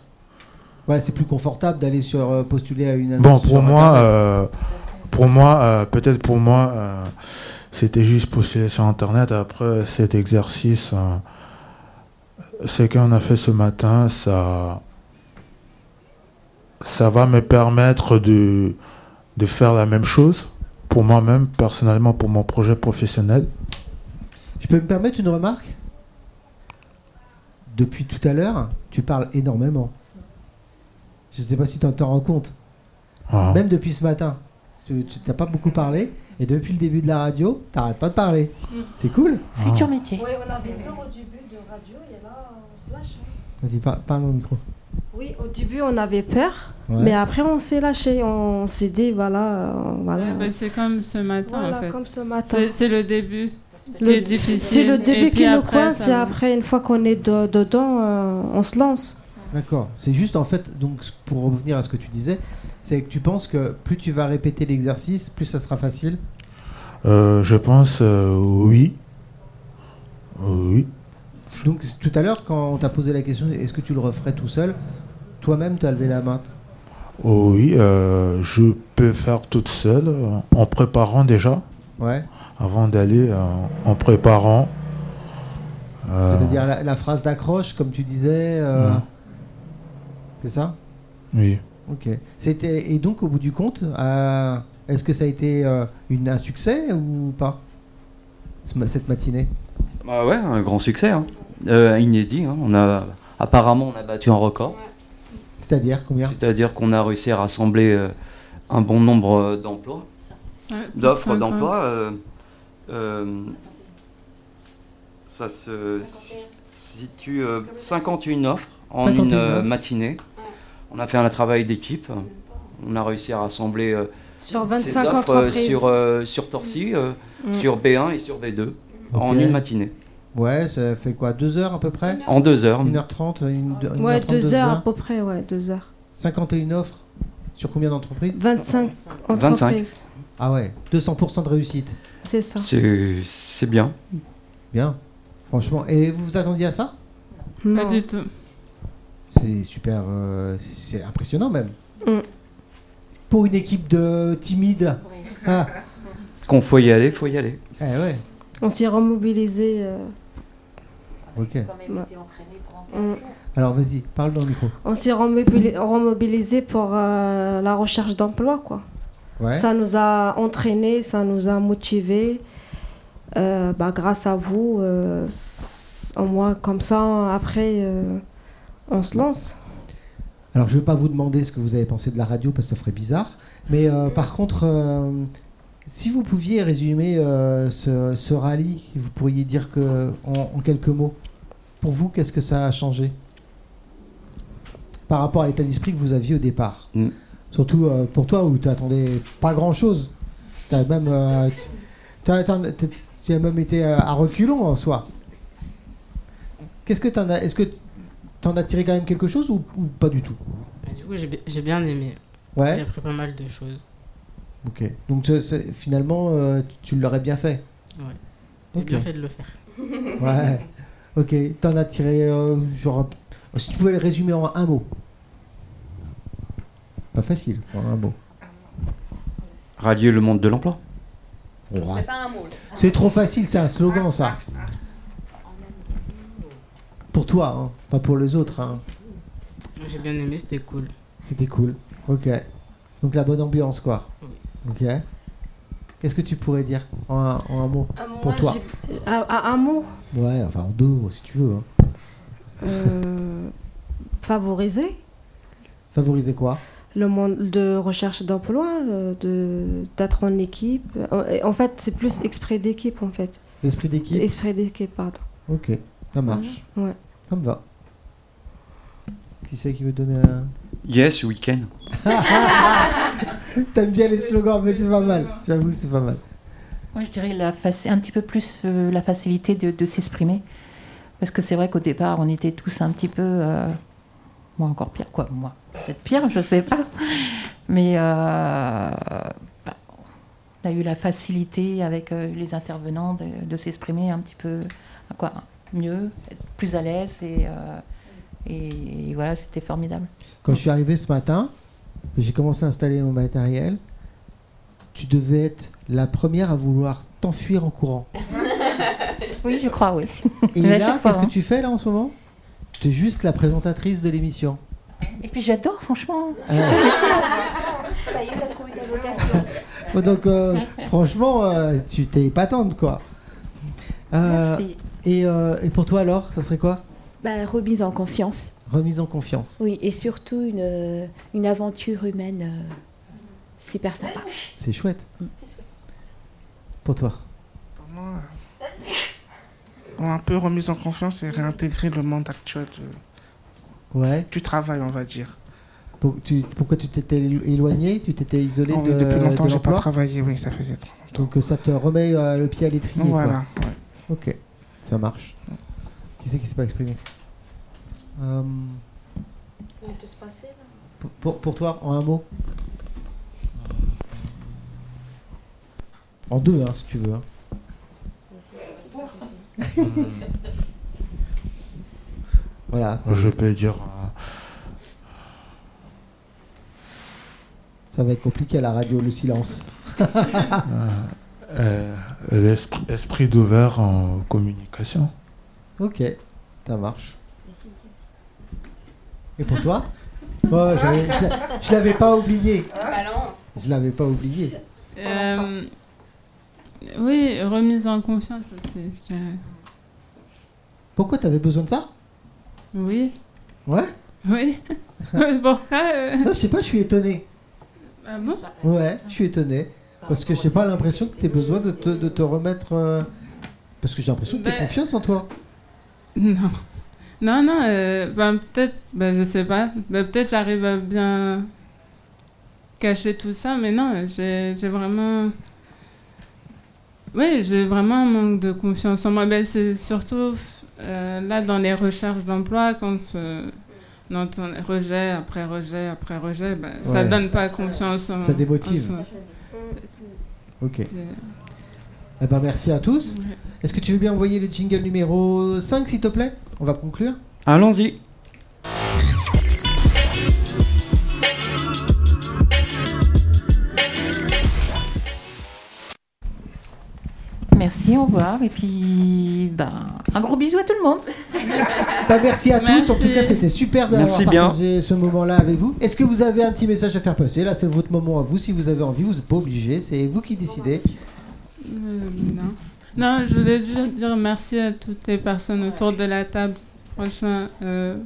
Speaker 4: Ouais, c'est plus confortable d'aller sur euh, postuler à une annonce
Speaker 11: Bon, pour
Speaker 4: sur
Speaker 11: moi,
Speaker 4: Internet.
Speaker 11: euh, pour moi, euh, peut-être pour moi, euh, c'était juste postuler sur Internet. Après cet exercice, euh, ce qu'on a fait ce matin, ça, ça va me permettre de, de faire la même chose pour moi-même, personnellement, pour mon projet professionnel.
Speaker 4: Je peux me permettre une remarque Depuis tout à l'heure, tu parles énormément. Je ne sais pas si tu t'en rends compte.
Speaker 11: Ah.
Speaker 4: Même depuis ce matin, tu tu- t'as pas beaucoup parlé. Et depuis le début de la radio, t'arrêtes pas de parler.
Speaker 5: Mm.
Speaker 4: C'est cool. Ah.
Speaker 9: Futur métier.
Speaker 5: Oui, on avait peur au début de radio et là, on se lâche. hein.
Speaker 4: Vas-y, par- parle au micro.
Speaker 5: Oui, au début, on avait peur,
Speaker 4: Ouais.
Speaker 5: mais après, on s'est lâché. On s'est dit, voilà, euh, voilà.
Speaker 6: Ouais, bah, c'est comme ce matin,
Speaker 5: Voilà,
Speaker 6: en fait.
Speaker 5: comme ce matin.
Speaker 6: C'est- C'est le début qui
Speaker 5: Le-
Speaker 6: est difficile.
Speaker 5: C'est le
Speaker 6: Et
Speaker 5: début
Speaker 6: puis
Speaker 5: qui nous
Speaker 6: après,
Speaker 5: coince
Speaker 6: ça
Speaker 5: et
Speaker 6: va.
Speaker 5: après, une fois qu'on est de- dedans, euh, on se lance.
Speaker 4: D'accord. C'est juste en fait, donc ce- pour revenir à ce que tu disais, c'est que tu penses que plus tu vas répéter l'exercice, plus ça sera facile.
Speaker 11: Euh, je pense euh, oui. Euh, Oui.
Speaker 4: Donc c- tout à l'heure, quand on t'a posé la question, est-ce que tu le referais tout seul Toi-même, tu as levé la main.
Speaker 11: Oh oui, euh, je peux faire toute seule euh, en préparant déjà.
Speaker 4: Ouais.
Speaker 11: Avant d'aller, euh, en préparant. Euh,
Speaker 4: C'est-à-dire la, la phrase d'accroche, comme tu disais. euh,
Speaker 11: Ouais.
Speaker 4: C'est ça
Speaker 11: oui.
Speaker 4: Ok. C'était et donc au bout du compte, euh, est-ce que ça a été euh, une, un succès ou pas ce ma- cette matinée
Speaker 7: Bah ouais, un grand succès, hein. Euh, inédit. hein. On a apparemment on a battu un record.
Speaker 4: C'est-à-dire combien
Speaker 7: C'est-à-dire qu'on a réussi à rassembler euh, un bon nombre euh, d'emplois,
Speaker 6: Cin-
Speaker 7: d'offres
Speaker 6: cinquante.
Speaker 7: d'emploi. euh, euh, ça se si- situe euh, 51 offres en une
Speaker 4: 51
Speaker 7: euh,
Speaker 4: offres.
Speaker 7: matinée. On a fait un travail d'équipe. On a réussi à rassembler euh,
Speaker 5: Sur
Speaker 7: ces
Speaker 5: 25
Speaker 7: offres euh,
Speaker 5: entreprises.
Speaker 7: sur, euh, sur Torcy, euh,
Speaker 5: Mm.
Speaker 7: sur B1 et sur B2 en
Speaker 4: Ok.
Speaker 7: une matinée.
Speaker 4: Ouais, ça fait quoi Deux heures à peu près
Speaker 7: En deux heures.
Speaker 4: 1h30, une, une
Speaker 5: Ouais,
Speaker 4: heure trente,
Speaker 5: deux heures à peu près, ouais, deux heures.
Speaker 4: 51 offres sur combien d'entreprises
Speaker 5: 25
Speaker 7: 25.
Speaker 5: entreprises.
Speaker 4: Ah ouais, 200% de réussite.
Speaker 5: C'est ça.
Speaker 7: C'est c'est bien.
Speaker 4: Bien, franchement. Et vous vous attendiez à ça
Speaker 6: Pas du tout.
Speaker 4: C'est super, euh, c'est impressionnant même.
Speaker 5: Mm.
Speaker 4: Pour une équipe de timides. Ah,
Speaker 7: Qu'on faut y aller, faut y aller.
Speaker 4: eh ouais,
Speaker 5: On s'est remobilisé. euh,
Speaker 4: ok.
Speaker 5: ouais. Mm.
Speaker 4: Alors vas-y, parle dans le micro.
Speaker 5: On s'est remobili- remobilisé pour euh, la recherche d'emploi, quoi.
Speaker 4: Ouais.
Speaker 5: Ça nous a entraînés, ça nous a motivés. Euh, bah, grâce à vous, euh, au moins comme ça, après, euh, on se lance.
Speaker 4: Alors, je ne vais pas vous demander ce que vous avez pensé de la radio parce que ça ferait bizarre. Mais euh, par contre, euh, si vous pouviez résumer euh, ce, ce rallye, vous pourriez dire que en, en quelques mots, pour vous, qu'est-ce que ça a changé par rapport à l'état d'esprit que vous aviez au départ
Speaker 7: Mm.
Speaker 4: Surtout euh, pour toi où tu attendais pas grand-chose. Tu as même, euh, tu- t'as- t'en- t'as- tu as même été euh, à reculons en soi. Qu'est-ce que t'en as Est-ce que t'en as tiré quand même quelque chose ou- ou pas du tout
Speaker 8: Et Du coup, j'ai bi- j'ai bien aimé.
Speaker 4: Ouais.
Speaker 8: J'ai appris pas mal de choses.
Speaker 4: Ok. Donc ça, ça- finalement, euh, tu- tu l'aurais bien fait.
Speaker 8: Ouais. J'ai
Speaker 4: Ok.
Speaker 8: bien fait de le faire.
Speaker 4: Ouais. ok. T'en as tiré euh, genre si tu pouvais le résumer en un mot. Pas facile. En un mot.
Speaker 7: Rallier le monde de l'emploi.
Speaker 4: Ouah,
Speaker 13: pas un mot.
Speaker 4: C'est trop facile. C'est un slogan ça. Pour toi, hein, pas pour les autres. hein.
Speaker 8: J'ai bien aimé, c'était cool.
Speaker 4: C'était cool. Ok. Donc la bonne ambiance quoi. Ok. Qu'est-ce que tu pourrais dire en un, en un mot pour
Speaker 5: Euh, Moi,
Speaker 4: toi
Speaker 5: j'ai- à- à un mot,
Speaker 4: Ouais, enfin en deux mots si tu veux. hein.
Speaker 5: euh, <laughs> favoriser
Speaker 4: Favoriser quoi
Speaker 5: le monde de recherche d'emploi, euh, de- d'être en équipe. En- En fait, c'est plus esprit d'équipe, en fait.
Speaker 4: L'esprit d'équipe.
Speaker 5: Esprit d'équipe, pardon.
Speaker 4: Ok, ça marche.
Speaker 5: Ouais.
Speaker 4: Ça me va. Qui c'est qui veut donner un... <laughs>
Speaker 7: Yes, week-end.
Speaker 4: T'aimes bien les slogans, mais c'est pas mal. J'avoue, c'est pas mal.
Speaker 9: Moi, je dirais la faci- un petit peu plus euh, la facilité de, de s'exprimer. Parce que c'est vrai qu'au départ, on était tous un petit peu. euh, moi, encore pire, quoi. Moi, peut-être pire, je sais pas. Mais euh, bah, on a eu la facilité avec euh, les intervenants de, de s'exprimer un petit peu quoi, mieux, être plus à l'aise et, euh, Et, et voilà, c'était formidable.
Speaker 4: Quand je suis arrivé ce matin, j'ai commencé à installer mon matériel. Tu devais être la première à vouloir t'enfuir en courant.
Speaker 9: Oui, je crois, oui.
Speaker 4: Et
Speaker 9: Ah, Mais à
Speaker 4: là,
Speaker 9: chaque fois,
Speaker 4: qu'est-ce
Speaker 9: hein.
Speaker 4: que tu fais là en ce moment Tu es juste la présentatrice de l'émission.
Speaker 9: Et puis j'adore, franchement.
Speaker 4: Ah.
Speaker 12: Ça y est, t'as trouvé ta vocation.
Speaker 9: Ah,
Speaker 4: Bon, Donc,
Speaker 9: <laughs>
Speaker 4: euh, franchement, euh, tu t'es épatante, quoi. Euh,
Speaker 3: Merci.
Speaker 4: Et, euh, et pour toi, alors, ça serait quoi
Speaker 3: Bah, remise en confiance.
Speaker 4: Remise en confiance.
Speaker 3: Oui, et surtout une, euh, une aventure humaine euh, super sympa.
Speaker 4: C'est chouette. Pour toi
Speaker 2: Bon, un peu remise en confiance et réintégrer le monde actuel de-
Speaker 4: Ouais.
Speaker 2: du travail, on va dire.
Speaker 4: Pour- tu- pourquoi tu t'étais éloigné Tu t'étais isolé
Speaker 2: Ah oui,
Speaker 4: de,
Speaker 2: depuis longtemps,
Speaker 4: de
Speaker 2: j'ai pas
Speaker 4: l'emploi
Speaker 2: travaillé, oui, ça faisait trop longtemps.
Speaker 4: Donc euh, ça te remet euh, le pied à l'étrier. quoi.
Speaker 2: Voilà,
Speaker 4: Ok, ça marche. Qui c'est qui s'est pas exprimé Euh,
Speaker 15: On peut se passer là.
Speaker 4: pour- pour, pour toi, en un mot En deux, hein, si tu veux. hein. Voilà. c'est-
Speaker 11: Je peux dire. euh,
Speaker 4: Ça va être compliqué à la radio,
Speaker 11: <laughs>
Speaker 4: le silence.
Speaker 11: euh, euh, l'esprit esprit d'ouvert en communication.
Speaker 4: ok, ça marche. Et pour toi Oh, j'avais- je l'a- Je l'avais pas oublié. Je l'avais pas oublié.
Speaker 6: Euh, oui, remise en confiance aussi. je dirais.
Speaker 4: Pourquoi t'avais besoin de ça
Speaker 5: <laughs>
Speaker 6: Oui,
Speaker 4: Ouais
Speaker 6: oui. Pourquoi euh,
Speaker 4: Non, je sais pas, je suis étonné.
Speaker 5: Bah,
Speaker 6: Ah bon
Speaker 4: Ouais, je suis étonné. Parce que j'ai pas l'impression que t'aies besoin de te, de te remettre. euh, Parce que j'ai l'impression que t'as
Speaker 6: Ben-
Speaker 4: confiance en toi.
Speaker 6: Non. Non, non, euh, ben, peut-être, ben, je sais pas, Ben, peut-être j'arrive à bien cacher tout ça, mais non, j'ai j'ai vraiment. Oui, j'ai vraiment un manque de confiance en moi. Ben, c'est surtout euh, là dans les recherches d'emploi, quand euh, on entend rejet après rejet après rejet, ben, ça
Speaker 4: Ouais.
Speaker 6: donne pas confiance en
Speaker 4: Ça démotive.
Speaker 6: en soi.
Speaker 4: Ok. <laughs>
Speaker 6: Euh,
Speaker 4: Eh ben, merci à tous.
Speaker 6: Ouais.
Speaker 4: Est-ce que tu veux bien envoyer le jingle numéro 5, s'il te plaît On va conclure.
Speaker 7: Allons-y.
Speaker 5: <laughs>
Speaker 9: <laughs> Merci, au revoir. Et puis, ben, un gros bisou à tout le monde.
Speaker 4: Bah, merci à tous. En tout cas, c'était super d'avoir
Speaker 7: Merci bien.
Speaker 4: partagé ce moment-là avec vous. Est-ce que vous avez un petit message à faire passer Là, c'est votre moment à vous. Si vous avez envie, vous n'êtes pas obligé. C'est vous qui décidez.
Speaker 6: Euh, non. Non, je voulais juste dire merci à toutes les personnes autour de la table. Franchement, euh,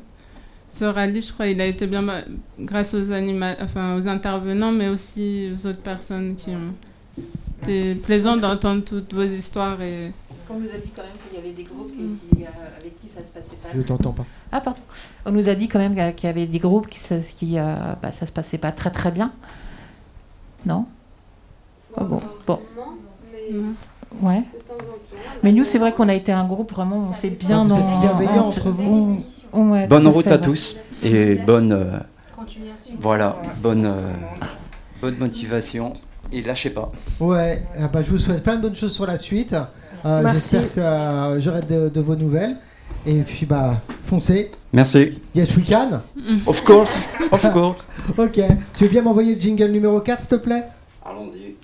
Speaker 6: ce rallye, je crois, il a été bien bah, grâce aux, anima enfin, aux intervenants, mais aussi aux autres personnes qui ont. C'était plaisant d'entendre toutes vos histoires et.
Speaker 9: On nous a dit quand même qu'il y avait des groupes avec qui euh, ça se passait pas.
Speaker 4: Je t'entends pas.
Speaker 9: Ah, pardon. On nous a dit quand même qu'il y a- qu'il y avait des groupes qui, se, qui euh, bah, ça se passait pas très très bien. Non Ah bon. bon.
Speaker 6: Non.
Speaker 9: Ouais. Mais nous, c'est vrai qu'on a été un groupe vraiment, on s'est bien.
Speaker 4: Ah, vous êtes
Speaker 9: en-
Speaker 4: bienveillants
Speaker 9: en-
Speaker 4: entre vous.
Speaker 9: on- ouais,
Speaker 7: Bonne
Speaker 9: tout
Speaker 7: route
Speaker 9: fait,
Speaker 7: à
Speaker 9: ouais.
Speaker 7: tous et bonne. euh, voilà, bonne, euh, bonne motivation et lâchez pas.
Speaker 4: Ouais, ah bah, je vous souhaite plein de bonnes choses sur la suite. Euh,
Speaker 7: Merci.
Speaker 4: J'espère que euh, j'aurai de, de vos nouvelles. Et puis, bah, foncez.
Speaker 7: Merci.
Speaker 4: Yes, we can.
Speaker 7: Of course, of course.
Speaker 4: <laughs> ok. Tu veux bien m'envoyer le jingle numéro 4, s'il te plaît
Speaker 7: Allons-y.